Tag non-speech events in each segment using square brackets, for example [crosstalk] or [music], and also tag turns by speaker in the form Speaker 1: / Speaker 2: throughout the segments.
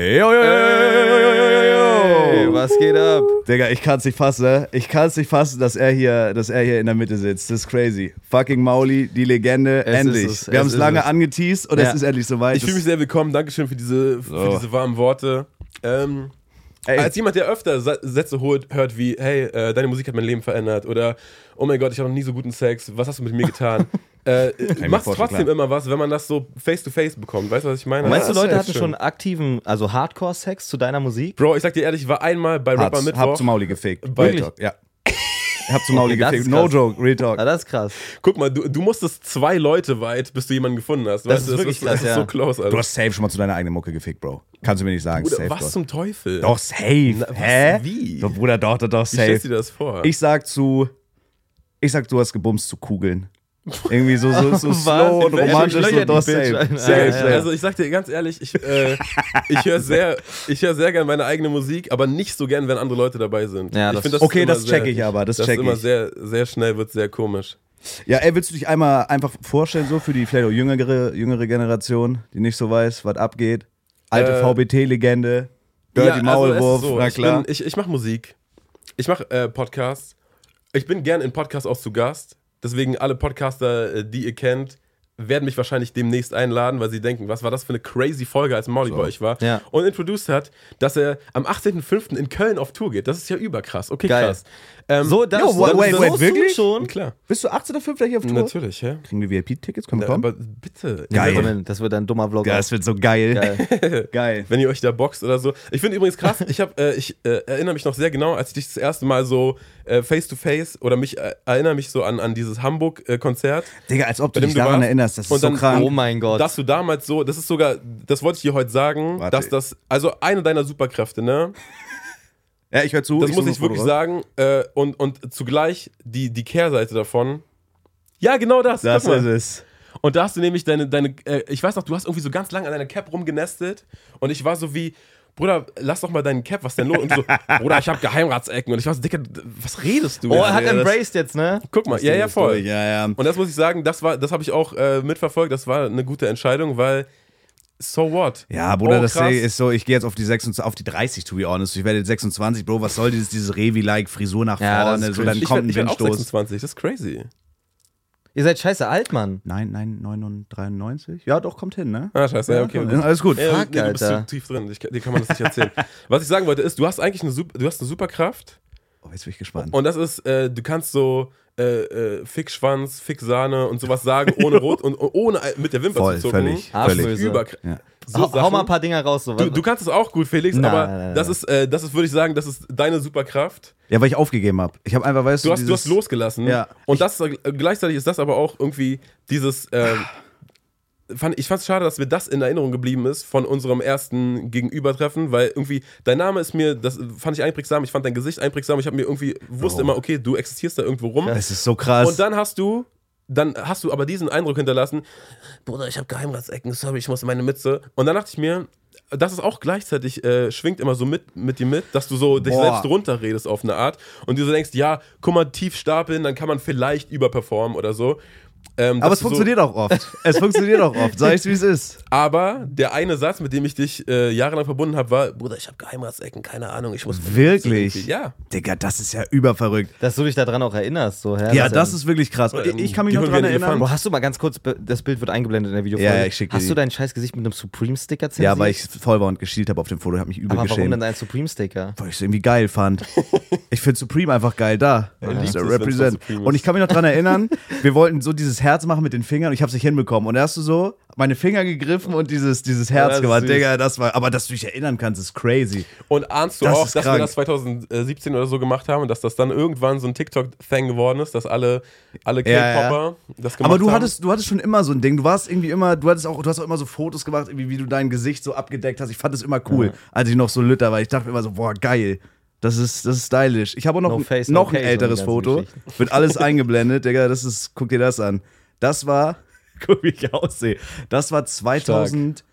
Speaker 1: Yo, yo, yo, yo, yo, yo, yo, yo,
Speaker 2: Ey,
Speaker 1: yo.
Speaker 2: was geht ab?
Speaker 1: Digga, ich kann's nicht fassen, ne? Ich kann's nicht fassen, dass er hier, dass er hier in der Mitte sitzt. Das ist crazy. Fucking Mauli, die Legende,
Speaker 2: Es ist
Speaker 1: endlich.
Speaker 2: es,
Speaker 1: Wir
Speaker 2: es
Speaker 1: haben es
Speaker 2: ist
Speaker 1: lange
Speaker 2: es.
Speaker 1: angeteased und
Speaker 2: Ja.
Speaker 1: es ist endlich soweit.
Speaker 3: Ich fühle mich sehr willkommen. Dankeschön für diese, für
Speaker 1: So.
Speaker 3: diese warmen Worte. Ähm,
Speaker 1: Ey.
Speaker 3: als jemand, der öfter Sa- Sätze holt, hört wie, hey, äh, deine Musik hat mein Leben verändert oder oh mein Gott, ich habe noch nie so guten Sex, was hast du mit
Speaker 1: [laughs]
Speaker 3: mir getan? äh, äh,
Speaker 1: mir
Speaker 3: machst
Speaker 1: vorstellen,
Speaker 3: trotzdem
Speaker 1: klar.
Speaker 3: immer was, wenn man das so face-to-face bekommt. Weißt du, was ich meine?
Speaker 2: Meinst du,
Speaker 3: Das ist
Speaker 2: Leute
Speaker 3: echt
Speaker 2: hatten
Speaker 3: schön.
Speaker 2: schon aktiven, also Hardcore-Sex zu deiner Musik?
Speaker 3: Bro, ich sag dir ehrlich, ich war einmal bei Rapper
Speaker 1: Hat's, hab
Speaker 3: Mittwoch.
Speaker 1: zu Mauli gefickt.
Speaker 3: Bei-
Speaker 1: Real Talk, ja. hab zu Mauli
Speaker 2: Okay, das
Speaker 1: gefickt.
Speaker 2: ist
Speaker 1: No
Speaker 2: krass.
Speaker 1: joke, Real Talk.
Speaker 2: Ah, das ist krass.
Speaker 3: Guck mal, du, du musstest zwei Leute weit, bis du jemanden gefunden hast.
Speaker 2: Das ist
Speaker 3: du,
Speaker 2: wirklich
Speaker 3: das
Speaker 2: krass,
Speaker 3: das ist
Speaker 2: ja.
Speaker 3: so close.
Speaker 1: Du
Speaker 3: Also.
Speaker 1: hast safe schon mal zu deiner eigenen Mucke gefickt, Bro. Kannst du mir nicht sagen,
Speaker 3: Bruder,
Speaker 1: safe.
Speaker 3: was
Speaker 1: doch.
Speaker 3: zum Teufel?
Speaker 1: Doch, safe.
Speaker 3: Na, was,
Speaker 1: Hä?
Speaker 3: wie?
Speaker 1: Doch, Bruder, doch, doch, doch,
Speaker 3: Wie stellst
Speaker 1: safe.
Speaker 3: du dir das vor?
Speaker 1: Ich sag zu, ich sag, du hast gebumst zu Kugeln. Irgendwie so, so,
Speaker 3: [laughs]
Speaker 1: so slow und
Speaker 2: In welchem
Speaker 1: romantisch, so
Speaker 2: Löcher
Speaker 1: doch,
Speaker 2: die Bitch
Speaker 1: safe.
Speaker 2: ein-
Speaker 3: Sehr,
Speaker 2: Ah,
Speaker 3: ich-
Speaker 2: ja.
Speaker 3: Also ich sag dir ganz ehrlich, ich, äh, ich höre sehr, ich hör sehr gern meine eigene Musik, aber nicht so gern, wenn andere Leute dabei sind.
Speaker 2: Ja,
Speaker 3: ich
Speaker 2: das-
Speaker 3: find, ist
Speaker 1: Okay,
Speaker 3: immer
Speaker 1: das check ich aber, das
Speaker 3: das
Speaker 1: check
Speaker 3: ist immer
Speaker 1: ich.
Speaker 3: sehr, sehr schnell wird sehr komisch.
Speaker 1: Ja, ey, willst du dich einmal einfach vorstellen, so für die vielleicht auch jüngere, jüngere Generation, die nicht so weiß, was abgeht? Alte
Speaker 3: Äh,
Speaker 1: VBT-Legende, Dirty
Speaker 3: also es ist
Speaker 1: Maulwurf,
Speaker 3: so,
Speaker 1: na
Speaker 3: ich
Speaker 1: klar.
Speaker 3: Bin, ich ich mache Musik, ich mache äh, Podcasts, ich bin gern in Podcasts auch zu Gast, deswegen alle Podcaster, äh, die ihr kennt, werden mich wahrscheinlich demnächst einladen, weil sie denken, was war das für eine crazy Folge, als Mauli bei euch war
Speaker 2: Ja.
Speaker 3: und introduced hat, dass er am 18.05. in Köln auf Tour geht. Das ist ja überkrass. Okay,
Speaker 2: Geil.
Speaker 3: krass. Ähm,
Speaker 2: So, das
Speaker 1: Yo,
Speaker 2: so-
Speaker 1: wait, wait,
Speaker 2: so
Speaker 1: wait,
Speaker 2: früh
Speaker 1: wirklich?
Speaker 2: schon.
Speaker 3: Klar.
Speaker 1: Bist du 18.05. hier auf Tour?
Speaker 3: Natürlich, ja.
Speaker 1: Kriegen wir VIP-Tickets? Können wir
Speaker 3: Na,
Speaker 1: kommen?
Speaker 3: aber bitte.
Speaker 1: Geil.
Speaker 2: Moment, Das wird ein dummer Vlog.
Speaker 1: ja, das wird so geil.
Speaker 2: Geil.
Speaker 1: [laughs] Geil.
Speaker 3: Wenn ihr euch da boxt oder so. Ich finde übrigens
Speaker 1: [laughs]
Speaker 3: krass, ich, hab, äh, ich äh, erinnere mich noch sehr genau, als ich dich das erste Mal so äh, face to face oder mich äh, erinnere mich so an, an dieses Hamburg-Konzert.
Speaker 1: Digga, als ob du
Speaker 3: Bei dem
Speaker 1: dich
Speaker 3: du
Speaker 1: daran
Speaker 3: warst.
Speaker 1: erinnerst, das ist
Speaker 3: Und
Speaker 1: so
Speaker 3: dann-
Speaker 1: krank.
Speaker 2: Oh mein Gott.
Speaker 3: Dass du damals so, das ist sogar, das wollte ich dir heute sagen,
Speaker 1: Warte.
Speaker 3: dass das, also eine deiner Superkräfte, ne?
Speaker 1: ja, ich höre zu.
Speaker 3: Das
Speaker 1: suche
Speaker 3: muss ich
Speaker 1: ein Foto
Speaker 3: wirklich
Speaker 1: raus.
Speaker 3: sagen. Äh, und, und zugleich die, die Kehrseite davon. Ja, genau das.
Speaker 1: Das
Speaker 3: guck mal.
Speaker 1: ist es.
Speaker 3: Und da hast du nämlich deine, deine äh, ich weiß noch, du hast irgendwie so ganz lange an deiner Cap rumgenestelt und ich war so wie, Bruder, lass doch mal deinen Cap, was denn los? Und du so, Bruder, ich habe Geheimratsecken und ich war so, Dicker, was redest du?
Speaker 2: oh,
Speaker 3: Ja,
Speaker 2: er hat
Speaker 3: ja, das-
Speaker 2: embraced jetzt, ne?
Speaker 3: Guck mal, ja, ja, voll.
Speaker 1: Ja, ja.
Speaker 3: Und das muss ich sagen, das war, das habe ich auch äh, mitverfolgt, das war eine gute Entscheidung, weil, so what?
Speaker 1: Ja, Bruder,
Speaker 3: Oh,
Speaker 1: das
Speaker 3: krass.
Speaker 1: ist so, ich gehe jetzt auf die 26, auf die 30, to be honest. Ich werde jetzt 26, Bro, was soll dieses, dieses Revi-like Frisur nach
Speaker 2: Ja, das
Speaker 1: vorne?
Speaker 2: ist
Speaker 1: So,
Speaker 2: cringe.
Speaker 1: dann
Speaker 3: ich
Speaker 1: kommt
Speaker 3: werd,
Speaker 1: ein
Speaker 3: ich werd auch
Speaker 1: Windstoß.
Speaker 3: 26, das ist crazy.
Speaker 2: Ihr seid scheiße alt, Mann.
Speaker 1: Nein, nein, 99? Ja, doch, kommt hin, ne?
Speaker 3: Ah, scheiße, ja, okay.
Speaker 1: Kommt hin, Alles gut.
Speaker 3: Ja,
Speaker 2: Fuck,
Speaker 3: nee, du bist
Speaker 2: Alter.
Speaker 3: zu tief drin, ich, kann- dir kann man das nicht erzählen. was ich sagen wollte ist, du hast eigentlich eine, Sup- du hast eine Superkraft,
Speaker 1: Oh, jetzt bin ich gespannt.
Speaker 3: Und das ist, äh, du kannst so äh, äh, Fickschwanz, Ficksahne und sowas sagen,
Speaker 1: [laughs]
Speaker 3: ohne rot und und ohne mit der Wimper
Speaker 1: Voll,
Speaker 3: zu zucken.
Speaker 1: völlig,
Speaker 3: Das ist
Speaker 2: völlig.
Speaker 3: Über,
Speaker 1: Ja.
Speaker 2: Hau,
Speaker 3: so
Speaker 2: hau
Speaker 3: Sachen.
Speaker 2: mal ein paar Dinger raus. So.
Speaker 3: du, du kannst es auch gut, Felix,
Speaker 2: Nein,
Speaker 3: aber
Speaker 2: nein, nein,
Speaker 3: das
Speaker 2: nein.
Speaker 3: ist, äh, das ist, würde ich sagen, das ist deine Superkraft.
Speaker 1: Ja, weil ich aufgegeben habe. Ich habe einfach, weißt du,
Speaker 3: Du hast, du
Speaker 1: dieses-
Speaker 3: hast losgelassen.
Speaker 1: Ja.
Speaker 3: Und das äh, gleichzeitig ist das aber auch irgendwie dieses. ähm, fand, ich fand es schade, dass mir das in Erinnerung geblieben ist von unserem ersten Gegenübertreffen, weil irgendwie dein Name ist mir, das fand ich einprägsam, ich fand dein Gesicht einprägsam, ich habe mir irgendwie, wusste
Speaker 1: Oh.
Speaker 3: immer, okay, du existierst da irgendwo rum.
Speaker 1: Es ist so krass.
Speaker 3: Und dann hast du, dann hast du aber diesen Eindruck hinterlassen, Bruder, ich habe Geheimratsecken, sorry, ich muss in meine Mütze. Und dann dachte ich mir, das ist auch gleichzeitig, äh, schwingt immer so mit, mit dir mit, dass du so dich
Speaker 1: Boah.
Speaker 3: selbst runterredest auf eine Art und du so denkst, ja, guck mal, tief stapeln, dann kann man vielleicht überperformen oder so. Ähm,
Speaker 1: aber
Speaker 3: dass
Speaker 1: es
Speaker 3: du
Speaker 1: funktioniert auch oft.
Speaker 3: [laughs]
Speaker 1: Es funktioniert auch oft. Sag ich's, wie es ist.
Speaker 3: So, aber der eine Satz, mit dem ich dich äh, jahrelang verbunden habe, war, Bruder, ich habe Geheimratsecken, keine Ahnung, ich muss. in meine Mütze
Speaker 1: Wirklich?
Speaker 3: irgendwie." Ja.
Speaker 1: Digga, das ist ja überverrückt.
Speaker 2: dass du dich daran auch erinnerst. So, hä?
Speaker 1: Ja, das ist wirklich krass. Ich, ich kann mich
Speaker 3: Oh, Die
Speaker 1: noch dran
Speaker 3: holen wir den
Speaker 1: erinnern.
Speaker 3: Elefant.
Speaker 2: Boah, hast du mal ganz kurz, be- das Bild wird eingeblendet in der Videofolge.
Speaker 1: Ja, ja, ich schick dir
Speaker 2: Hast
Speaker 1: die.
Speaker 2: du dein scheiß Gesicht mit einem Supreme-Sticker zensiert?
Speaker 1: Ja, weil ich voll war und geschielt habe auf dem Foto. Ich habe mich übel
Speaker 2: Aber warum
Speaker 1: geschämt.
Speaker 2: denn ein Supreme-Sticker?
Speaker 1: weil ich es irgendwie geil fand. Ich finde Supreme einfach geil da.
Speaker 3: liebt
Speaker 1: So
Speaker 3: es, wenn's von
Speaker 1: represent.
Speaker 3: Supreme ist.
Speaker 1: Und ich kann mich noch dran erinnern, wir wollten so dieses Herz machen mit den Fingern und ich habe es nicht hinbekommen. Und da hast du so meine Finger gegriffen und dieses, dieses Herz
Speaker 3: das ist
Speaker 1: gemacht.
Speaker 3: süß.
Speaker 1: Digga, das war, aber dass du dich erinnern kannst, ist crazy.
Speaker 3: Und ahnst du
Speaker 1: Das
Speaker 3: auch,
Speaker 1: ist
Speaker 3: dass wir
Speaker 1: krank.
Speaker 3: das 2017 oder so gemacht haben und dass das dann irgendwann so ein TikTok-Thing geworden ist, dass alle, alle
Speaker 1: Ja, ja.
Speaker 3: K-Popper das gemacht haben?
Speaker 1: Aber du hattest, du hattest schon immer so ein Ding. Du warst irgendwie immer, du hattest auch, du hast auch immer so Fotos gemacht, irgendwie, wie du dein Gesicht so abgedeckt hast. Ich fand das immer cool, als ich noch so lütter war. Ich dachte mir immer so, boah, geil. Das ist, das ist stylisch. Ich habe auch noch,
Speaker 2: No
Speaker 1: ein-
Speaker 2: face,
Speaker 1: noch
Speaker 2: no
Speaker 1: ein
Speaker 2: case und die
Speaker 1: älteres
Speaker 2: ganzen
Speaker 1: Foto.
Speaker 2: Geschichten.
Speaker 1: Wird
Speaker 2: [laughs]
Speaker 1: alles eingeblendet, Digga. Das ist, [laughs] guck dir das an. Das war, guck wie ich aussehe. Das war 2000.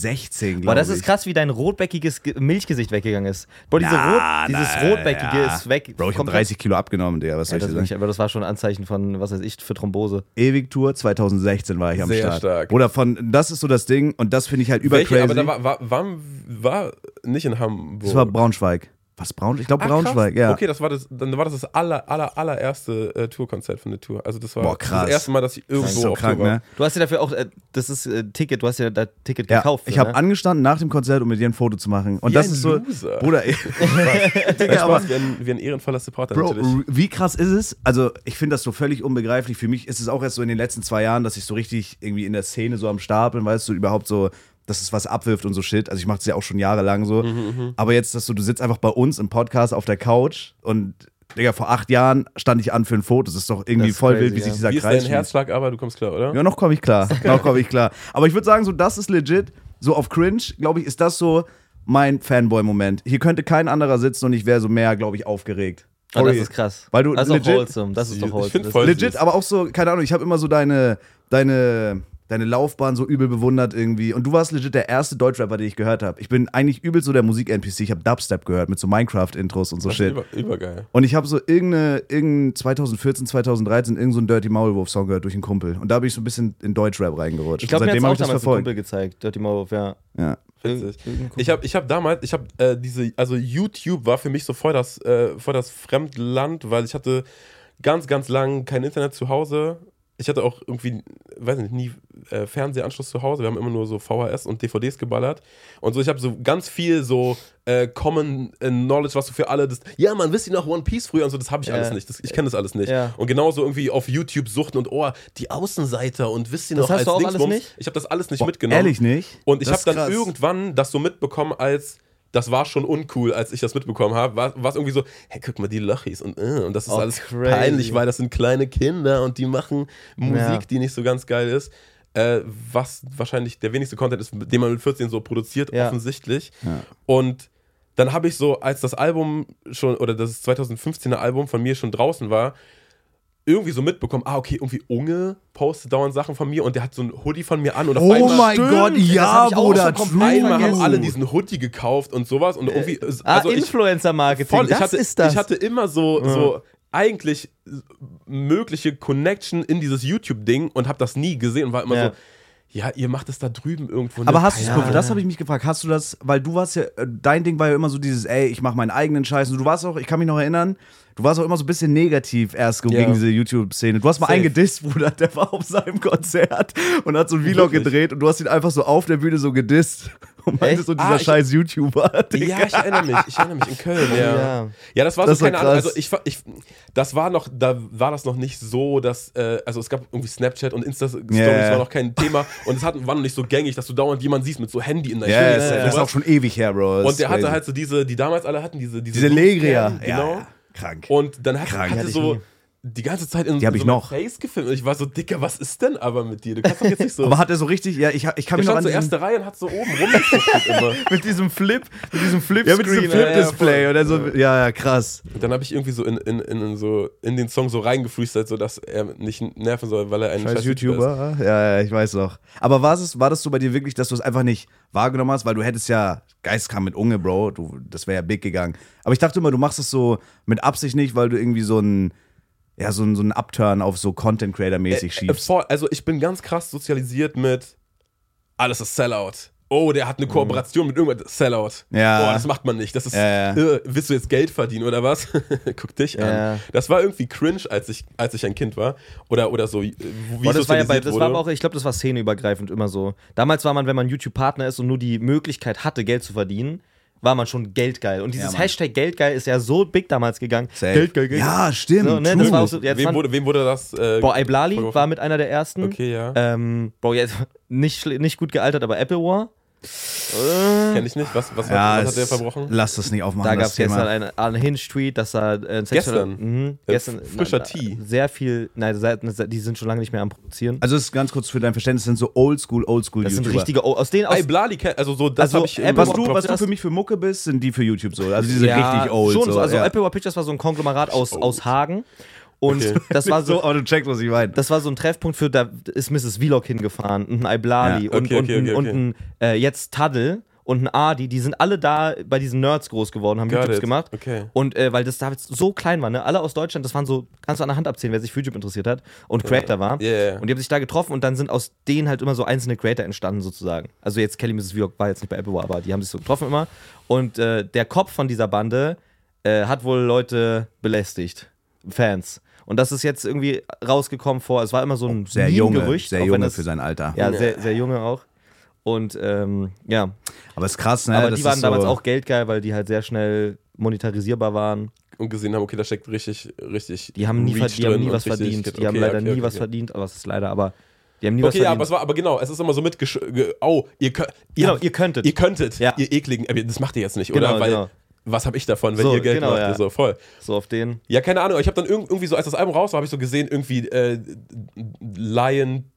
Speaker 1: 16,
Speaker 2: Boah,
Speaker 1: glaube ich.
Speaker 2: das ist krass, wie dein rotbäckiges Ge- Milchgesicht weggegangen ist. Boah, diese
Speaker 1: Na,
Speaker 2: Rot, dieses
Speaker 1: na,
Speaker 2: Rotbäckige
Speaker 1: ja.
Speaker 2: ist weg.
Speaker 1: Bro, ich habe
Speaker 2: Komplett.
Speaker 1: 30 Kilo abgenommen, Digga. Was
Speaker 2: Ja,
Speaker 1: soll
Speaker 2: das
Speaker 1: ich dir
Speaker 2: nicht,
Speaker 1: sagen?
Speaker 2: aber das war schon ein Anzeichen von, was weiß ich, für Thrombose.
Speaker 1: Ewig Tour 2016 war ich am
Speaker 3: Sehr
Speaker 1: Start.
Speaker 3: stark.
Speaker 1: Oder von, das ist so das Ding und das finde ich halt über
Speaker 3: Welche,
Speaker 1: crazy.
Speaker 3: aber da war, war, war, war nicht in Hamburg.
Speaker 1: das war Braunschweig. Was Braunschweig? Ich glaube
Speaker 3: Ah, krass.
Speaker 1: Braunschweig, ja.
Speaker 3: Okay, das war das, dann war das das aller, aller, allererste äh, Tourkonzert von der Tour. Also das war
Speaker 1: Boah, krass.
Speaker 3: das erste Mal, dass ich irgendwo
Speaker 1: das ist so
Speaker 3: auf
Speaker 1: krank,
Speaker 3: Tour war.
Speaker 1: ne?
Speaker 2: Du hast ja dafür auch, äh, das ist äh, Ticket, du hast ja da Ticket
Speaker 1: Ja,
Speaker 2: gekauft.
Speaker 1: ich habe
Speaker 2: ne?
Speaker 1: angestanden nach dem Konzert, um mit dir ein Foto zu machen. Und
Speaker 3: Wie
Speaker 1: das
Speaker 3: ein
Speaker 1: ist so,
Speaker 3: Loser.
Speaker 1: Bruder,
Speaker 3: [laughs]
Speaker 1: ey,
Speaker 3: [laughs] Digga,
Speaker 1: Digga, aber
Speaker 3: Spaß, wie, ein, wie ein ehrenvoller Supporter
Speaker 1: Bro,
Speaker 3: Also natürlich.
Speaker 1: r- wie krass ist es? Also, ich finde das so völlig unbegreiflich. Für mich ist es auch erst so in den letzten zwei Jahren, dass ich so richtig irgendwie in der Szene so am Start bin, weißt du, überhaupt so, dass es was abwirft und so Shit. Also, ich mache das ja auch schon jahrelang so. Aber jetzt, dass du, du sitzt einfach bei uns im Podcast auf der Couch und, Digga, vor acht Jahren stand ich an für ein Foto. Das ist doch irgendwie
Speaker 2: Das ist
Speaker 1: voll
Speaker 2: crazy,
Speaker 1: wild, wie
Speaker 2: ja.
Speaker 1: sich dieser
Speaker 3: Wie ist
Speaker 1: Kreis
Speaker 3: dein
Speaker 1: schließt.
Speaker 3: Herzschlag, aber du kommst klar, oder?
Speaker 1: Ja, noch komme ich klar. Noch komme ich klar. Aber ich würde sagen, so, das ist legit. So auf Cringe, glaube ich, ist das so mein Fanboy-Moment. Hier könnte kein anderer sitzen und ich wäre so mehr, glaube ich, aufgeregt.
Speaker 2: Ah, das
Speaker 1: Sorry.
Speaker 2: ist krass.
Speaker 1: Weil du
Speaker 2: das ist
Speaker 1: legit-
Speaker 2: doch wholesome. Das ist doch
Speaker 3: Ich
Speaker 2: wholesome.
Speaker 3: find
Speaker 2: Das-
Speaker 3: voll-
Speaker 1: Legit, aber auch so, keine Ahnung, ich habe immer so deine, deine, deine Laufbahn so übel bewundert irgendwie. Und du warst legit der erste Deutschrapper, den ich gehört habe. Ich bin eigentlich übel so der Musik-NPC. Ich habe Dubstep gehört mit so Minecraft-Intros und so
Speaker 3: Das ist
Speaker 1: Shit.
Speaker 3: Über, übergeil.
Speaker 1: Und ich habe so irgendeine, irgendein 2014, 2013 irgendeinen so einen Dirty Maulwurf-Song gehört durch einen Kumpel. Und da bin ich so ein bisschen in Deutschrap reingerutscht.
Speaker 2: ich glaube,
Speaker 1: Und
Speaker 2: mir hat
Speaker 1: seitdem
Speaker 2: auch
Speaker 1: habe ich das
Speaker 2: damals ein Kumpel
Speaker 1: verfolgt.
Speaker 2: gezeigt, Dirty Maulwurf, ja.
Speaker 1: Ja.
Speaker 3: Witzig.
Speaker 2: Irgendein Kumpel.
Speaker 3: Ich habe ich hab damals, ich habe äh, diese, also YouTube war für mich so voll das, äh, voll das Fremdland, weil ich hatte ganz, ganz lang kein Internet zu Hause. Ich hatte auch irgendwie, weiß nicht, nie äh, Fernsehanschluss zu Hause. Wir haben immer nur so VHS und DVDs geballert. Und so, ich habe so ganz viel so äh, Common äh, Knowledge, was du für alle das. Ja, man, wisst ihr noch One Piece früher und so, das habe ich
Speaker 2: Ja.
Speaker 3: alles nicht. Das, ich kenne das alles nicht.
Speaker 2: Ja.
Speaker 3: Und genauso irgendwie auf YouTube suchten und oh, die Außenseiter und wisst ihr
Speaker 2: Das
Speaker 3: noch
Speaker 2: hast du auch alles
Speaker 3: Dingsbums?
Speaker 2: nicht?
Speaker 3: Ich habe das alles nicht
Speaker 1: Boah,
Speaker 3: mitgenommen.
Speaker 1: Ehrlich nicht?
Speaker 3: Und ich
Speaker 1: Das
Speaker 3: habe
Speaker 1: ist
Speaker 3: dann
Speaker 1: krass.
Speaker 3: irgendwann das so mitbekommen, als das war schon uncool, als ich das mitbekommen habe. War war es irgendwie so, hey, guck mal, die Lochis und, äh, und das ist
Speaker 2: Oh,
Speaker 3: alles
Speaker 2: crazy.
Speaker 3: peinlich, weil das sind kleine Kinder und die machen Musik,
Speaker 2: Ja.
Speaker 3: die nicht so ganz geil ist. Äh, was wahrscheinlich der wenigste Content ist, den man mit 14 so produziert,
Speaker 2: Ja.
Speaker 3: offensichtlich. Und dann habe ich so, als das Album schon, oder das 2015er Album von mir schon draußen war, irgendwie so mitbekommen, ah, okay, irgendwie Unge postet dauernd Sachen von mir und der hat so ein Hoodie von mir an und auf
Speaker 1: Oh
Speaker 3: einmal
Speaker 1: mein Gott, ja,
Speaker 2: hab ich auch
Speaker 1: Bruder,
Speaker 2: schon
Speaker 1: true.
Speaker 2: komplett
Speaker 3: Einmal haben
Speaker 2: vergessen.
Speaker 3: alle diesen Hoodie gekauft und sowas und irgendwie. Also
Speaker 2: Ah,
Speaker 3: ich,
Speaker 2: Influencer-Marketing,
Speaker 3: voll,
Speaker 2: das
Speaker 3: ich hatte,
Speaker 2: ist das.
Speaker 3: ich hatte immer so, so eigentlich mögliche Connection in dieses YouTube-Ding und habe das nie gesehen und war immer
Speaker 2: Ja.
Speaker 3: so, ja, ihr macht es da drüben irgendwo.
Speaker 1: Aber
Speaker 3: ne?
Speaker 1: hast du
Speaker 2: Ja.
Speaker 1: das habe ich mich gefragt, hast du das, weil du warst ja, äh, dein Ding war ja immer so dieses, ey, ich mache meinen eigenen Scheiß. Und du warst auch, ich kann mich noch erinnern, du warst auch immer so ein bisschen negativ erst gegen
Speaker 3: Ja.
Speaker 1: diese YouTube-Szene. Du hast mal
Speaker 3: Safe.
Speaker 1: einen gedisst, Bruder, der war auf seinem Konzert und hat so ein Vlog
Speaker 3: Wirklich?
Speaker 1: gedreht und du hast ihn einfach so auf der Bühne so gedisst. [laughs] Und meintest
Speaker 2: Echt?
Speaker 1: so, dieser
Speaker 3: Ah, ich-
Speaker 1: scheiß YouTuber. Digga.
Speaker 3: Ja, ich erinnere mich, ich erinnere mich, in Köln, ja.
Speaker 2: ja.
Speaker 3: Ja, das war
Speaker 1: Das
Speaker 3: so,
Speaker 1: war
Speaker 3: keine Ahnung,
Speaker 1: krass.
Speaker 3: also ich, war- ich, das war noch, da war das noch nicht so, dass, äh, also es gab irgendwie Snapchat und Insta-Stories
Speaker 1: Ja.
Speaker 3: war noch kein Thema und es hat, war noch nicht so gängig, dass du dauernd jemanden siehst mit so Handy in der
Speaker 1: Ja,
Speaker 3: Hand
Speaker 1: das,
Speaker 3: und
Speaker 1: das ist halt
Speaker 3: sowas.
Speaker 1: auch schon ewig her, Bro. Das
Speaker 3: Und der
Speaker 1: ist
Speaker 3: hatte
Speaker 1: crazy.
Speaker 3: halt so diese, die damals alle hatten, diese
Speaker 1: diese
Speaker 3: Diese,
Speaker 1: Legria.
Speaker 3: Blutbären,
Speaker 1: Ja,
Speaker 3: Genau.
Speaker 1: ja, krank.
Speaker 3: Und dann hat,
Speaker 1: Krank. Die
Speaker 3: hatte
Speaker 1: hatte ich
Speaker 3: so
Speaker 2: nie.
Speaker 3: die ganze Zeit in
Speaker 1: Die hab
Speaker 3: so
Speaker 1: ich
Speaker 3: mein
Speaker 1: noch.
Speaker 3: Face gefilmt. Und ich war so, Dicker, was ist denn aber mit dir? Du kannst doch jetzt nicht so.
Speaker 1: aber hat er so richtig, ja, ich, ich kann
Speaker 3: der
Speaker 1: mich noch
Speaker 3: stand
Speaker 1: an
Speaker 3: so
Speaker 1: diesen,
Speaker 3: erste Reihe und hat so oben rumgeguckt immer.
Speaker 1: [laughs]
Speaker 2: Mit diesem Flip, mit diesem flip
Speaker 1: ja, mit diesem Flip-Display oder so. Ja, ja, krass.
Speaker 3: Und dann habe ich irgendwie so in, in, in, so in den Song so reingefreestylt, so dass er nicht nerven soll, weil er ein
Speaker 1: Scheiß YouTuber. Ja, ja, ich weiß noch. Aber war es, war das so bei dir wirklich, dass du es einfach nicht wahrgenommen hast? Weil du hättest ja, Geist kam mit Unge, Bro, du, das wäre ja big gegangen. Aber ich dachte immer, du machst es so mit Absicht nicht, weil du irgendwie so ein, ja, so ein, so ein Upturn auf so Content-Creator-mäßig
Speaker 3: Äh,
Speaker 1: schiebst.
Speaker 3: voll. Also ich bin ganz krass sozialisiert mit alles ist Sellout. Oh, der
Speaker 2: Mhm.
Speaker 3: hat eine Kooperation mit irgendwas. Sellout.
Speaker 1: Ja.
Speaker 3: Oh, das macht man nicht. Das ist,
Speaker 1: Ja, ja.
Speaker 3: Äh, willst du jetzt Geld verdienen oder was? [laughs] Guck dich
Speaker 2: Ja.
Speaker 3: an. Das war irgendwie cringe, als ich, als ich ein Kind war. Oder, oder so, äh, wie
Speaker 2: Boah, das war ja bei,
Speaker 3: sozialisiert
Speaker 2: das
Speaker 3: wurde.
Speaker 2: war aber auch, ich glaube, das war szeneübergreifend immer so. Damals war man, wenn man YouTube-Partner ist und nur die Möglichkeit hatte, Geld zu verdienen, war man schon geldgeil. Und dieses
Speaker 1: Mann.
Speaker 2: Hashtag Geldgeil ist ja so big damals gegangen.
Speaker 1: Safe.
Speaker 2: Geldgeil, Geldgeil.
Speaker 1: Ja, stimmt.
Speaker 2: So, ne,
Speaker 1: true.
Speaker 2: das war auch so, ja, das
Speaker 3: wem,
Speaker 2: waren-
Speaker 3: wurde, wem wurde das? Äh,
Speaker 2: Boah, Iblali
Speaker 3: vorgeworfen?
Speaker 2: war mit einer der ersten.
Speaker 3: Okay, ja.
Speaker 2: Ähm, Bro, jetzt [laughs] nicht, schl- nicht gut gealtert, aber Apple War.
Speaker 3: Kenn ich nicht. Was, was,
Speaker 1: ja,
Speaker 3: was hat der
Speaker 1: es-
Speaker 3: verbrochen?
Speaker 1: Lass das nicht aufmachen.
Speaker 2: Da gab
Speaker 1: das
Speaker 2: es gestern
Speaker 1: Thema.
Speaker 2: einen Unhinged-Tweet, dass da äh, ein sexueller-
Speaker 3: Gestern?
Speaker 2: Mhm,
Speaker 3: Äh,
Speaker 2: gestern
Speaker 3: frischer
Speaker 2: na,
Speaker 3: Tee.
Speaker 2: Sehr viel, nein, seit- die sind schon lange nicht mehr am Produzieren.
Speaker 1: Also, das ist ganz kurz für dein Verständnis: das sind so Oldschool, Oldschool
Speaker 2: Das sind
Speaker 1: YouTuber.
Speaker 2: richtige, O- aus denen, aus,
Speaker 3: Ey, Blali, kenn- also so, das
Speaker 2: Also,
Speaker 3: habe ich.
Speaker 2: Apple
Speaker 1: was
Speaker 2: Watch
Speaker 1: du, was du für mich für Mucke bist, sind die für YouTube so. Also, diese richtig old.
Speaker 2: Schon,
Speaker 1: so,
Speaker 2: also
Speaker 1: ja.
Speaker 2: Apple War Pictures war so ein Konglomerat aus, aus Hagen. Und
Speaker 3: Okay.
Speaker 2: [laughs] das war
Speaker 3: [laughs]
Speaker 2: so.
Speaker 1: oh, du checkst, was ich meine.
Speaker 2: Das war so ein Treffpunkt für, da ist Mrs. Vlog hingefahren und ein Iblali
Speaker 1: Ja,
Speaker 2: und,
Speaker 3: okay,
Speaker 2: und,
Speaker 3: okay, okay,
Speaker 2: ein-
Speaker 3: okay.
Speaker 2: und ein äh, jetzt Taddel und ein Adi, die sind alle da bei diesen Nerds groß geworden, haben
Speaker 3: Got
Speaker 2: YouTubes
Speaker 3: it.
Speaker 2: gemacht.
Speaker 3: Okay.
Speaker 2: Und äh, weil das damals so klein war, ne? alle aus Deutschland, das waren so, kannst du an der Hand abzählen, wer sich für YouTube interessiert hat und Creator war.
Speaker 3: Ja, ja, ja.
Speaker 2: Und die haben sich da getroffen und dann sind aus denen halt immer so einzelne Creator entstanden sozusagen. Also jetzt Kelly Mrs. Vlog war jetzt nicht bei Apple, aber die haben sich so getroffen immer. Und äh, der Kopf von dieser Bande äh, hat wohl Leute belästigt. Fans. Und das ist jetzt irgendwie rausgekommen vor, es war immer so ein
Speaker 1: Sehr
Speaker 2: nie
Speaker 1: junge,
Speaker 2: Gerücht,
Speaker 1: sehr
Speaker 2: auch wenn
Speaker 1: junge
Speaker 2: das-
Speaker 1: für sein Alter.
Speaker 2: Ja, sehr, sehr junge auch. Und ähm, ja,
Speaker 1: Aber ist krass, ne?
Speaker 2: aber
Speaker 1: Das
Speaker 2: die waren
Speaker 1: ist
Speaker 2: damals
Speaker 1: so,
Speaker 2: auch geldgeil, weil die halt sehr schnell monetarisierbar waren.
Speaker 3: Und gesehen haben, okay, da steckt richtig, richtig.
Speaker 2: Die haben nie,
Speaker 3: Reach
Speaker 2: ver- die haben
Speaker 3: drin
Speaker 2: nie
Speaker 3: und
Speaker 2: was
Speaker 3: richtig-
Speaker 2: verdient. Die
Speaker 3: okay,
Speaker 2: haben leider
Speaker 3: okay,
Speaker 2: nie
Speaker 3: okay,
Speaker 2: was
Speaker 3: okay.
Speaker 2: verdient, aber es ist leider, aber die haben nie
Speaker 3: Okay,
Speaker 2: was
Speaker 3: ja, aber es
Speaker 2: verdient.
Speaker 3: war, aber genau, es ist immer so mit, oh, ihr könnt,
Speaker 2: Genau,
Speaker 3: ja,
Speaker 2: ihr könntet.
Speaker 3: ihr könntet,
Speaker 2: Ja.
Speaker 3: ihr ekligen, aber das macht ihr jetzt nicht,
Speaker 2: Genau,
Speaker 3: oder? Weil,
Speaker 2: genau.
Speaker 3: was habe ich davon, wenn
Speaker 2: So,
Speaker 3: ihr Geld
Speaker 2: genau,
Speaker 3: macht?
Speaker 2: ja.
Speaker 3: So, voll.
Speaker 2: so auf den.
Speaker 3: Ja, keine Ahnung. Ich habe dann irg irgendwie so, als das Album raus war, habe ich so gesehen, irgendwie äh, Lion,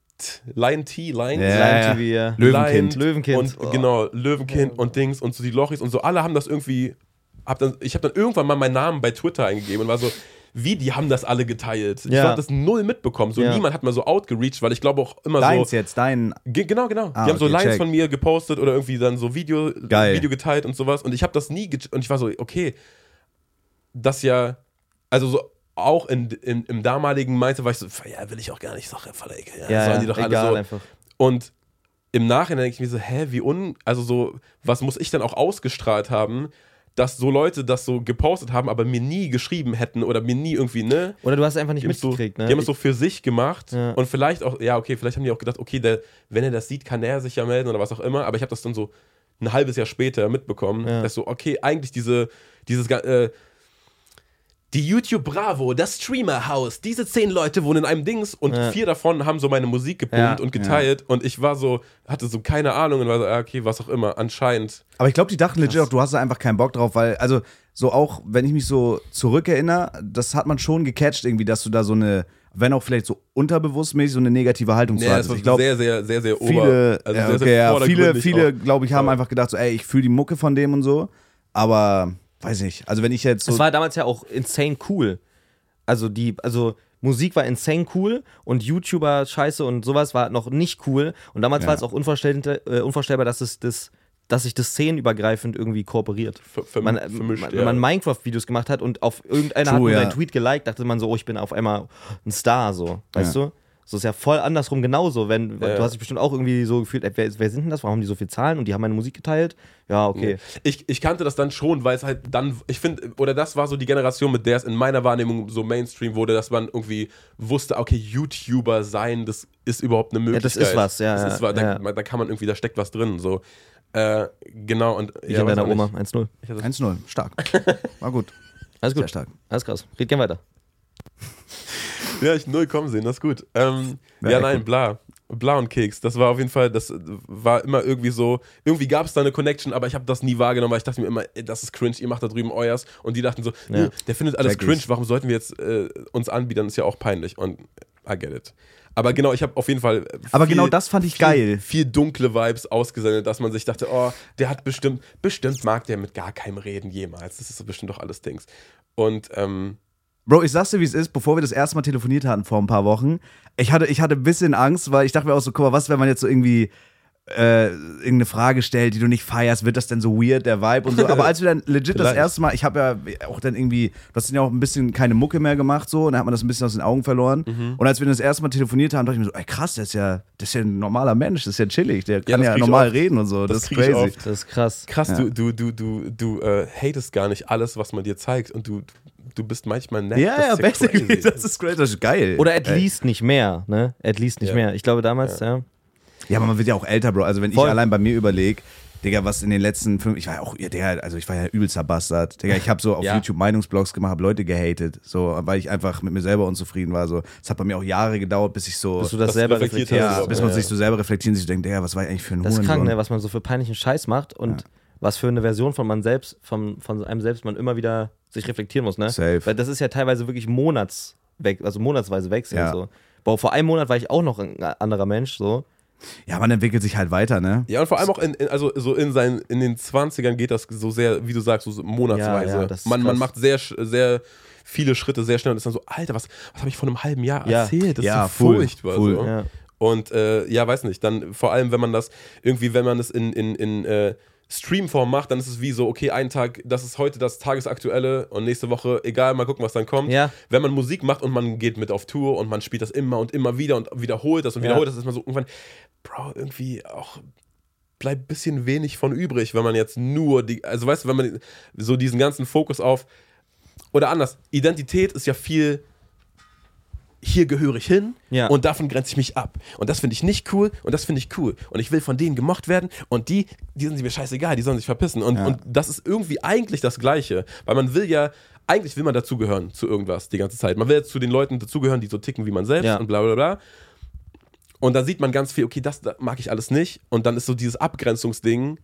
Speaker 3: Lion T,
Speaker 1: Ja,
Speaker 3: Lion,
Speaker 2: Lion
Speaker 1: ja.
Speaker 2: TV, ja.
Speaker 1: Löwenkind.
Speaker 2: Lion- Löwenkind.
Speaker 3: Und
Speaker 2: Oh.
Speaker 3: genau, Löwenkind und Dings und so die Lochis und so. Alle haben das irgendwie. Hab dann, ich habe dann irgendwann mal meinen Namen bei Twitter eingegeben und war so, wie die haben das alle geteilt. Ich
Speaker 2: Ja.
Speaker 3: habe das null mitbekommen. So
Speaker 2: Ja.
Speaker 3: niemand hat mal so outgereached, weil ich glaube auch immer
Speaker 1: Deins
Speaker 3: so.
Speaker 1: jetzt, dein.
Speaker 3: Ge genau, genau.
Speaker 1: Ah,
Speaker 3: die haben so
Speaker 1: okay,
Speaker 3: Lines
Speaker 1: check.
Speaker 3: von mir gepostet oder irgendwie dann so Video,
Speaker 1: Geil.
Speaker 3: Video geteilt und sowas. Und ich habe das nie ge- und ich war so, okay, das ja, also so auch in, in, im damaligen Mindset war ich so, ja, will ich auch gar nicht, Sache, voll egal, ja,
Speaker 2: Ja,
Speaker 3: sollen
Speaker 2: ja,
Speaker 3: die doch
Speaker 2: egal,
Speaker 3: alle so.
Speaker 2: einfach.
Speaker 3: Und im Nachhinein denke ich mir so, hä, wie un, also so, was muss ich dann auch ausgestrahlt haben, dass so Leute das so gepostet haben, aber mir nie geschrieben hätten oder mir nie irgendwie, ne?
Speaker 2: Oder du hast es einfach nicht
Speaker 3: Die haben es so,
Speaker 2: mitgekriegt, ne?
Speaker 3: die haben es so für sich gemacht
Speaker 2: Ja.
Speaker 3: und vielleicht auch, ja, okay, vielleicht haben die auch gedacht, okay, der, wenn er das sieht, kann er sich ja melden oder was auch immer, aber ich habe das dann so ein halbes Jahr später mitbekommen,
Speaker 2: Ja.
Speaker 3: dass so, okay, eigentlich diese, dieses, ga- äh, die YouTube Bravo, das Streamerhaus, diese zehn Leute wohnen in einem Dings und
Speaker 2: Ja.
Speaker 3: vier davon haben so meine Musik gepumpt
Speaker 2: Ja,
Speaker 3: und geteilt und ich war so, hatte so keine Ahnung und war so, ah, okay, was auch immer, anscheinend.
Speaker 1: Aber ich glaube, die dachten legit auch, du hast da einfach keinen Bock drauf, weil, also, so auch, wenn ich mich so zurückerinnere, das hat man schon gecatcht irgendwie, dass du da so eine, wenn auch vielleicht so unterbewusstmäßig, so eine negative Haltung zu
Speaker 3: Ja,
Speaker 1: hattest.
Speaker 3: das war
Speaker 1: Ich glaube,
Speaker 3: sehr, sehr, sehr, sehr
Speaker 1: viele,
Speaker 3: ober. also
Speaker 1: ja,
Speaker 3: sehr, sehr
Speaker 1: okay, ja, viele,
Speaker 3: vordergründig
Speaker 1: viele,
Speaker 3: auch.
Speaker 1: glaube ich, haben einfach gedacht, so, ey, ich fühle die Mucke von dem und so, aber weiß nicht. Also, wenn ich jetzt so.
Speaker 2: Es war damals ja auch insane cool. Also die, also Musik war insane cool und YouTuber Scheiße und sowas war noch nicht cool. Und damals
Speaker 1: Ja.
Speaker 2: war es auch unvorstellbar, äh, unvorstellbar, dass es das, dass sich das szenenübergreifend irgendwie kooperiert.
Speaker 3: Ver- verm-
Speaker 2: man, äh,
Speaker 3: vermischt,
Speaker 2: man,
Speaker 3: ja.
Speaker 2: wenn man Minecraft-Videos gemacht hat und auf irgendeiner hat
Speaker 1: True,
Speaker 2: nur
Speaker 1: ja.
Speaker 2: seinen Tweet geliked, dachte man so, oh, ich bin auf einmal ein Star, so, weißt
Speaker 1: Ja.
Speaker 2: du? So ist ja voll andersrum genauso, wenn
Speaker 3: Ja.
Speaker 2: du hast dich bestimmt auch irgendwie so gefühlt, ey, wer, wer sind denn das? Warum haben die so viel Zahlen und die haben meine Musik geteilt? Ja, okay.
Speaker 3: Ich, ich kannte das dann schon, weil es halt dann, ich finde, oder das war so die Generation, mit der es in meiner Wahrnehmung so Mainstream wurde, dass man irgendwie wusste, okay, YouTuber sein, das ist überhaupt eine
Speaker 2: das
Speaker 3: Möglichkeit.
Speaker 2: ist was, ja,
Speaker 3: Das
Speaker 2: ja,
Speaker 3: ist, was, da,
Speaker 2: ja.
Speaker 3: man- da kann man irgendwie, da steckt was drin, so. Äh, genau, und.
Speaker 2: Ich ja,
Speaker 3: weiß
Speaker 2: deiner
Speaker 3: auch nicht.
Speaker 2: Oma, 1-0.
Speaker 3: Ich hatte-
Speaker 1: 1-0,
Speaker 3: [laughs]
Speaker 1: stark. War gut.
Speaker 2: Alles
Speaker 1: Sehr
Speaker 2: gut,
Speaker 1: stark.
Speaker 2: alles krass. Red gern weiter.
Speaker 3: Ja, ich null kommen sehen, das ist gut. Ähm,
Speaker 1: Ja,
Speaker 3: ja,
Speaker 1: echt
Speaker 3: nein,
Speaker 1: gut.
Speaker 3: bla. Bla und Keks, das war auf jeden Fall, das äh, war immer irgendwie so, irgendwie gab es da eine Connection, aber ich habe das nie wahrgenommen, weil ich dachte mir immer, ey, das ist cringe, ihr macht da drüben euers und die dachten so,
Speaker 2: Ja.
Speaker 3: "Äh, der findet alles
Speaker 1: Check ich.
Speaker 3: cringe, warum sollten wir jetzt äh, uns anbiedern, ist ja auch peinlich und äh, I get it. Aber genau, ich habe auf jeden Fall äh,
Speaker 1: Aber genau das fand ich
Speaker 3: viel,
Speaker 1: geil.
Speaker 3: viel dunkle Vibes ausgesendet, dass man sich dachte, oh, der hat bestimmt, bestimmt mag der mit gar keinem reden jemals, das ist bestimmt doch alles Dings. Und ähm,
Speaker 1: Bro, ich sag's dir, wie es ist, bevor wir das erste Mal telefoniert hatten vor ein paar Wochen. Ich hatte, ich hatte ein bisschen Angst, weil ich dachte mir auch so, guck mal, was, wenn man jetzt so irgendwie äh, irgendeine Frage stellt, die du nicht feierst, wird das denn so weird, der Vibe und so. Aber als wir dann legit das
Speaker 3: Vielleicht.
Speaker 1: erste Mal, ich habe ja auch dann irgendwie, du hast dann ja auch ein bisschen keine Mucke mehr gemacht so, und dann hat man das ein bisschen aus den Augen verloren.
Speaker 3: Mhm.
Speaker 1: Und als wir dann das erste Mal telefoniert haben, dachte ich mir so, ey krass, der ist ja, der ist ja ein normaler Mensch, das ist ja chillig, der kann
Speaker 3: das
Speaker 1: ja,
Speaker 3: krieg ich
Speaker 1: normal
Speaker 3: oft.
Speaker 1: reden und so, das,
Speaker 3: Das
Speaker 1: ist
Speaker 3: krieg ich
Speaker 1: crazy.
Speaker 3: oft.
Speaker 2: Das ist krass.
Speaker 3: Krass,
Speaker 1: Ja.
Speaker 3: du, du, du, du, du äh, hatest gar nicht alles, was man dir zeigt und du, du bist manchmal nett.
Speaker 1: Ja, ja,
Speaker 3: Das ist
Speaker 1: basically,
Speaker 3: crazy.
Speaker 1: das ist crazy, das ist geil.
Speaker 2: Oder at
Speaker 1: Ey.
Speaker 2: least nicht mehr, ne? At least nicht
Speaker 3: Ja.
Speaker 2: mehr. Ich glaube damals, ja.
Speaker 1: Ja, aber man wird ja auch älter, Bro. Also wenn
Speaker 2: Voll.
Speaker 1: ich allein bei mir überlege, Digga, was in den letzten fünf, ich war ja auch, ja, Digga, also ich war ja übelster Bastard. Digga, ich habe so auf
Speaker 3: Ja.
Speaker 1: YouTube Meinungsblogs gemacht, habe Leute gehatet, so, weil ich einfach mit mir selber unzufrieden war. So, es hat bei mir auch Jahre gedauert, bis ich so,
Speaker 2: Dass du das,
Speaker 3: das
Speaker 2: selber
Speaker 3: reflektiert
Speaker 2: reflektierst.
Speaker 1: ja,
Speaker 3: hast.
Speaker 1: bis man
Speaker 3: Ja.
Speaker 1: sich so selber reflektieren, sich denkt, Digga, was war ich eigentlich für ein
Speaker 2: Das ist
Speaker 1: Hurensohn?
Speaker 2: krank, ne? Was man so für peinlichen Scheiß macht und was für eine Version von man selbst, von, von einem selbst man immer wieder sich reflektieren muss, ne?
Speaker 1: Safe.
Speaker 2: Weil das ist ja teilweise wirklich monats weg, also monatsweise wechseln.
Speaker 1: Ja.
Speaker 2: So. Boah, vor einem Monat war ich auch noch ein anderer Mensch, so.
Speaker 1: Ja, man entwickelt sich halt weiter, ne?
Speaker 3: Ja, und vor allem auch in, in, also so in, seinen, in den 20ern geht das so sehr, wie du sagst, so monatsweise.
Speaker 2: Ja, ja, das ist
Speaker 3: man, man
Speaker 2: krass.
Speaker 3: macht sehr, sch- sehr viele Schritte sehr schnell und ist dann so, Alter, was, was habe ich vor einem halben Jahr
Speaker 2: Ja.
Speaker 3: erzählt? Das
Speaker 1: Ja,
Speaker 3: ist so
Speaker 1: voll,
Speaker 3: furchtbar.
Speaker 1: voll,
Speaker 3: so.
Speaker 2: Ja.
Speaker 3: Und äh, ja, weiß nicht, dann vor allem, wenn man das irgendwie, wenn man das in, in, in äh, Streamform macht, dann ist es wie so, okay, ein Tag, das ist heute das Tagesaktuelle und nächste Woche, egal, mal gucken, was dann kommt.
Speaker 2: Ja.
Speaker 3: Wenn man Musik macht und man geht mit auf Tour und man spielt das immer und immer wieder und wiederholt das und
Speaker 2: Ja.
Speaker 3: wiederholt das, ist man so irgendwann, Bro, irgendwie auch bleibt ein bisschen wenig von übrig, wenn man jetzt nur die, also weißt du, wenn man so diesen ganzen Fokus auf, oder anders, Identität ist ja viel, hier gehöre ich hin
Speaker 2: Ja.
Speaker 3: und davon grenze ich mich ab. Und das finde ich nicht cool und das finde ich cool. Und ich will von denen gemocht werden und die, die sind mir scheißegal, die sollen sich verpissen. Und,
Speaker 1: Ja.
Speaker 3: und das ist irgendwie eigentlich das Gleiche, weil man will ja, eigentlich will man dazugehören zu irgendwas die ganze Zeit. Man will ja zu den Leuten dazugehören, die so ticken wie man selbst
Speaker 2: Ja.
Speaker 3: und bla bla bla. Und dann sieht man ganz viel, okay, das da mag ich alles nicht. Und dann ist so dieses Abgrenzungsding,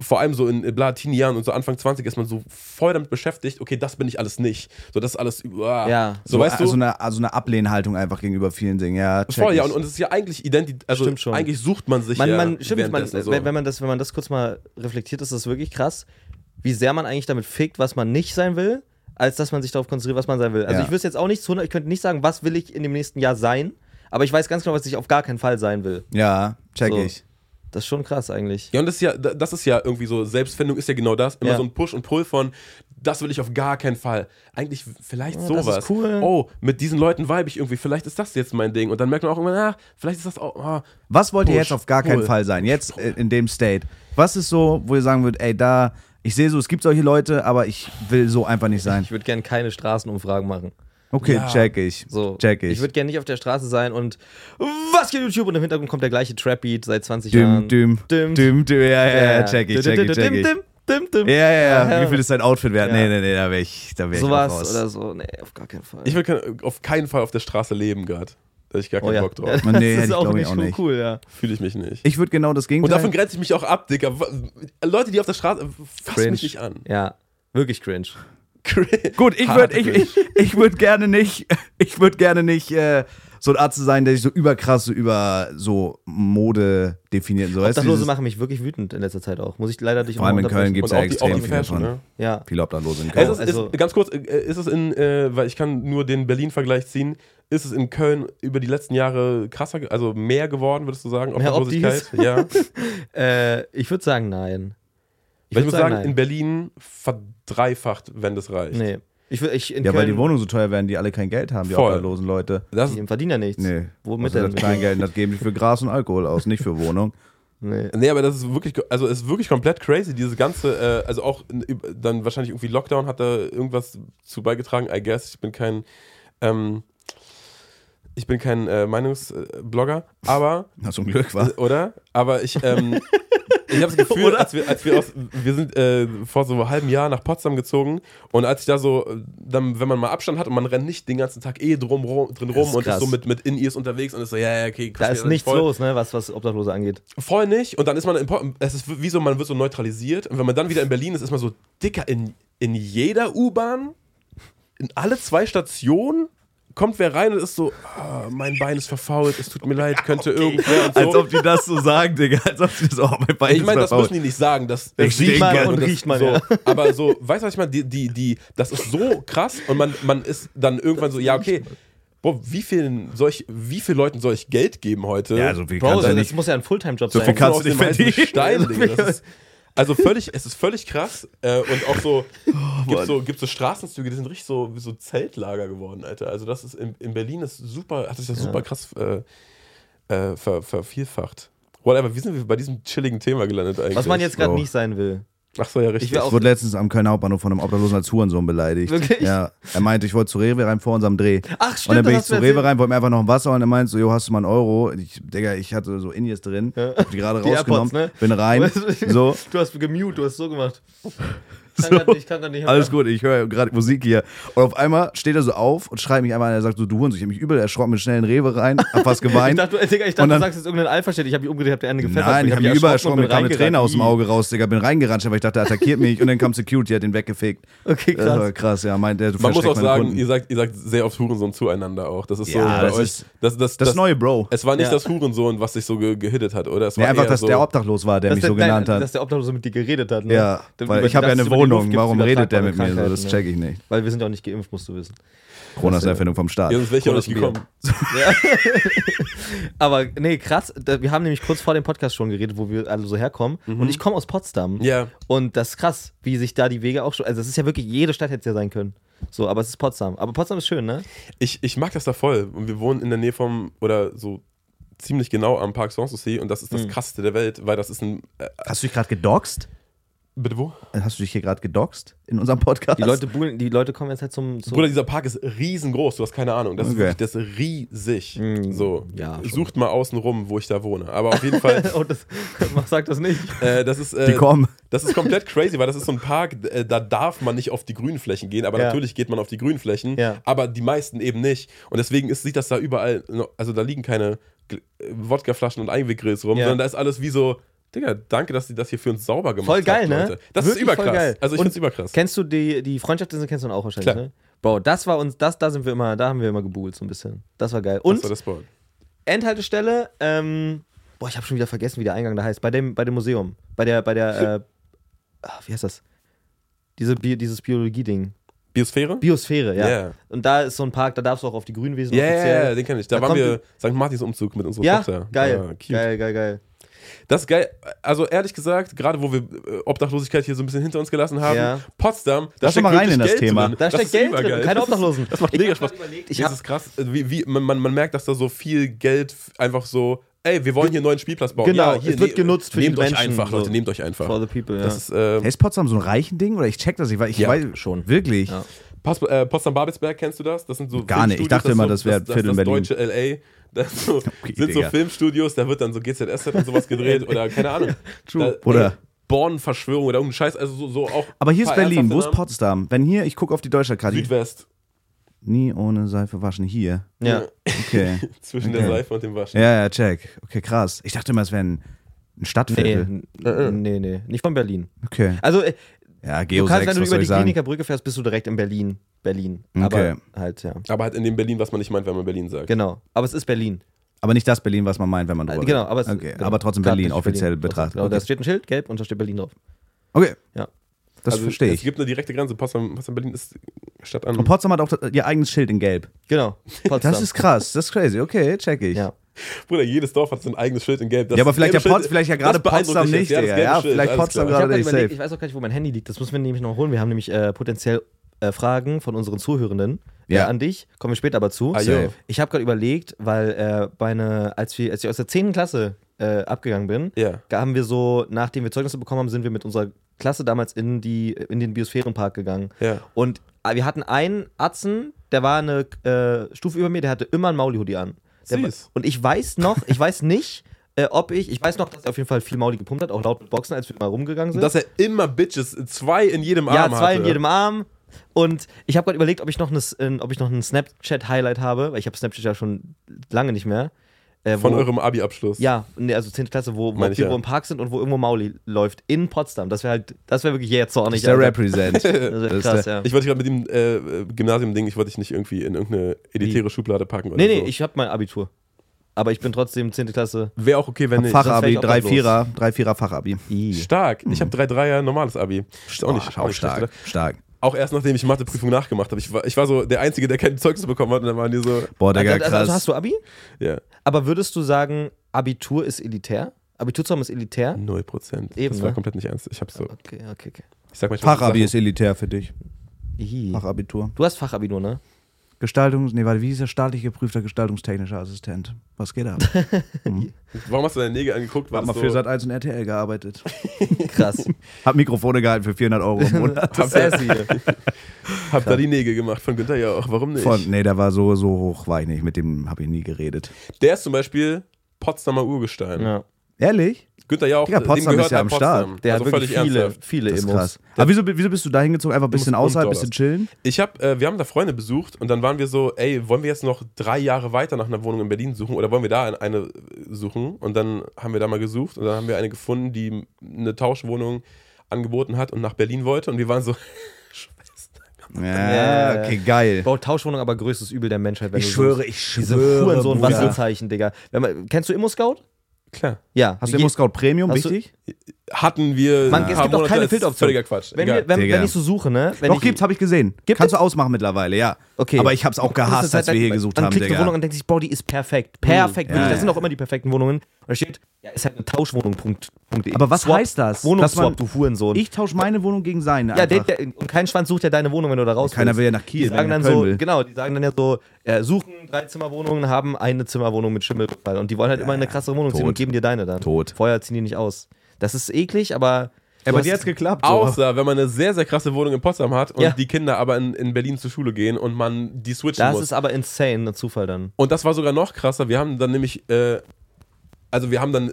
Speaker 3: vor allem so in äh, bla, Teenie-Jahren und so Anfang 20 ist man so voll damit beschäftigt, okay, das bin ich alles nicht. So, das ist alles, uah.
Speaker 2: Ja.
Speaker 3: so, weißt du,
Speaker 1: also eine, also eine Ablehnhaltung einfach gegenüber vielen Dingen, ja. check
Speaker 3: Voll, ja,
Speaker 1: ich.
Speaker 3: und, und es ist ja eigentlich Identität, also
Speaker 2: Stimmt schon.
Speaker 3: eigentlich sucht man sich
Speaker 2: Man,
Speaker 3: ja
Speaker 1: äh,
Speaker 2: man, stimmt, man,
Speaker 3: währenddessen so.
Speaker 2: wenn, wenn, man das, wenn man das kurz mal reflektiert, ist das wirklich krass, wie sehr man eigentlich damit fickt, was man nicht sein will, als dass man sich darauf konzentriert, was man sein will. Also
Speaker 1: Ja.
Speaker 2: ich wüsste jetzt auch nicht zu 100, ich könnte nicht sagen, was will ich in dem nächsten Jahr sein, aber ich weiß ganz genau, was ich auf gar keinen Fall sein will.
Speaker 1: ja, check
Speaker 2: So.
Speaker 1: ich.
Speaker 2: Das ist schon krass eigentlich.
Speaker 3: ja, und das ist ja, da- das ist ja irgendwie so, Selbstfindung ist ja genau das, immer
Speaker 2: Ja.
Speaker 3: so ein Push und Pull von, das will ich auf gar keinen Fall. Eigentlich vielleicht
Speaker 2: Ja, das
Speaker 3: sowas.
Speaker 2: ist cool.
Speaker 3: Oh, mit diesen Leuten vibe ich irgendwie, vielleicht ist das jetzt mein Ding. Und dann merkt man auch irgendwann, ah, vielleicht ist das auch, ah,
Speaker 1: Was wollt ihr
Speaker 3: Push,
Speaker 1: jetzt auf gar keinen
Speaker 3: pull.
Speaker 1: Fall sein? Jetzt äh, in dem State. Was ist so, wo ihr sagen würdet, ey, da, ich sehe so, es gibt solche Leute, aber ich will so einfach nicht sein.
Speaker 2: Ich würde gerne keine Straßenumfragen machen.
Speaker 1: Okay,
Speaker 3: Ja.
Speaker 1: check ich.
Speaker 2: So,
Speaker 1: check ich.
Speaker 2: ich würde gerne nicht auf der Straße sein und was geht YouTube? Und im Hintergrund kommt der gleiche Trap-Beat seit 20
Speaker 1: düm,
Speaker 2: Jahren.
Speaker 1: düm, düm,
Speaker 2: Düm.
Speaker 1: düm, ja, ja, ja, check ich, check ich, check ich.
Speaker 2: Dim, dim, dim, dim.
Speaker 1: Ja, ja, ja.
Speaker 2: Ja.
Speaker 1: Wie viel ist dein Outfit wert?
Speaker 2: Ja.
Speaker 1: Nee, nee, nee, da wäre ich, da wär ich auch
Speaker 2: Sowas
Speaker 1: raus.
Speaker 2: oder so. Nee, auf gar keinen Fall.
Speaker 3: ich will kein, auf keinen Fall auf der Straße leben gerade. Da hab
Speaker 2: Oh
Speaker 3: ich gar
Speaker 1: Oh
Speaker 3: keinen
Speaker 1: [laughs]
Speaker 2: [laughs]
Speaker 3: Bock drauf.
Speaker 1: Nee, hätte ich, glaub ich, auch
Speaker 2: so
Speaker 1: nicht.
Speaker 2: cool, ja.
Speaker 3: Fühle ich mich nicht.
Speaker 1: Ich würde genau das
Speaker 3: und
Speaker 1: Gegenteil.
Speaker 2: halt
Speaker 3: davon grenze ich mich auch ab, Digga. W- Leute, die auf der Straße, fass mich nicht an. [laughs]
Speaker 2: Ja, wirklich cringe.
Speaker 3: Cringe.
Speaker 1: Gut, ich
Speaker 3: Hart
Speaker 1: würde ich, ich, ich würd gerne nicht, [laughs] ich würde gerne nicht äh, so ein Arzt sein, der sich so überkrass so über so Mode definiert. und So, weißt du,
Speaker 2: Obdachlose
Speaker 1: dieses-
Speaker 2: machen mich wirklich wütend in letzter Zeit auch. Muss ich leider dich
Speaker 1: Vor allem
Speaker 2: auch
Speaker 1: in Köln
Speaker 2: unterbrechen.
Speaker 1: gibt's ja extrem viel davon.
Speaker 3: ne?
Speaker 2: Ja.
Speaker 1: Viele Obdachlose in
Speaker 3: Es
Speaker 1: Köln.
Speaker 3: ist,
Speaker 2: Also-
Speaker 3: ist, ganz kurz, äh, ist es in, äh, weil ich kann nur den Berlin-Vergleich ziehen, ist es in Köln über die letzten Jahre krasser, ge- also mehr geworden, würdest du sagen,
Speaker 2: Mehr
Speaker 3: Obdachlosigkeit?
Speaker 2: [laughs]
Speaker 3: Ja.
Speaker 2: Äh, ich würde sagen, nein.
Speaker 3: Weil ich muss sagen, in
Speaker 2: nein.
Speaker 3: Berlin verdreifacht, wenn das reicht.
Speaker 2: Nee. Ich würd, ich in
Speaker 1: Ja, weil
Speaker 2: Köln-
Speaker 1: die Wohnungen so teuer werden, die alle kein Geld haben, die
Speaker 3: Voll.
Speaker 1: obdachlosen Leute.
Speaker 3: Das,
Speaker 2: Die verdienen ja nichts.
Speaker 1: Nee.
Speaker 2: Womit
Speaker 1: also
Speaker 2: denn?
Speaker 1: Das Kleingeld, das geben die für Gras und Alkohol aus, nicht für
Speaker 2: [laughs]
Speaker 1: Wohnung.
Speaker 2: Nee.
Speaker 3: nee, aber das ist wirklich, also es ist wirklich komplett crazy, dieses ganze, äh, also auch in- üb- dann wahrscheinlich irgendwie Lockdown hat da irgendwas zu beigetragen, I guess, ich bin kein, ähm, ich bin kein äh, Meinungsblogger, aber
Speaker 1: Na, zum Glück, war.
Speaker 3: [laughs] Oder? Aber ich, ähm,
Speaker 2: [laughs]
Speaker 3: ich habe das Gefühl, als wir, als wir aus, wir sind äh, vor so einem halben Jahr nach Potsdam gezogen und als ich da so, äh, dann, wenn man mal Abstand hat und man rennt nicht den ganzen Tag eh drum, rum- drin rum
Speaker 2: ist
Speaker 3: und ist
Speaker 2: krass.
Speaker 3: so mit, mit In-Ears unterwegs und ist so, ja, ja, okay,
Speaker 2: Da
Speaker 3: mir
Speaker 2: ist
Speaker 3: alles
Speaker 2: nichts
Speaker 3: voll,
Speaker 2: los, ne, was, was Obdachlose angeht.
Speaker 3: Voll nicht und dann ist man, in, Po- es ist wie so, man wird so neutralisiert und wenn man dann wieder in Berlin ist, ist man so dicker in, in jeder U-Bahn, in alle zwei Stationen. Kommt wer rein und ist so, ah, mein Bein ist verfault, es tut mir leid,
Speaker 2: [laughs]
Speaker 3: könnte irgendwer. Und
Speaker 1: Also,
Speaker 2: Also
Speaker 3: so.
Speaker 1: Als ob die das so sagen, Digga. Als ob die das auch mein Bein
Speaker 3: Ich meine, das
Speaker 1: versaut.
Speaker 3: müssen die nicht sagen. Das, das
Speaker 1: Ich denke, und
Speaker 3: das-
Speaker 2: riecht man,
Speaker 3: so.
Speaker 1: [laughs]
Speaker 2: ja.
Speaker 3: Aber so, weißt du, was ich meine? Die, die, die, das ist so krass und man, man ist dann irgendwann so, ja, okay, boah, wie vielen, soll ich, wie vielen Leuten soll ich Geld geben heute?
Speaker 1: Ja, so viel
Speaker 2: Bro,
Speaker 1: kannst du
Speaker 2: das
Speaker 1: ja nicht.
Speaker 2: muss ja ein Fulltime-Job
Speaker 1: So
Speaker 2: sein.
Speaker 1: viel kannst
Speaker 3: Auf
Speaker 1: du
Speaker 3: den
Speaker 1: nicht
Speaker 3: heißen
Speaker 1: verdienen. [laughs]
Speaker 3: Stein, Digga. Das ist, also völlig, es ist völlig krass äh, und auch so,
Speaker 1: Oh,
Speaker 3: gibt so, gibt's so Straßenzüge, die sind richtig so, wie so Zeltlager geworden, Alter. Also das ist, in, in Berlin ist super, hat sich das super krass äh, äh, ver, vervielfacht. Whatever, wie sind wir bei diesem chilligen Thema gelandet eigentlich?
Speaker 2: was man jetzt gerade
Speaker 1: Bro.
Speaker 2: nicht sein will.
Speaker 3: Ach so, ja, richtig.
Speaker 2: Ich wär auch-
Speaker 1: Ich wurde letztens am Kölner Hauptbahnhof von einem Obdachlosen als Hurensohn beleidigt.
Speaker 2: Wirklich?
Speaker 1: Ja. Er meinte, ich wollte zu Rewe rein vor unserem Dreh.
Speaker 2: Ach, stimmt,
Speaker 1: Und dann bin
Speaker 2: das
Speaker 1: ich
Speaker 2: hast du
Speaker 1: zu Rewe
Speaker 2: erzählt.
Speaker 1: rein, wollte mir einfach noch ein Wasser und er meinte so, jo, hast du mal einen Euro? Und Ich, Digga, ich hatte so Indies drin, hab die gerade
Speaker 2: Die
Speaker 1: rausgenommen,
Speaker 2: [laughs] AirPods, ne?
Speaker 1: bin rein, so. [laughs]
Speaker 2: Du hast gemute, du hast so gemacht. kann grad nicht, kann grad nicht.
Speaker 1: Alles gut, ich höre gerade Musik hier. Und auf einmal steht er so auf und schreit mich einmal an. Er sagt so, du Hurensohn, ich habe mich übel erschrocken, bin schnell in Rewe rein, hab fast
Speaker 2: Ich
Speaker 1: geweint.
Speaker 2: dachte, Digga, ich dachte
Speaker 1: Und dann-
Speaker 2: du sagst jetzt irgendeinen Alpha-Shit. Ich habe mich umgedreht, hab die Ende gefesselt.
Speaker 1: Nein, ich habe mich übel erschrocken, mir kam eine Träne aus dem
Speaker 2: Auge.
Speaker 1: Auge raus, Digga, bin reingerannt, weil ich dachte, er attackiert mich. Und dann kam Security, hat den weggefegt.
Speaker 2: Okay,
Speaker 1: Das war
Speaker 2: krass.
Speaker 1: krass, ja. Mein, der, du
Speaker 3: Man muss auch
Speaker 1: verschreckst meine
Speaker 3: sagen,
Speaker 1: Kunden.
Speaker 3: ihr sagt, ihr sagt sehr oft Hurensohn zueinander auch. Das ist so
Speaker 1: Ja,
Speaker 3: bei
Speaker 1: das
Speaker 3: euch.
Speaker 1: ist-
Speaker 3: das, das,
Speaker 1: das neue Bro.
Speaker 3: Es war nicht
Speaker 2: Ja.
Speaker 3: das Hurensohn, was sich so ge gehittet hat, oder? Es war
Speaker 1: Ja, einfach,
Speaker 3: eher
Speaker 1: dass
Speaker 3: so,
Speaker 1: der obdachlos war, der
Speaker 2: Dass
Speaker 1: mich so
Speaker 2: der- nein,
Speaker 1: genannt
Speaker 2: Dass
Speaker 1: hat.
Speaker 2: der Obdachlose so mit dir geredet hat. Ne?
Speaker 1: Ja,
Speaker 2: Dann
Speaker 1: weil
Speaker 2: über-
Speaker 1: ich habe ja
Speaker 2: dass
Speaker 1: eine
Speaker 2: es über die
Speaker 1: Wohnung.
Speaker 2: Luft gibt,
Speaker 1: Warum
Speaker 2: über
Speaker 1: redet der mit mir
Speaker 2: tragbare
Speaker 1: so? Das
Speaker 2: Krankheiten,
Speaker 1: check
Speaker 2: ne?
Speaker 1: ich nicht.
Speaker 2: Weil wir sind ja auch nicht geimpft, musst du wissen.
Speaker 1: Kronas Erfindung vom Staat.
Speaker 3: Ja, sonst wäre ich ja
Speaker 1: Kronas
Speaker 3: nicht
Speaker 1: Bier.
Speaker 3: gekommen.
Speaker 2: Ja. Aber nee, krass, da, wir haben nämlich kurz vor dem Podcast schon geredet, wo wir alle so herkommen.
Speaker 1: Mhm.
Speaker 2: Und ich komme aus Potsdam.
Speaker 3: Ja.
Speaker 2: Und das ist krass, wie sich da die Wege auch schon. Also, es ist ja wirklich, jede Stadt hätte es ja sein können. So, aber es ist Potsdam. Aber Potsdam ist schön, ne?
Speaker 3: Ich, ich mag das da voll. Und wir wohnen in der Nähe vom, oder so ziemlich genau am Park Sanssouci und das ist das
Speaker 1: Hm.
Speaker 3: krasseste der Welt, weil das ist ein. Äh,
Speaker 1: Hast du dich gerade gedoxt?
Speaker 3: bitte wo?
Speaker 1: Hast du dich hier gerade gedoxt in unserem Podcast?
Speaker 2: Die Leute, buhlen- die Leute kommen jetzt halt zum. zum
Speaker 3: Bruder, dieser Park ist riesengroß, du hast keine Ahnung. Das
Speaker 1: Okay. Hm,
Speaker 3: ist wirklich das ist riesig.
Speaker 2: Mm,
Speaker 3: So.
Speaker 2: ja, schon.
Speaker 3: Sucht mal außen rum, wo ich da wohne. Aber auf
Speaker 1: [laughs]
Speaker 3: jeden Fall,
Speaker 2: [laughs] oh, das, [laughs] sag das nicht.
Speaker 3: äh, das ist. Äh,
Speaker 1: die kommen.
Speaker 3: Das ist komplett crazy, weil das ist so ein Park, äh, da darf man nicht auf die grünen Flächen gehen, aber
Speaker 2: Ja.
Speaker 3: natürlich geht man auf die grünen Flächen,
Speaker 2: Ja.
Speaker 3: aber die meisten eben nicht. Und deswegen ist, sieht das da überall, noch- also da liegen keine Gl- äh, Wodkaflaschen und Einweggrills rum,
Speaker 2: Ja.
Speaker 3: sondern da ist alles wie so, Digga, danke, dass ihr das hier für uns sauber gemacht
Speaker 2: Voll geil,
Speaker 3: habt,
Speaker 2: ne?
Speaker 3: Leute. Das
Speaker 2: Wirklich
Speaker 3: ist überkrass.
Speaker 2: voll geil.
Speaker 3: Also ich
Speaker 2: Und
Speaker 3: find's überkrass.
Speaker 2: Kennst du die, die Freundschaftinseln kennst du dann auch wahrscheinlich,
Speaker 3: Klar.
Speaker 2: ne? Bro, das war uns, das, da sind wir immer, da haben wir immer gebuhlt so ein bisschen. Das war geil. Und
Speaker 3: das war das Sport.
Speaker 2: Endhaltestelle, ähm, boah, ich habe schon wieder vergessen, wie der Eingang da heißt. Bei dem, bei dem Museum. Bei der, bei der, äh,
Speaker 3: [laughs]
Speaker 2: ah, wie heißt das? Diese, Bi dieses Biologie-Ding.
Speaker 3: Biosphäre?
Speaker 2: Biosphäre, ja.
Speaker 3: Yeah.
Speaker 2: Und da ist so ein Park, da darfst du auch auf die Grünwesen
Speaker 3: Ja, yeah,
Speaker 2: offiziell.
Speaker 3: den kenne ich. Da,
Speaker 2: Da
Speaker 3: waren
Speaker 2: kommt
Speaker 3: wir St. Martins Umzug mit unserer
Speaker 2: Ja,
Speaker 3: Tochter.
Speaker 2: geil.
Speaker 3: Ja, Ah, cute.
Speaker 2: geil, geil, geil.
Speaker 3: Das ist geil. Also ehrlich gesagt, gerade wo wir äh, Obdachlosigkeit hier so ein bisschen hinter uns gelassen haben,
Speaker 2: Ja.
Speaker 3: Potsdam,
Speaker 1: Lass doch mal
Speaker 3: steckt
Speaker 1: rein in
Speaker 3: wirklich
Speaker 1: das
Speaker 3: Geld
Speaker 1: Thema.
Speaker 3: drin.
Speaker 2: Da
Speaker 3: Das
Speaker 2: steckt
Speaker 3: ist
Speaker 2: Geld
Speaker 3: übergeil.
Speaker 2: drin, keine
Speaker 3: Das ist-
Speaker 2: Obdachlosen.
Speaker 3: Das macht
Speaker 2: Ich
Speaker 3: mega
Speaker 2: hab
Speaker 3: Spaß.
Speaker 2: mal überlegt, ich
Speaker 3: Ich das
Speaker 2: hab-
Speaker 3: ist krass, äh, wie, wie, man, man, man merkt, dass da so viel Geld f- einfach so, ey, wir wollen hier einen neuen Spielplatz bauen.
Speaker 2: Genau,
Speaker 3: hier,
Speaker 2: es wird
Speaker 3: ne-
Speaker 2: genutzt für die
Speaker 3: nehmt euch
Speaker 2: Menschen,
Speaker 3: einfach,
Speaker 2: so.
Speaker 3: Leute, nehmt euch einfach.
Speaker 2: For the people, ja.
Speaker 3: Das ist, äh,
Speaker 1: Hey, ist Potsdam so ein reichen Ding? Oder ich check das nicht, weil ich
Speaker 3: Ja,
Speaker 1: weiß
Speaker 2: Ähm, schon.
Speaker 1: Wirklich?
Speaker 2: Ja.
Speaker 3: Pots- äh, Potsdam-Babelsberg, kennst du das? Das sind so
Speaker 1: Gar nicht. Ich
Speaker 3: Filmstudios,
Speaker 1: dachte immer,
Speaker 3: so-
Speaker 1: das wäre
Speaker 3: das,
Speaker 1: Viertel
Speaker 3: das,
Speaker 1: in
Speaker 3: das
Speaker 1: Berlin.
Speaker 3: deutsche L.A.
Speaker 1: [laughs]
Speaker 3: Das so, sind so
Speaker 1: Digga.
Speaker 3: Filmstudios, da wird dann so GZSZ und sowas
Speaker 1: [laughs]
Speaker 3: gedreht oder keine Ahnung.
Speaker 2: true.
Speaker 3: Da,
Speaker 1: Oder-
Speaker 3: ey, Born-Verschwörung oder irgendein Scheiß, also so, so auch.
Speaker 1: Aber hier ist
Speaker 2: Ah,
Speaker 3: paar
Speaker 1: Berlin. Wo ist
Speaker 3: ernsthafte
Speaker 1: Potsdam? Wenn hier, ich gucke auf die
Speaker 3: Namen.
Speaker 1: Deutschlandkarte.
Speaker 3: Südwest.
Speaker 1: Nie ohne Seife waschen. Hier.
Speaker 2: Ja. [laughs]
Speaker 1: Okay.
Speaker 3: Zwischen
Speaker 1: Okay.
Speaker 3: der Seife und dem Waschen.
Speaker 1: ja, ja, check. Okay, krass. Ich dachte immer, es wäre ein, ein Stadtviertel.
Speaker 2: Nee, nee, nee, nicht von Berlin.
Speaker 1: Okay.
Speaker 2: äh, Also, äh,
Speaker 1: Ja,
Speaker 2: du kannst,
Speaker 1: Geo6,
Speaker 2: wenn du
Speaker 1: was
Speaker 2: über
Speaker 1: soll
Speaker 2: die
Speaker 1: ich sagen?
Speaker 2: Kliniker Brücke fährst, bist du direkt in Berlin. Berlin.
Speaker 1: Okay.
Speaker 2: Aber halt, ja.
Speaker 3: Aber halt in dem Berlin, was man nicht meint, wenn man Berlin sagt.
Speaker 2: Genau. Aber es ist Berlin.
Speaker 1: Aber nicht das Berlin, was man meint, wenn man drüber
Speaker 2: Genau,
Speaker 1: redet.
Speaker 2: aber, es,
Speaker 1: okay.
Speaker 2: genau.
Speaker 1: aber trotzdem
Speaker 2: Klar,
Speaker 1: Berlin
Speaker 2: natürlich
Speaker 1: offiziell
Speaker 2: Berlin.
Speaker 1: betrachtet.
Speaker 2: Genau, Da
Speaker 1: Okay.
Speaker 2: steht ein Schild, gelb, und da steht Berlin drauf.
Speaker 1: okay.
Speaker 2: Ja. Also,
Speaker 1: Das verstehe
Speaker 3: Also Es
Speaker 1: ich.
Speaker 3: gibt eine direkte Grenze. Potsdam, Potsdam Berlin ist Stadt an.
Speaker 1: Und Potsdam hat auch ihr eigenes Schild in Gelb.
Speaker 2: Genau. Potsdam.
Speaker 1: Das ist krass, das ist crazy. Okay, check ich.
Speaker 2: Ja.
Speaker 3: Bruder, jedes Dorf hat sein eigenes Schild in Gelb. Das
Speaker 1: Ja, aber vielleicht
Speaker 3: gelbe
Speaker 1: ja Pot-
Speaker 3: Schild-
Speaker 1: vielleicht ja
Speaker 3: das
Speaker 1: gerade
Speaker 3: beeindruckt
Speaker 1: Potsdam
Speaker 3: dich
Speaker 1: nicht,
Speaker 3: jetzt. Ja, das
Speaker 1: Digga.
Speaker 3: gelbe
Speaker 1: Ja,
Speaker 3: Schild,
Speaker 1: vielleicht
Speaker 3: alles
Speaker 1: Potsdam
Speaker 2: Ich,
Speaker 3: klar.
Speaker 1: gerade.
Speaker 2: hab mal
Speaker 1: nicht
Speaker 2: überlegt,
Speaker 1: safe.
Speaker 2: ich weiß auch gar nicht, wo mein Handy liegt. Das müssen wir nämlich noch holen. Wir haben nämlich äh, potenziell äh, Fragen von unseren Zuhörenden
Speaker 1: Ja.
Speaker 2: äh, an dich. Kommen wir später aber zu.
Speaker 3: Ah,
Speaker 1: Safe.
Speaker 3: yo.
Speaker 2: Ich habe gerade überlegt, weil äh, meine, als, wir, als ich aus der 10. Klasse äh, abgegangen bin,
Speaker 3: Ja.
Speaker 2: da haben wir so, nachdem wir Zeugnisse bekommen haben, sind wir mit unserer Klasse damals in, die, in den Biosphärenpark gegangen.
Speaker 3: Ja.
Speaker 2: Und äh, wir hatten einen Atzen, der war eine äh, Stufe über mir, der hatte immer einen Mauli-Hoodie an. Der,
Speaker 3: Süß.
Speaker 2: Und ich weiß noch, ich weiß nicht, äh, ob ich, ich weiß noch, dass er auf jeden Fall viel Mauli gepumpt hat, auch laut mit Boxen, als wir mal rumgegangen sind.
Speaker 3: Dass er immer Bitches, zwei in jedem
Speaker 2: ja,
Speaker 3: Arm
Speaker 2: zwei
Speaker 3: hatte.
Speaker 2: in jedem Arm. Und ich habe gerade überlegt, ob ich noch, eine, S- äh, ob ich noch ein Snapchat-Highlight habe, weil ich habe Snapchat ja schon lange nicht mehr. Äh,
Speaker 3: Von
Speaker 2: wo-
Speaker 3: eurem Abi-Abschluss.
Speaker 2: ja, nee, also 10. Klasse, wo wo wir
Speaker 3: Meine ich, ja.
Speaker 2: irgendwo im Park sind und wo irgendwo Mauli läuft. In Potsdam. Das wäre halt, das wäre wirklich jetzt
Speaker 1: Das
Speaker 2: zornig.
Speaker 1: ist der
Speaker 2: Alter. [laughs]
Speaker 1: Represent.
Speaker 2: Das wär
Speaker 1: Das ist
Speaker 2: krass,
Speaker 1: der-
Speaker 2: ja.
Speaker 3: Ich wollte gerade mit dem äh, äh, Gymnasium-Ding, ich wollte dich nicht irgendwie in irgendeine elitäre Schublade packen. Oder
Speaker 2: nee, nee,
Speaker 3: so.
Speaker 2: ich habe mein Abitur. Aber ich bin trotzdem 10. Klasse.
Speaker 3: Wäre auch okay, wenn nicht.
Speaker 2: sonst wär
Speaker 1: Fachabi,
Speaker 2: ich auch
Speaker 1: drei
Speaker 2: los.
Speaker 1: Vierer, drei Vierer Fachabi.
Speaker 3: Stark. Ich
Speaker 2: Mhm.
Speaker 3: habe drei Dreier normales Abi. Ist auch
Speaker 1: Boah,
Speaker 3: nicht, auch
Speaker 1: auch
Speaker 3: nicht schlecht,
Speaker 1: stark,
Speaker 3: oder?
Speaker 1: stark.
Speaker 3: Auch erst nachdem ich Matheprüfung nachgemacht habe. Ich war, ich war so der Einzige, der keine Zeugnis bekommen hat. Und dann waren die so,
Speaker 1: Boah, Digga,
Speaker 2: also, also, also hast
Speaker 1: krass.
Speaker 2: du Abi?
Speaker 3: ja,
Speaker 2: Aber würdest du sagen, Abitur ist elitär? Abitur zu haben ist
Speaker 1: Mhm.
Speaker 2: elitär?
Speaker 3: 0 Prozent.
Speaker 2: Eben,
Speaker 3: Das war
Speaker 2: ne?
Speaker 3: komplett nicht ernst. Ich habe so,
Speaker 2: Okay, okay, okay.
Speaker 3: ich sag mal, ich
Speaker 1: Fachabi ist elitär für dich.
Speaker 2: Ih.
Speaker 1: Fachabitur.
Speaker 2: Du hast Fachabi nur, ne?
Speaker 1: Gestaltungs, nee, warte, wie ist der staatlich geprüfter gestaltungstechnischer Assistent? Was geht [laughs] ab?
Speaker 3: Warum hast du deine Nägel angeguckt? War
Speaker 1: Hab mal
Speaker 3: das so,
Speaker 1: für Sat1 und RTL [laughs] gearbeitet. [laughs]
Speaker 2: Krass.
Speaker 1: Hab Mikrofone gehalten für 400 Euro im [laughs] Monat.
Speaker 2: Das ist
Speaker 3: [laughs]
Speaker 2: hier.
Speaker 3: hab da die Nägel gemacht von Günther Jauch. Warum nicht?
Speaker 1: Von, nee, da war so, so hoch war ich nicht. Mit dem habe ich nie geredet.
Speaker 3: Der ist zum Beispiel Potsdamer Urgestein.
Speaker 2: Ja.
Speaker 1: Ehrlich?
Speaker 3: Günther Jauch,
Speaker 1: Digga,
Speaker 3: dem
Speaker 1: Potsdam
Speaker 3: gehört
Speaker 1: ist ja
Speaker 3: halt
Speaker 1: am
Speaker 3: Potsdam.
Speaker 1: Start.
Speaker 2: Der
Speaker 3: also
Speaker 2: hat
Speaker 3: völlig
Speaker 2: wirklich viele,
Speaker 3: ernsthaft.
Speaker 2: viele
Speaker 1: Das ist
Speaker 2: Emos.
Speaker 1: krass. Aber wieso, wieso bist du da hingezogen? Einfach ein bisschen
Speaker 3: musst
Speaker 1: außerhalb, ein
Speaker 3: Dollars.
Speaker 1: bisschen chillen?
Speaker 3: Ich hab, äh, wir haben da Freunde besucht und dann waren wir so, ey, wollen wir jetzt noch drei Jahre weiter nach einer Wohnung in Berlin suchen oder wollen wir da eine- eine suchen? Und dann haben wir da mal gesucht und dann haben wir eine gefunden, die eine Tauschwohnung angeboten hat und nach Berlin wollte und wir waren so, [laughs] Scheiße.
Speaker 1: Ja,
Speaker 2: Ja.
Speaker 1: okay, geil.
Speaker 2: Bro, Tauschwohnung aber größtes Übel der Menschheit. Wenn
Speaker 1: Ich
Speaker 2: du
Speaker 1: schwöre,
Speaker 2: so,
Speaker 1: ich
Speaker 2: Diese
Speaker 1: schwöre,
Speaker 2: Hurensohn
Speaker 1: Bruder.
Speaker 2: Wasserzeichen, Digga. Wenn man, kennst du Immo-Scout?
Speaker 3: Klar.
Speaker 2: Ja.
Speaker 1: Hast du Emo Scout Premium,
Speaker 2: Hast du-
Speaker 1: wichtig?
Speaker 3: Hatten wir
Speaker 2: Man,
Speaker 3: ein
Speaker 2: es
Speaker 3: paar
Speaker 2: gibt auch
Speaker 3: Monate,
Speaker 2: keine
Speaker 3: ist
Speaker 2: Filteroption.
Speaker 3: Völliger Quatsch.
Speaker 2: wenn,
Speaker 3: Egal.
Speaker 2: wir, wenn,
Speaker 1: Digga.
Speaker 2: wenn ich so suche, ne? Wenn
Speaker 1: Doch,
Speaker 2: ich,
Speaker 1: gibt's, habe ich gesehen.
Speaker 2: Gibt
Speaker 1: Kannst
Speaker 2: es?
Speaker 1: du ausmachen mittlerweile, ja.
Speaker 2: Okay.
Speaker 1: Aber ich hab's auch
Speaker 2: Du musst
Speaker 1: gehasst,
Speaker 2: das halt
Speaker 1: als wir hier
Speaker 2: dann-
Speaker 1: gesucht
Speaker 2: dann
Speaker 1: haben,
Speaker 2: kriegt eine Wohnung
Speaker 1: Digga. Mhm.
Speaker 2: und denkt sich, Bro, die ist perfekt. Perfekt,
Speaker 1: Ja,
Speaker 2: wirklich. Das
Speaker 1: ja.
Speaker 2: sind auch immer die perfekten Wohnungen. Und da steht, ja, ist halt eine Tauschwohnung.de.
Speaker 1: Aber was heißt das?
Speaker 2: Wohnung
Speaker 1: Dass man-
Speaker 2: E. Swap, du Hurensohn.
Speaker 1: Ich tausche meine Wohnung gegen seine.
Speaker 2: ja, der,
Speaker 1: einfach.
Speaker 2: der, und kein Schwanz sucht ja deine Wohnung, wenn du da raus
Speaker 1: Keiner
Speaker 2: willst.
Speaker 1: will ja nach Kiel,
Speaker 2: Die
Speaker 1: wenn
Speaker 2: sagen
Speaker 1: er
Speaker 2: dann
Speaker 1: nach Köln
Speaker 2: so,
Speaker 1: will.
Speaker 2: genau, die sagen dann ja so, äh, suchen drei Zimmerwohnungen, haben eine Zimmerwohnung mit Schimmelbefall. Und die wollen halt immer eine krassere Wohnung ziehen
Speaker 1: Tot.
Speaker 2: und geben dir deine dann.
Speaker 1: Tot.
Speaker 2: Vorher ziehen die nicht aus. Das ist eklig, aber.
Speaker 1: aber
Speaker 2: sowas-
Speaker 1: die hat's geklappt. So.
Speaker 3: Außer wenn man eine sehr, sehr krasse Wohnung in Potsdam hat und
Speaker 2: Ja.
Speaker 3: die Kinder aber in, in Berlin zur Schule gehen und man die switchen
Speaker 2: Das
Speaker 3: muss.
Speaker 2: ist aber insane, ein Zufall dann.
Speaker 3: Und das war sogar noch krasser. Wir haben dann nämlich, äh, also wir haben dann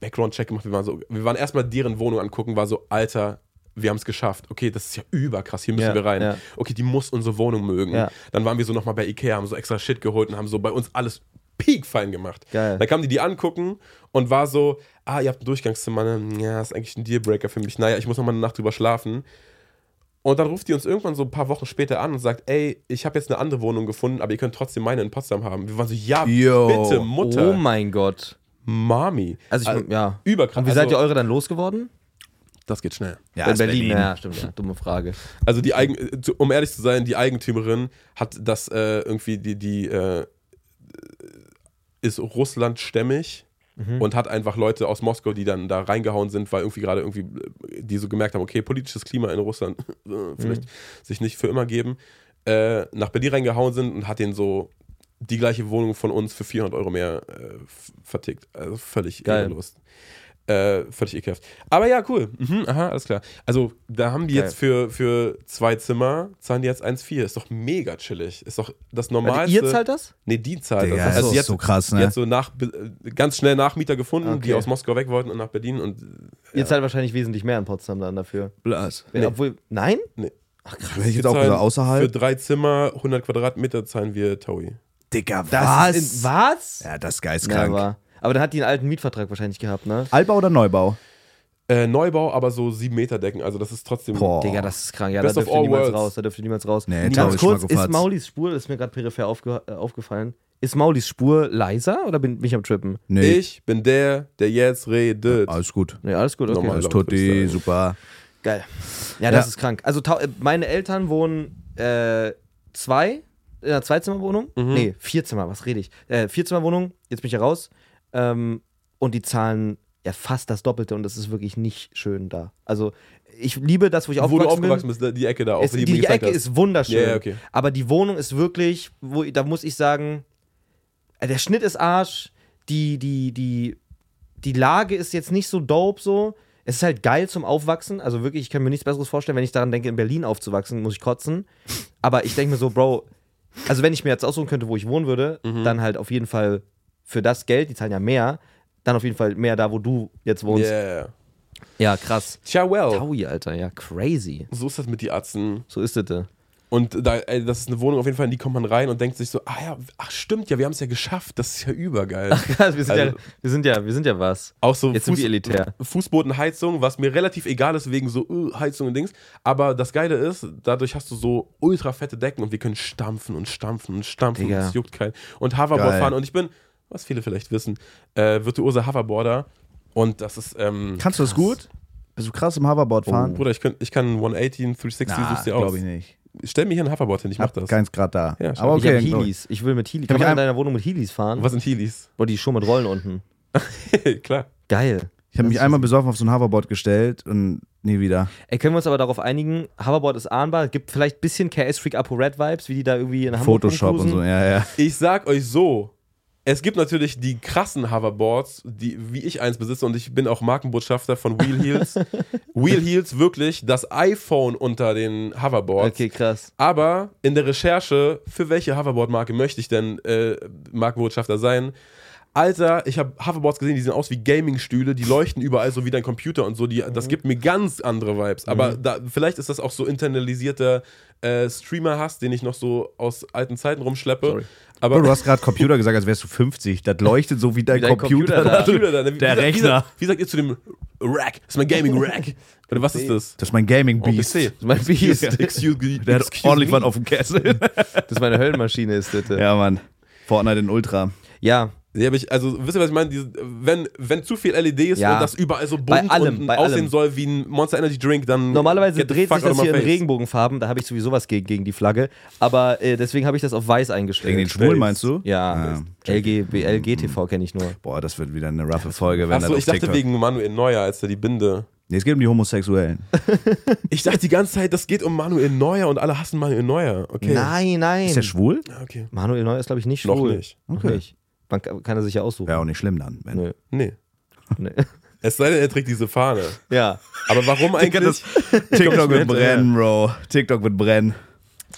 Speaker 3: Background-Check gemacht. Wir waren, so, wir waren erstmal deren Wohnung angucken, war so, Alter, wir haben es geschafft. Okay, das ist ja überkrass, hier müssen
Speaker 2: Ja,
Speaker 3: wir rein.
Speaker 2: ja.
Speaker 3: Okay, die muss unsere Wohnung mögen.
Speaker 2: Ja.
Speaker 3: Dann waren wir so nochmal bei Ikea, haben so extra Shit geholt und haben so bei uns alles piekfein gemacht.
Speaker 2: Geil.
Speaker 3: Dann kamen die die angucken und war so, ah, ihr habt ein Durchgangszimmer, ne? ja, ist eigentlich ein Dealbreaker für mich. Naja, ich muss nochmal eine Nacht drüber schlafen. Und dann ruft die uns irgendwann so ein paar Wochen später an und sagt, ey, ich habe jetzt eine andere Wohnung gefunden, aber ihr könnt trotzdem meine in Potsdam haben. Wir waren so, ja,
Speaker 1: Yo.
Speaker 3: bitte, Mutter,
Speaker 2: Oh mein Gott.
Speaker 3: Mami.
Speaker 2: Also, ich,
Speaker 3: Also,
Speaker 2: ja.
Speaker 3: Überkrass.
Speaker 2: Und wie seid
Speaker 3: Also,
Speaker 2: ihr eure dann losgeworden?
Speaker 3: das geht schnell.
Speaker 1: Ja,
Speaker 2: In
Speaker 1: ist
Speaker 2: Ja, stimmt, ja. Dumme Frage.
Speaker 3: Also die Eigen, äh, zu- um ehrlich zu sein, die Eigentümerin hat das äh, irgendwie die die äh, ist russlandstämmig und hat einfach Leute aus Moskau, die dann da reingehauen sind, weil irgendwie gerade irgendwie äh, die so gemerkt haben, okay, politisches Klima in Russland [laughs] äh, vielleicht sich nicht für immer geben, äh, nach Berlin reingehauen sind und hat denen so die gleiche Wohnung von uns für 400 Euro mehr äh, f- vertickt. Also völlig
Speaker 2: Geil.
Speaker 3: ehrenlos. Äh, völlig ekelhaft. Aber ja, cool. Mhm, aha, alles klar. Also, da haben die
Speaker 2: Geil.
Speaker 3: jetzt für, für zwei Zimmer, zahlen die jetzt 1,4. Ist doch mega chillig. Ist doch das
Speaker 2: Also,
Speaker 3: Normalste.
Speaker 2: ihr zahlt das?
Speaker 3: Nee, die zahlt
Speaker 1: Digga,
Speaker 3: das.
Speaker 1: das
Speaker 3: Also, die
Speaker 1: ist
Speaker 3: hat,
Speaker 1: so krass,
Speaker 3: die
Speaker 1: ne?
Speaker 3: hat so nach, äh, ganz schnell Nachmieter gefunden, die
Speaker 2: Okay.
Speaker 3: aus Moskau weg wollten und nach Berlin. Und
Speaker 2: Ihr zahlt wahrscheinlich wesentlich mehr in Potsdam dann dafür.
Speaker 1: Blas.
Speaker 2: Wenn- Obwohl, nein?
Speaker 1: Hätte ich jetzt
Speaker 3: wir
Speaker 1: auch
Speaker 2: halt
Speaker 3: zahlen
Speaker 1: gesagt,
Speaker 3: für
Speaker 1: außerhalb.
Speaker 3: drei Zimmer, 100 Quadratmeter zahlen wir Taui.
Speaker 1: Digga,
Speaker 2: Das ist in- was?
Speaker 1: Ja, das ist geistkrank.
Speaker 2: Ja, war. Aber dann hat die einen alten Mietvertrag wahrscheinlich gehabt, ne?
Speaker 1: Altbau oder Neubau?
Speaker 3: Äh, Neubau, aber so sieben Meter Decken. Also, das ist trotzdem.
Speaker 1: Boah.
Speaker 2: Digga, das ist krank. Ja,
Speaker 3: Best
Speaker 2: da
Speaker 3: of
Speaker 2: dürfte
Speaker 3: all
Speaker 2: niemals
Speaker 3: worlds.
Speaker 2: raus. Da dürfte niemals raus.
Speaker 1: Nee, Tau
Speaker 2: Ganz
Speaker 1: ist schon
Speaker 2: kurz,
Speaker 1: mal
Speaker 2: ist
Speaker 1: gefatzt.
Speaker 2: Maulis Spur, das ist mir gerade peripher aufge äh, aufgefallen, ist Maulis Spur leiser oder bin, bin ich am Trippen?
Speaker 1: Nee. Also,
Speaker 3: Ich bin der, der jetzt redet.
Speaker 1: Alles gut.
Speaker 2: Nee, alles gut, okay.
Speaker 3: Normal.
Speaker 1: Alles
Speaker 3: laut, würd
Speaker 1: tutti,
Speaker 3: ich sagen.
Speaker 1: super.
Speaker 2: Geil. Ja, das
Speaker 1: Ja.
Speaker 2: ist krank. Also tau- äh, meine Eltern wohnen äh, zwei, in einer Zweizimmerwohnung. Nee, Vierzimmer, was rede ich? Äh, Vierzimmerwohnung, jetzt bin ich ja raus. Ähm, und die zahlen ja fast das Doppelte und das ist wirklich nicht schön da. Also ich liebe das, wo ich
Speaker 3: Wo du
Speaker 2: aufgewachsen bin.
Speaker 3: aufgewachsen bist, die Ecke da. auf
Speaker 2: Es,
Speaker 3: du
Speaker 2: die,
Speaker 3: mir
Speaker 2: die
Speaker 3: gezeigt
Speaker 2: Ecke
Speaker 3: hast.
Speaker 2: ist wunderschön.
Speaker 3: Ja, ja, okay.
Speaker 2: Aber die Wohnung ist wirklich, wo, da muss ich sagen, äh, der Schnitt ist Arsch, die, die, die, die Lage ist jetzt nicht so dope so. Es ist halt geil zum Aufwachsen. Also wirklich, ich kann mir nichts Besseres vorstellen, wenn ich daran denke, in Berlin aufzuwachsen, muss ich kotzen. Aber ich denke mir so, Bro, also wenn ich mir jetzt aussuchen könnte, wo ich wohnen würde,
Speaker 3: Mhm.
Speaker 2: dann halt auf jeden Fall für das Geld, die zahlen ja mehr, dann auf jeden Fall mehr da, wo du jetzt wohnst.
Speaker 3: Yeah.
Speaker 2: Ja, krass.
Speaker 3: Tja, well.
Speaker 2: Taui, Alter, ja, crazy.
Speaker 3: So ist das mit die Atzen.
Speaker 2: So ist es. äh.
Speaker 3: Und da, ey, das ist eine Wohnung auf jeden Fall, in die kommt man rein und denkt sich so, ah ja, ach stimmt, ja, wir haben es ja geschafft, das ist ja übergeil.
Speaker 2: [laughs] Also wir, sind
Speaker 3: Also-
Speaker 2: ja, wir sind ja, wir sind ja was.
Speaker 3: Auch so
Speaker 2: Jetzt sind wir elitär.
Speaker 3: Fußbodenheizung, was mir relativ egal ist wegen so äh, Heizung und Dings. Aber das Geile ist, dadurch hast du so ultra fette Decken und wir können stampfen und stampfen und stampfen.
Speaker 2: Digga.
Speaker 3: Und es juckt keinen. Und Hoverboard
Speaker 1: Geil.
Speaker 3: fahren. Und ich bin, was viele vielleicht wissen, äh, virtuoser Hoverboarder. Und das ist, ähm, oh,
Speaker 1: Kannst du das gut? Bist du krass im Hoverboard
Speaker 2: Oh,
Speaker 1: fahren?
Speaker 3: Bruder, ich, könnt, ich kann 180, 360, suchst dir aus.
Speaker 1: glaube ich nicht.
Speaker 3: Stell mir hier ein Hoverboard hin, ich mach
Speaker 1: Hab
Speaker 3: das.
Speaker 1: keins grad da.
Speaker 3: Ja, schade.
Speaker 1: Aber okay.
Speaker 2: ich
Speaker 1: glaub
Speaker 2: habe
Speaker 1: ich.
Speaker 2: Heelys. Ich will mit Heelys.
Speaker 1: Hab
Speaker 2: Kann
Speaker 1: ich
Speaker 2: man in
Speaker 1: ein-
Speaker 2: deiner Wohnung mit Heelys fahren?
Speaker 3: Was sind Heelys?
Speaker 2: Oder die schon mit Rollen unten.
Speaker 3: Klar.
Speaker 2: Geil.
Speaker 1: Ich habe mich einmal besoffen auf so ein Hoverboard gestellt und nie wieder.
Speaker 2: Ey, können wir uns aber darauf einigen, Hoverboard ist ahnbar, gibt vielleicht ein bisschen KS Freak Apo Red Vibes, wie die da irgendwie in Hamburg
Speaker 1: Photoshop und
Speaker 2: rumcruisen.
Speaker 1: so, ja, ja.
Speaker 3: Ich sag euch so. Es gibt natürlich die krassen Hoverboards, die, wie ich eins besitze, und ich bin auch Markenbotschafter von Wheel Heels. Wheel Heels wirklich das iPhone unter den Hoverboards.
Speaker 2: Okay, krass.
Speaker 3: Aber in der Recherche, für welche Hoverboard-Marke möchte ich denn äh, Markenbotschafter sein, Alter, ich habe Hoverboards gesehen, die sehen aus wie Gaming-Stühle, die leuchten überall so wie dein Computer und so. Die,
Speaker 1: Mhm.
Speaker 3: das gibt mir ganz andere Vibes. Aber da, vielleicht ist das auch so internalisierter äh, Streamer-Hass, den ich noch so aus alten Zeiten rumschleppe.
Speaker 2: Sorry.
Speaker 3: Aber
Speaker 1: Bro, Oh,
Speaker 3: [laughs]
Speaker 1: du hast gerade Computer gesagt, als wärst du 50. Das leuchtet so wie dein,
Speaker 2: dein
Speaker 1: Computer.
Speaker 2: Computer da.
Speaker 3: Computer dann, wie-
Speaker 1: Der
Speaker 3: wie, sagt- Wie,
Speaker 1: Rechner.
Speaker 3: sagt- wie sagt ihr zu dem Rack? Das ist
Speaker 1: [laughs]
Speaker 3: mein Gaming-Rack. Oder was ist das?
Speaker 1: Das ist mein Gaming-Beast.
Speaker 3: Oh, PC.
Speaker 2: mein
Speaker 3: [laughs]
Speaker 2: Biest.
Speaker 1: Ja.
Speaker 3: Excuse me.
Speaker 1: Der hat
Speaker 3: Excuse
Speaker 1: ordentlich
Speaker 3: me.
Speaker 1: was auf dem
Speaker 3: [laughs]
Speaker 1: Kessel.
Speaker 2: Das ist meine Höllenmaschine ist, das. äh.
Speaker 1: ja, Mann. Fortnite in Ultra.
Speaker 2: ja.
Speaker 3: Ja, aber ich, also, wisst ihr, was ich meine? Diese, wenn, wenn zu viel LED ist
Speaker 2: Ja.
Speaker 3: und das überall so
Speaker 2: Bei
Speaker 3: bunt
Speaker 2: allem,
Speaker 3: und
Speaker 2: bei
Speaker 3: aussehen
Speaker 2: allem.
Speaker 3: soll wie ein Monster Energy Drink, dann.
Speaker 2: Normalerweise
Speaker 3: get the
Speaker 2: dreht
Speaker 3: fuck
Speaker 2: sich
Speaker 3: out of
Speaker 2: das
Speaker 3: my
Speaker 2: hier in
Speaker 3: face.
Speaker 2: Regenbogenfarben, da habe ich sowieso was gegen, gegen die Flagge. Aber äh, deswegen habe ich das auf weiß eingestellt.
Speaker 1: Wegen den Schwulen meinst du?
Speaker 2: Ja,
Speaker 1: Ah.
Speaker 2: LG, LGTV kenne ich nur.
Speaker 1: Boah, das wird wieder eine raffe Folge, wenn das
Speaker 3: Achso,
Speaker 1: auf
Speaker 3: ich dachte
Speaker 1: TikTok-
Speaker 3: wegen Manuel Neuer, als er die Binde.
Speaker 1: Nee, es geht um die Homosexuellen.
Speaker 3: Ich dachte die ganze Zeit, das geht um Manuel Neuer und alle hassen Manuel Neuer. Okay.
Speaker 2: Nein, nein.
Speaker 1: Ist der schwul?
Speaker 3: Ah, Okay.
Speaker 2: Manuel Neuer ist, glaube ich, nicht
Speaker 3: Noch
Speaker 2: schwul.
Speaker 3: nicht.
Speaker 2: Noch
Speaker 1: Okay.
Speaker 2: nicht. Man kann kann er sich ja aussuchen.
Speaker 1: Ja, auch nicht schlimm dann. Wenn
Speaker 2: Nö.
Speaker 3: Nee.
Speaker 2: Nee.
Speaker 3: Es sei denn, er trägt diese Fahne.
Speaker 2: [laughs] ja. [laughs]
Speaker 3: Aber warum
Speaker 1: Digga, [laughs]
Speaker 3: eigentlich?
Speaker 1: TikTok
Speaker 3: Kommst
Speaker 1: wird
Speaker 3: mit, oder?
Speaker 1: brennen, Bro. TikTok wird brennen.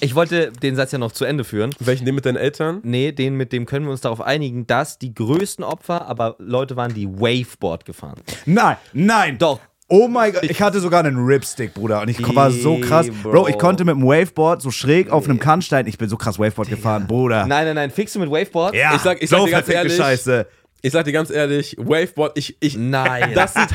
Speaker 2: Ich wollte den Satz ja noch zu Ende führen.
Speaker 3: Welchen den mit deinen Eltern?
Speaker 2: Nee, den mit dem können wir uns darauf einigen, dass die größten Opfer, aber Leute waren, die Waveboard gefahren.
Speaker 1: Nein, nein.
Speaker 2: Doch.
Speaker 1: Oh mein Gott, ich hatte sogar einen Ripstick, Bruder. Und ich war so krass. Bro.
Speaker 2: Bro,
Speaker 1: ich konnte mit dem Waveboard so schräg auf einem Kannstein. Ich bin so krass Waveboard gefahren, Bruder.
Speaker 2: Nein, nein, nein. Fixe mit Waveboard?
Speaker 1: Ja,
Speaker 3: Ich sag- ich sag
Speaker 1: so
Speaker 3: dir ganz
Speaker 1: verfickte
Speaker 3: ehrlich,
Speaker 1: Scheiße.
Speaker 3: Ich sag dir ganz ehrlich, Waveboard, ich. ich
Speaker 2: Nein.
Speaker 3: Das sieht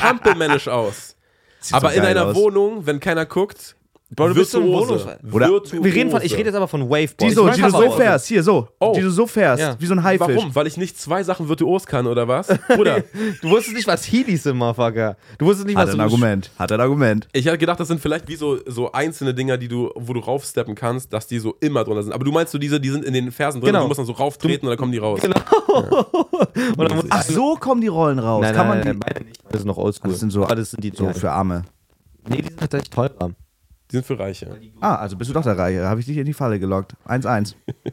Speaker 2: [laughs]
Speaker 3: hampelmännisch aus.
Speaker 1: Sieht
Speaker 3: Aber
Speaker 1: so
Speaker 3: in
Speaker 1: geil
Speaker 3: einer
Speaker 1: aus.
Speaker 3: Wohnung, wenn keiner guckt, Bro,
Speaker 2: du bist so ein Wohnungsfall.
Speaker 1: Oder-
Speaker 2: Wir reden von, ich rede jetzt aber von Waveboard.
Speaker 1: Die
Speaker 2: Ich
Speaker 1: so,
Speaker 2: mein
Speaker 1: die du so
Speaker 2: Coverboard.
Speaker 1: fährst, hier so.
Speaker 3: Oh.
Speaker 1: Die du so fährst,
Speaker 2: Ja.
Speaker 1: wie so ein Haifisch.
Speaker 3: Warum? Weil ich nicht zwei Sachen virtuos kann, oder was?
Speaker 1: [laughs]
Speaker 3: Bruder,
Speaker 2: Du wusstest nicht, was Heelys sind, Motherfucker. Du wusstest nicht,
Speaker 1: Hat er
Speaker 2: was du
Speaker 1: ein Argument. Hat er ein Argument.
Speaker 3: ich hatte gedacht, das sind vielleicht wie so, so einzelne Dinger, die du, wo du raufsteppen kannst, dass die so immer drunter sind. Aber du meinst so diese, die sind in den Fersen drin
Speaker 2: Genau.
Speaker 3: und du musst dann so rauftreten und dann kommen die raus.
Speaker 1: Genau.
Speaker 2: Und dann
Speaker 1: Ach, so kommen die Rollen raus.
Speaker 2: Nein,
Speaker 1: Kann
Speaker 2: nein,
Speaker 1: man
Speaker 2: nein,
Speaker 1: die,
Speaker 2: meine nicht. Das sind noch oldschool.
Speaker 1: Das sind so-
Speaker 2: Aber das sind die
Speaker 1: so für Arme.
Speaker 2: Nee, die sind tatsächlich teurer.
Speaker 3: Die sind für Reiche.
Speaker 1: Ah, also bist du doch der Reiche. Habe ich dich in die Falle gelockt. 1-1.
Speaker 3: Äh,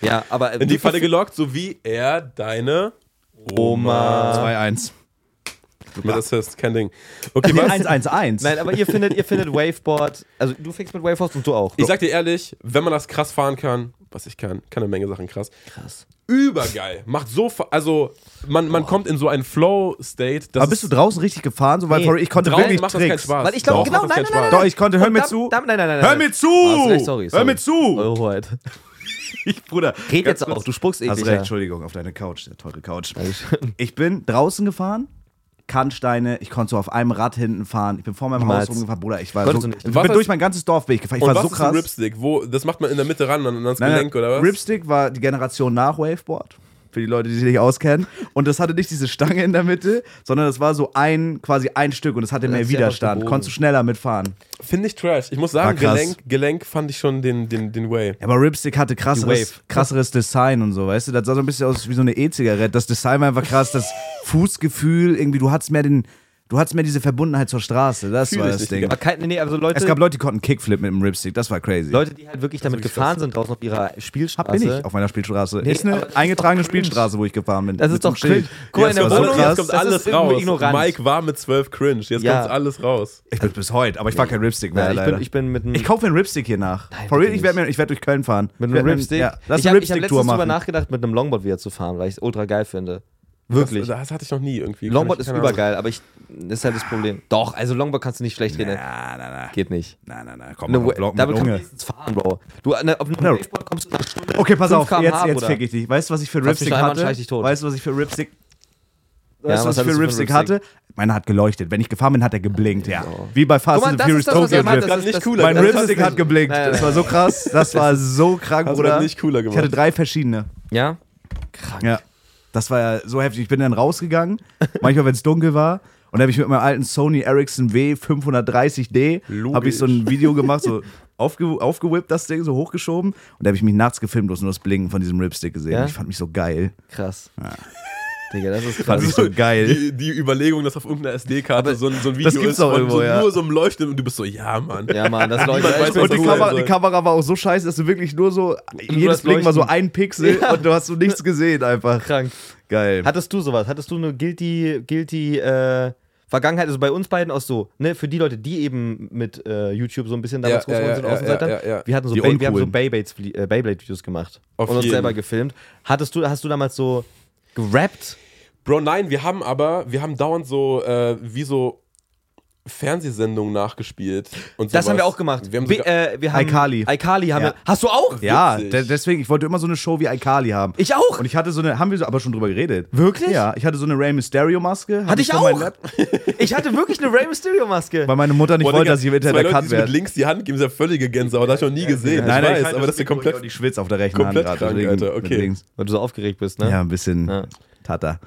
Speaker 2: Ja, aber.
Speaker 3: In die Falle gelockt, so wie er deine
Speaker 2: Oma.
Speaker 1: 2-1.
Speaker 3: mit Assist, kein Ding. Okay, was?
Speaker 1: 1-1-1.
Speaker 2: Nein, aber ihr findet, ihr findet Waveboard. Also du fängst mit Waveboards und du auch.
Speaker 3: Ich sag dir ehrlich, wenn man das krass fahren kann, was ich kann, kann eine Menge Sachen krass.
Speaker 2: krass.
Speaker 3: Übergeil. Macht so, fa- also man, man kommt in so einen Flow-State. dass
Speaker 1: Aber bist du draußen richtig gefahren? So, weil
Speaker 2: Nee,
Speaker 1: sorry, ich konnte
Speaker 3: draußen
Speaker 1: wirklich
Speaker 3: macht das keinen
Speaker 1: Tricks.
Speaker 3: Spaß.
Speaker 2: Weil ich glaube,
Speaker 3: Doch.
Speaker 2: genau,
Speaker 3: Macht
Speaker 2: nein,
Speaker 3: keinen
Speaker 2: nein, nein,
Speaker 3: Spaß.
Speaker 1: Doch, ich konnte- hör mir
Speaker 2: Verdammt,
Speaker 1: zu.
Speaker 2: Nein, nein, nein, nein.
Speaker 1: Hör
Speaker 2: nein.
Speaker 1: mir zu!
Speaker 2: Ah, hast recht, sorry,
Speaker 1: Hör
Speaker 2: sorry.
Speaker 1: mir zu!
Speaker 2: Euroheit.
Speaker 1: [laughs] Ich, Bruder.
Speaker 2: Red
Speaker 1: ganz
Speaker 2: jetzt
Speaker 1: kurz.
Speaker 2: auch, du spuckst
Speaker 1: Hast
Speaker 2: eklig.
Speaker 1: recht,
Speaker 2: ja.
Speaker 1: Entschuldigung, auf deine Couch, der teure Couch. Ich bin draußen gefahren, Kannsteine, ich konnte so auf einem Rad hinten fahren, ich bin vor meinem
Speaker 2: Niemals.
Speaker 1: Haus rumgefahren, Bruder, ich war
Speaker 2: Konntest
Speaker 1: so,
Speaker 2: du nicht.
Speaker 1: ich
Speaker 3: Was
Speaker 1: bin
Speaker 3: ist-
Speaker 1: durch mein ganzes Dorf bin ich gefahren, ich
Speaker 3: und
Speaker 1: war
Speaker 3: was
Speaker 1: so
Speaker 3: ist ein
Speaker 1: krass.
Speaker 3: Ripstick? Wo, das macht man in der Mitte ran, an, ans Gelenk, oder was?
Speaker 1: Ripstick war die Generation nach Waveboard. Für die Leute, die sich nicht auskennen. Und das hatte nicht diese Stange in der Mitte, sondern das war so ein, quasi ein Stück und es hatte
Speaker 2: Das
Speaker 1: mehr
Speaker 2: ist ja einfach
Speaker 1: Widerstand.
Speaker 2: gebogen.
Speaker 1: Konntest du schneller mitfahren.
Speaker 3: Finde ich trash. Ich muss
Speaker 1: War
Speaker 3: sagen,
Speaker 1: krass.
Speaker 3: Gelenk, Gelenk fand ich schon den, den, den Way.
Speaker 1: Ja, aber Ripstick hatte
Speaker 2: Die
Speaker 1: krasseres,
Speaker 2: Wave.
Speaker 1: krasseres Design und so, weißt du? Das sah so ein bisschen aus wie so eine E-Zigarette. Das Design war einfach krass, [laughs] das Fußgefühl, irgendwie, du hattest mehr den, du hattest mehr diese Verbundenheit zur Straße. Das
Speaker 3: Fühl
Speaker 1: war
Speaker 3: ich
Speaker 1: das
Speaker 3: nicht,
Speaker 1: Ding.
Speaker 2: Aber kein, nee, also Leute,
Speaker 1: Es gab Leute, die konnten Kickflip mit dem Ripstick, das war crazy.
Speaker 2: Leute, die halt wirklich damit gefahren sind, draußen auf ihrer Spielstraße.
Speaker 1: bin ich eh auf meiner Spielstraße. ist
Speaker 2: aber das
Speaker 1: eine
Speaker 2: ist
Speaker 1: eingetragene
Speaker 2: doch cringe.
Speaker 1: Spielstraße, wo ich gefahren bin.
Speaker 2: Das ist
Speaker 1: Mit so
Speaker 2: doch
Speaker 1: einem Schild.
Speaker 2: cringe. Guck mal, in der
Speaker 1: das war
Speaker 2: Wohnung,
Speaker 1: so krass.
Speaker 3: Oh, jetzt kommt
Speaker 2: Das
Speaker 3: alles
Speaker 2: ist irgendwie
Speaker 3: raus.
Speaker 2: Ignoranz.
Speaker 3: Mike war mit 12 cringe. Jetzt
Speaker 2: Ja.
Speaker 3: kommt alles raus.
Speaker 1: Ich bin bis heute, aber ich war kein Ripstick mehr.
Speaker 2: Ja, ich,
Speaker 1: leider.
Speaker 2: bin, ich bin mit einem.
Speaker 1: Ich kaufe mir einen Ripstick hier nach. For
Speaker 2: bitte
Speaker 1: real, ich werde
Speaker 2: nicht.
Speaker 1: mir, ich werd durch Köln fahren.
Speaker 2: Mit
Speaker 1: Ich werd
Speaker 2: einem
Speaker 1: mir-
Speaker 2: Ripstick?
Speaker 1: Ja, lass
Speaker 2: ich
Speaker 1: einen
Speaker 2: habe hab
Speaker 1: Ripstick-Tour
Speaker 2: letztens drüber
Speaker 1: machen.
Speaker 2: nachgedacht, mit einem Longboard wieder zu fahren, weil ich es ultra geil finde. Wirklich.
Speaker 3: Das, das hatte ich noch nie irgendwie.
Speaker 2: Longboard
Speaker 3: Kann ich-
Speaker 2: ist
Speaker 3: keine Ahnung.
Speaker 2: übergeil, aber ich, das ist halt das Problem. Doch, also Longboard kannst du nicht schlecht reden. ne?
Speaker 1: Na, na, na.
Speaker 2: Geht nicht.
Speaker 1: Na, na, na, komm,
Speaker 2: Eine
Speaker 1: mach
Speaker 2: Wa-
Speaker 1: einen Block mit
Speaker 2: damit kann man
Speaker 1: Lunge.
Speaker 2: wenigstens fahren, Bro. Du, ne, auf einem
Speaker 1: Ja.
Speaker 2: Waveboard kommst du eine Stunde.
Speaker 1: Okay, pass
Speaker 2: 5
Speaker 1: auf,
Speaker 2: km/h,
Speaker 1: jetzt, jetzt
Speaker 2: Bruder.
Speaker 1: fick ich dich. Weißt du, was ich für einen
Speaker 2: Hast mich
Speaker 1: Ripstick
Speaker 2: einmal,
Speaker 1: hatte?
Speaker 2: schreie ich dich tot.
Speaker 1: Weißt du, was ich für einen Ripstick.
Speaker 2: Ja,
Speaker 1: Weißt du, was,
Speaker 2: was
Speaker 1: ich für
Speaker 2: hattest
Speaker 1: einen Ripstick
Speaker 2: du für einen
Speaker 1: hatte? Meiner hat geleuchtet. Wenn ich gefahren bin, hat er geblinkt, ja. Wie bei Fast
Speaker 2: Guck mal,
Speaker 1: and
Speaker 2: das
Speaker 1: Furious
Speaker 2: ist das, was er
Speaker 1: Tokyo
Speaker 2: meint,
Speaker 1: Drift.
Speaker 2: das
Speaker 3: Gerade nicht
Speaker 2: das-
Speaker 3: cooler.
Speaker 1: Mein
Speaker 3: Das ist
Speaker 1: Ripstick hat geblinkt.
Speaker 2: Nein, nein,
Speaker 1: Das war so krass. Das war so krank,
Speaker 3: Hast du
Speaker 1: Bruder.
Speaker 3: das nicht cooler
Speaker 1: Ich hatte
Speaker 3: gemacht.
Speaker 1: drei verschiedene.
Speaker 2: Ja? Krank.
Speaker 1: Ja. Das war ja so heftig. Ich bin dann rausgegangen, manchmal, wenn es dunkel war. Und da habe ich mit meinem alten Sony Ericsson W530D habe ich so ein Video gemacht, so aufge aufgewippt das Ding, so hochgeschoben. Und da habe ich mich nachts gefilmt, bloß nur das Blinken von diesem Ripstick gesehen.
Speaker 2: Ja?
Speaker 1: Ich fand mich so geil.
Speaker 2: Krass. Digga, das ist
Speaker 1: Fand
Speaker 2: krass.
Speaker 1: mich so geil.
Speaker 3: Die, die Überlegung, dass auf irgendeiner SD-Karte so, ein- so ein Video
Speaker 1: das gibt's
Speaker 3: ist,
Speaker 1: doch
Speaker 3: von
Speaker 1: irgendwo,
Speaker 3: so,
Speaker 1: ja.
Speaker 3: nur so einem Leuchten und du bist so, ja, Mann.
Speaker 2: Ja, Mann,
Speaker 1: [laughs]
Speaker 2: das leuchtet.
Speaker 3: weiß,
Speaker 1: Und
Speaker 2: echt
Speaker 3: was
Speaker 2: so
Speaker 1: die,
Speaker 3: das
Speaker 2: cool.
Speaker 1: Kamera,
Speaker 3: soll.
Speaker 1: die Kamera war auch so scheiße, dass du wirklich nur so, jedes
Speaker 2: das
Speaker 1: Blinken war so
Speaker 2: Leuchten.
Speaker 1: ein Pixel und du hast so nichts gesehen einfach.
Speaker 2: krank.
Speaker 1: Geil.
Speaker 2: Hattest du sowas? Hattest du eine guilty, guilty äh, Vergangenheit? Also bei uns beiden auch so, ne? Für die Leute, die eben mit äh, YouTube so ein bisschen damals groß
Speaker 3: Ja, ja,
Speaker 2: geworden
Speaker 3: ja,
Speaker 2: sind,
Speaker 3: ja,
Speaker 2: Außenseiter,
Speaker 3: ja, ja, ja.
Speaker 2: wir hatten so,
Speaker 1: Die
Speaker 2: Bay, wir haben so
Speaker 1: Uncoolen.
Speaker 2: Beyblades- äh, Beyblade-Videos gemacht
Speaker 3: Auf
Speaker 2: und uns
Speaker 3: jeden.
Speaker 2: selber gefilmt. Hattest du, hast du damals so gerappt?
Speaker 3: Bro, nein, wir haben aber, wir haben dauernd so, äh, wie so Fernsehsendungen nachgespielt. Und
Speaker 2: Das haben wir
Speaker 3: sowas.
Speaker 2: auch gemacht.
Speaker 3: Wir haben
Speaker 2: Be-
Speaker 3: sogar,
Speaker 2: äh, wir haben
Speaker 1: iCarly.
Speaker 2: iCarly haben
Speaker 1: Ja.
Speaker 2: wir. Hast du auch?
Speaker 1: Ja,
Speaker 3: Witzig.
Speaker 1: de deswegen, ich wollte immer so eine Show wie iCarly haben.
Speaker 2: Ich auch.
Speaker 1: Und ich hatte so eine, haben wir so, aber schon drüber geredet.
Speaker 2: Wirklich?
Speaker 1: Ja, ich hatte so eine Ray Mysterio-Maske.
Speaker 2: Hatte ich auch. [laughs] Ich hatte wirklich eine Ray Mysterio Maske.
Speaker 1: Weil meine Mutter nicht
Speaker 3: Boah,
Speaker 1: wollte,
Speaker 3: Digga,
Speaker 1: dass ich im
Speaker 3: zwei
Speaker 1: Internet
Speaker 3: Leute, die
Speaker 1: erkannt
Speaker 3: sich mit
Speaker 1: werde.
Speaker 3: links die Hand geben, ist ja völlige Gänsehaut. Das habe ich noch nie gesehen. ich weiß, aber das ist ja komplett.
Speaker 1: Die schwitzt auf der rechten
Speaker 3: komplett
Speaker 1: Hand
Speaker 3: krank,
Speaker 1: gerade.
Speaker 3: Alter,
Speaker 1: mit
Speaker 3: okay.
Speaker 1: links.
Speaker 2: Weil du so aufgeregt bist, ne?
Speaker 1: Ja, ein bisschen
Speaker 2: Ja.
Speaker 1: Tata.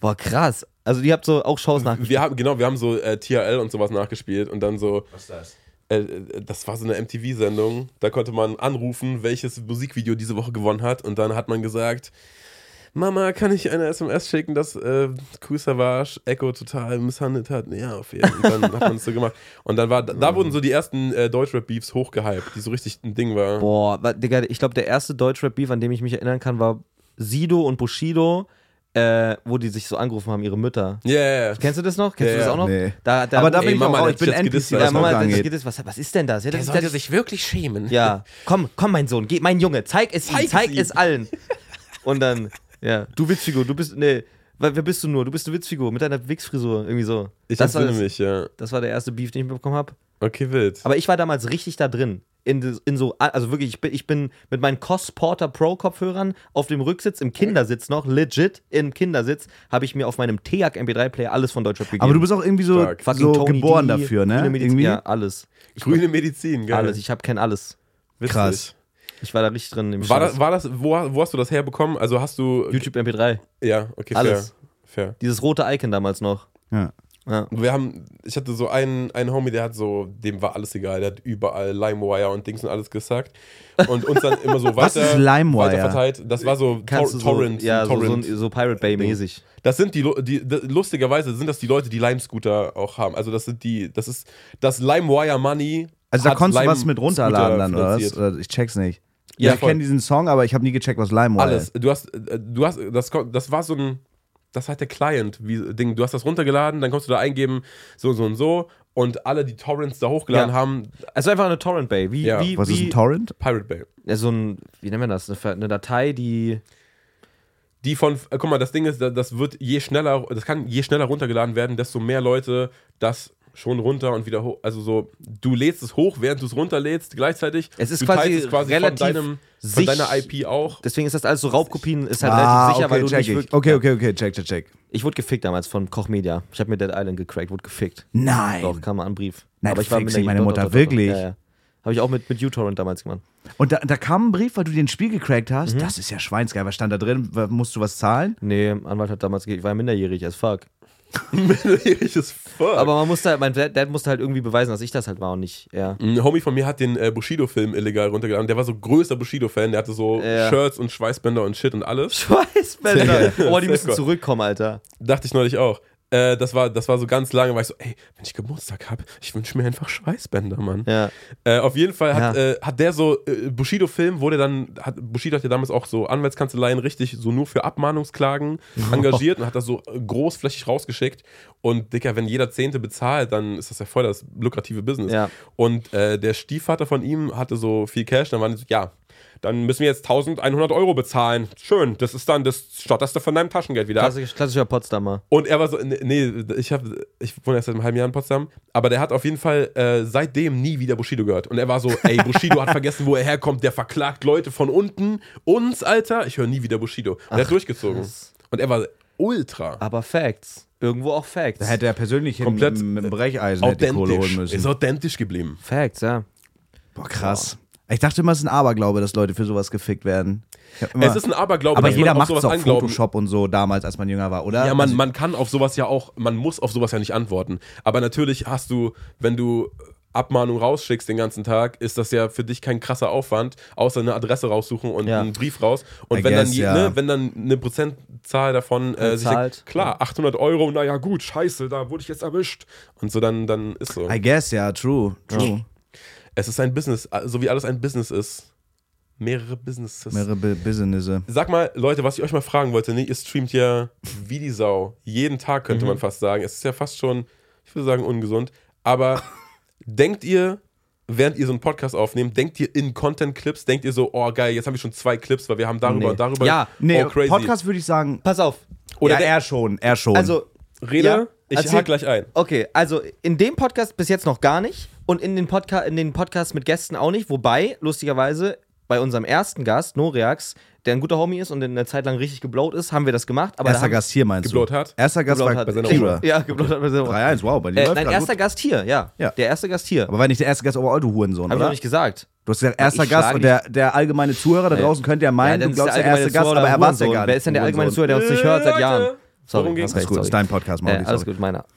Speaker 2: Boah, krass. Also ihr habt so auch Shows nachgespielt.
Speaker 3: Wir haben, genau, wir haben so äh, TRL und sowas nachgespielt und dann so. Äh, äh, das war so eine MTV-Sendung. Da konnte man anrufen, welches Musikvideo diese Woche gewonnen hat. Und dann hat man gesagt: Mama, kann ich eine SMS schicken, dass äh, Kool Savage Echo total misshandelt hat? Ja, auf jeden Fall. Und dann hat man es so gemacht. Und dann war, da, da wurden so die ersten äh, Deutschrap-Beefs hochgehypt, die so richtig ein Ding war.
Speaker 2: Boah, wa- Digga, ich glaube, der erste Deutschrap-Beef, an dem ich mich erinnern kann, war Sido und Bushido, äh, wo die sich so angerufen haben, ihre Mütter.
Speaker 3: Yeah.
Speaker 2: Kennst du das noch? Kennst
Speaker 3: Ja,
Speaker 2: du das
Speaker 3: ja.
Speaker 2: auch noch?
Speaker 1: Nee.
Speaker 2: Da, da,
Speaker 1: aber da
Speaker 2: ey,
Speaker 1: bin ich
Speaker 3: Mama,
Speaker 1: auch,
Speaker 3: der
Speaker 1: ich bin
Speaker 3: hat jetzt
Speaker 1: NPC, was
Speaker 3: gedisst,
Speaker 2: ja,
Speaker 3: Alter.
Speaker 1: das
Speaker 2: Mama, das
Speaker 1: angeht.
Speaker 2: geht jetzt, was, was ist denn das? Ja, das, ist- das
Speaker 3: wirklich schämen.
Speaker 2: ja, komm, komm, mein Sohn, geh, mein Junge, zeig es ihm,
Speaker 3: Zeig
Speaker 2: zeig
Speaker 3: es ihm.
Speaker 2: es allen. Und dann, ja, du Witzfigur, du bist, nee, wa- wer bist du nur? Du bist eine Witzfigur mit deiner Wichsfrisur, irgendwie so.
Speaker 3: Ich
Speaker 2: das, war
Speaker 3: entsinne
Speaker 2: das,
Speaker 3: mich, ja.
Speaker 2: das war der erste Beef, den ich mitbekommen habe.
Speaker 3: Okay, wild.
Speaker 2: Aber ich war damals richtig da drin. In, des- in so, also wirklich, ich bin, ich bin mit meinen Cos Porter Pro Kopfhörern auf dem Rücksitz, im Kindersitz noch, legit im Kindersitz, habe ich mir auf meinem Teac MP3-Player alles von Deutschrap gegeben.
Speaker 1: Aber du bist auch irgendwie so,
Speaker 3: Stark.
Speaker 1: so
Speaker 2: Tony
Speaker 1: geboren
Speaker 2: D,
Speaker 1: dafür, ne?
Speaker 2: Grüne Medizin,
Speaker 1: Irgendwie?
Speaker 2: Ja, alles. Ich,
Speaker 3: Grüne Medizin, geil.
Speaker 2: alles, ich habe kein alles.
Speaker 3: Witzig.
Speaker 1: krass.
Speaker 2: Ich war da richtig drin im
Speaker 3: War
Speaker 2: Scheiß.
Speaker 3: das, war das wo, wo hast du das herbekommen? Also hast du.
Speaker 2: YouTube MP3.
Speaker 3: Ja, okay,
Speaker 2: Alles.
Speaker 3: fair. Fair.
Speaker 2: Dieses rote Icon damals noch.
Speaker 1: Ja.
Speaker 2: Ja.
Speaker 3: Wir haben, ich hatte so einen, einen Homie, der hat so, dem war alles egal, der hat überall LimeWire und Dings und alles gesagt. Und uns dann immer so
Speaker 1: [laughs] Was
Speaker 3: weiter,
Speaker 1: ist LimeWire?
Speaker 3: weiter verteilt. Das war so Tor
Speaker 2: Kannst du so,
Speaker 3: Torrent.
Speaker 2: ja, so, so,
Speaker 3: Torrent.
Speaker 2: ein- so Pirate Bay mäßig.
Speaker 3: Das sind die, Lu- die, d- lustigerweise sind das die Leute, die Lime-Scooter auch haben. Also das sind die, das ist das LimeWire Money.
Speaker 1: Also da
Speaker 3: hat
Speaker 1: konntest du was mit
Speaker 3: Lime-Scooter
Speaker 1: runterladen dann, oder was?
Speaker 3: finanziert.
Speaker 1: Oder Ich check's nicht.
Speaker 3: Ja,
Speaker 1: Ja, ich
Speaker 3: voll.
Speaker 1: kenne diesen Song, aber ich habe nie gecheckt, was LimeWire
Speaker 3: Alles.
Speaker 1: ist.
Speaker 3: Du hast, äh, du hast, das, ko- das war so ein, das hat der Client, wie, Ding. Du hast das runtergeladen, dann konntest du da eingeben, so und so und so. Und alle, die Torrents da hochgeladen
Speaker 2: Ja.
Speaker 3: haben,
Speaker 2: Also einfach eine Torrent Bay. Wie,
Speaker 3: Ja.
Speaker 2: wie,
Speaker 1: Was ist
Speaker 2: wie,
Speaker 1: ein Torrent?
Speaker 3: Pirate Bay.
Speaker 2: ja, so ein, wie nennen wir das? Eine, Ver- eine Datei, die
Speaker 3: Die von, äh, guck mal, das Ding ist, da- das wird je schneller, das kann je schneller runtergeladen werden, desto mehr Leute das schon runter und wieder hoch. Also so, du lädst es hoch, während du es runterlädst, gleichzeitig.
Speaker 2: Es ist
Speaker 3: du
Speaker 2: quasi
Speaker 3: teilst
Speaker 2: relativ
Speaker 3: von, deinem, von
Speaker 2: sich-
Speaker 3: deiner
Speaker 2: [laughs]
Speaker 3: IP auch. [laughs]
Speaker 2: Deswegen ist das alles so Raubkopien, ist halt
Speaker 1: Ah,
Speaker 2: relativ sicher,
Speaker 1: okay,
Speaker 2: weil du
Speaker 1: check
Speaker 2: nicht
Speaker 1: ich.
Speaker 2: wirklich.
Speaker 1: Okay, okay, okay, check, check, check.
Speaker 2: Ich wurde gefickt damals von Koch Media. Ich habe mir Dead Island gecrackt, wurde gefickt.
Speaker 1: Nein.
Speaker 2: Doch, kam mal ein Brief.
Speaker 1: Nein,
Speaker 2: Aber ich war
Speaker 1: fick
Speaker 2: mit
Speaker 1: sie,
Speaker 2: der-
Speaker 1: meine
Speaker 2: doch,
Speaker 1: Mutter,
Speaker 2: doch, doch, doch.
Speaker 1: wirklich?
Speaker 2: Ja, ja. Habe ich auch mit, mit uTorrent damals gemacht.
Speaker 1: Und da, da kam ein Brief, weil du dir ein Spiel gecrackt hast. Das ist ja schweinsgeil. Was stand da drin? Wa- Musst du was zahlen?
Speaker 2: Nee, Anwalt hat damals ge- ich war ja minderjährig as fuck.
Speaker 3: Minderjähriges Fuck.
Speaker 2: Aber man musste halt, mein Dad Dad musste halt irgendwie beweisen, dass ich das halt war und nicht er.
Speaker 3: Ein Homie von mir hat den äh, Bushido-Film illegal runtergeladen. Der war so größter Bushido-Fan. Der hatte so
Speaker 2: Ja.
Speaker 3: Shirts und Schweißbänder und Shit und alles.
Speaker 2: Scheiß, Alter.
Speaker 3: [laughs] Ja.
Speaker 2: Boah, Oh, die
Speaker 3: Sehr
Speaker 2: müssen
Speaker 3: cool.
Speaker 2: zurückkommen, Alter.
Speaker 3: Dachte ich neulich auch. Äh, das, war, das war so ganz lange, weil ich so, ey, wenn ich Geburtstag habe, ich wünsche mir einfach Schweißbänder, Mann.
Speaker 2: Ja.
Speaker 3: Äh, auf jeden Fall hat,
Speaker 2: Ja.
Speaker 3: äh, hat der so, äh, Bushido-Film wurde dann, hat, Bushido hat ja damals auch so Anwaltskanzleien richtig so nur
Speaker 2: [laughs]
Speaker 3: für Abmahnungsklagen engagiert und hat das so äh, großflächig rausgeschickt. Und Dicker, wenn jeder Zehnte bezahlt, dann ist das ja voll das lukrative Business.
Speaker 2: Ja.
Speaker 3: Und äh, der Stiefvater von ihm hatte so viel Cash, dann waren die so, ja, dann müssen wir jetzt 1100 Euro bezahlen. Schön, das ist dann, das stotterst du von deinem Taschengeld wieder ab.
Speaker 2: Klassisch, klassischer Potsdamer.
Speaker 3: Und er war so, nee, nee, ich, hab, ich wohne erst seit einem halben Jahr in Potsdam, aber der hat auf jeden Fall äh, seitdem nie wieder Bushido gehört. Und er war so, ey, Bushido hat vergessen, wo er herkommt, der verklagt Leute von unten, uns, Alter, ich höre nie wieder Bushido. Und er hat durchgezogen.
Speaker 2: krass.
Speaker 3: Und er war ultra
Speaker 2: Aber Facts. Irgendwo auch Facts.
Speaker 1: Da hätte er persönlich hin,
Speaker 3: Komplett,
Speaker 1: mit dem Brecheisen hätte die Kohle holen
Speaker 3: authentisch. Ist
Speaker 1: müssen.
Speaker 3: authentisch geblieben.
Speaker 2: Facts, ja.
Speaker 1: Boah, krass. Ich dachte immer, es ist ein Aberglaube, dass Leute für sowas gefickt werden. Ich hab immer,
Speaker 3: Es ist ein Aberglaube,
Speaker 1: aber
Speaker 3: dass
Speaker 1: jeder
Speaker 3: man
Speaker 1: macht es
Speaker 3: sowas
Speaker 1: auf
Speaker 3: anglauben-
Speaker 1: Photoshop und so damals, als man jünger war, oder?
Speaker 3: Ja, man,
Speaker 1: Also-
Speaker 3: man kann auf sowas ja auch, man muss auf sowas ja nicht antworten. Aber natürlich hast du, wenn du Abmahnung rausschickst den ganzen Tag, ist das ja für dich kein krasser Aufwand, außer eine Adresse raussuchen und
Speaker 2: Ja.
Speaker 3: einen Brief raus. Und
Speaker 1: I
Speaker 3: wenn, dann,
Speaker 1: guess,
Speaker 3: je-
Speaker 1: ja.
Speaker 3: ne, wenn dann eine Prozentzahl davon äh, sich
Speaker 2: Zahlt.
Speaker 3: denkt, klar, 800 Euro, naja gut, scheiße, da wurde ich jetzt erwischt. Und so dann, dann ist so.
Speaker 1: I guess, ja, true, true.
Speaker 3: Es ist ein Business, so wie alles ein Business ist. Mehrere Businesses.
Speaker 1: Mehrere Bi- Businesse.
Speaker 3: Sag mal, Leute, was ich euch mal fragen wollte, ne? ihr streamt ja wie die Sau. Jeden Tag
Speaker 2: Mhm.
Speaker 3: könnte man fast sagen. Es ist ja fast schon, ich würde sagen, ungesund. Aber denkt ihr, während ihr so einen Podcast aufnehmt, denkt ihr in Content-Clips, denkt ihr so, oh geil, jetzt haben wir schon zwei Clips, weil wir haben darüber
Speaker 2: Nee.
Speaker 3: und darüber.
Speaker 2: Ja,
Speaker 1: Nee,
Speaker 3: oh, crazy.
Speaker 1: Podcast würde ich sagen.
Speaker 2: Pass auf.
Speaker 1: Oder
Speaker 3: Oder
Speaker 1: ja,
Speaker 3: der-
Speaker 1: er schon, er schon.
Speaker 2: Also,
Speaker 3: Rede,
Speaker 2: Ja,
Speaker 3: ich
Speaker 2: erzähl-
Speaker 3: hake gleich ein.
Speaker 2: okay, also in dem Podcast bis jetzt noch gar nicht und in den, Podca in den Podcasts mit Gästen auch nicht, wobei, lustigerweise, bei unserem ersten Gast, Noreax, der ein guter Homie ist und in der Zeit lang richtig geblowt ist, haben wir das gemacht. Aber
Speaker 1: erster
Speaker 2: da haben,
Speaker 1: Gast hier meinst
Speaker 3: Geblowt
Speaker 1: du?
Speaker 3: hat?
Speaker 1: Erster Gast
Speaker 2: Geblowt
Speaker 1: war
Speaker 2: hat.
Speaker 1: Kira.
Speaker 2: Ja, geblowt hat. man selber.
Speaker 1: 3-1, wow, bei dir
Speaker 2: Äh,
Speaker 1: läuft
Speaker 2: nein,
Speaker 1: grad
Speaker 2: erster
Speaker 1: gut.
Speaker 2: Gast hier, ja.
Speaker 1: Ja.
Speaker 2: Der erste Gast hier.
Speaker 1: Aber war nicht der erste Gast, aber du Hurensohn,
Speaker 2: Hab ich noch
Speaker 1: oder?
Speaker 2: nicht gesagt.
Speaker 1: Du hast gesagt, erster
Speaker 2: Ich
Speaker 1: Gast
Speaker 2: schlage
Speaker 1: und der, der allgemeine Zuhörer da
Speaker 2: Nee.
Speaker 1: draußen könnte ja meinen,
Speaker 2: Ja, dann
Speaker 1: du
Speaker 2: ist der
Speaker 1: glaubst, der,
Speaker 2: allgemeine
Speaker 1: erste Gast,
Speaker 2: Zuhörer
Speaker 1: aber er war es ja
Speaker 2: Hurensohn.
Speaker 1: gar nicht.
Speaker 2: Wer ist denn der allgemeine
Speaker 1: Hurensohn.
Speaker 2: Zuhörer, der uns nicht hört seit
Speaker 3: Leute,
Speaker 2: Jahren? Sorry,
Speaker 3: worum
Speaker 2: hast
Speaker 3: ging's?
Speaker 1: Ist
Speaker 2: recht,
Speaker 1: gut,
Speaker 2: sorry.
Speaker 1: ist dein Podcast, Mauli.
Speaker 2: Äh, alles
Speaker 1: sorry.
Speaker 2: gut, meiner.
Speaker 3: [laughs]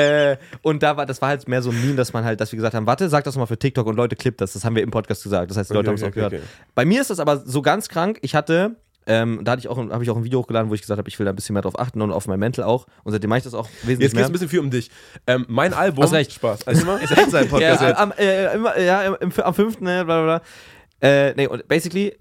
Speaker 2: [laughs] äh, und da war, das war halt mehr so ein Meme, dass man halt, dass wir gesagt haben, warte, sag das nochmal für TikTok und Leute klippt das. Das haben wir im Podcast gesagt. Das heißt, die Leute
Speaker 3: Okay,
Speaker 2: haben es
Speaker 3: okay,
Speaker 2: auch gehört.
Speaker 3: okay.
Speaker 2: Bei mir ist das aber so ganz krank. Ich hatte, ähm, da hatte ich auch, ein- habe ich auch ein Video hochgeladen, wo ich gesagt habe, ich will da ein bisschen mehr drauf achten und auf mein Mental auch. Und seitdem mache ich das auch wesentlich
Speaker 3: Jetzt geht's
Speaker 2: mehr.
Speaker 3: ein bisschen viel um dich. Ähm, mein Album.
Speaker 2: Hast recht. halt
Speaker 3: Spaß. Also, immer-
Speaker 1: Ist echt sein Podcast
Speaker 2: ja,
Speaker 1: jetzt.
Speaker 2: am, äh, immer, ja, im, im, am 5. Ne, bla bla bla. Äh, nee, und basically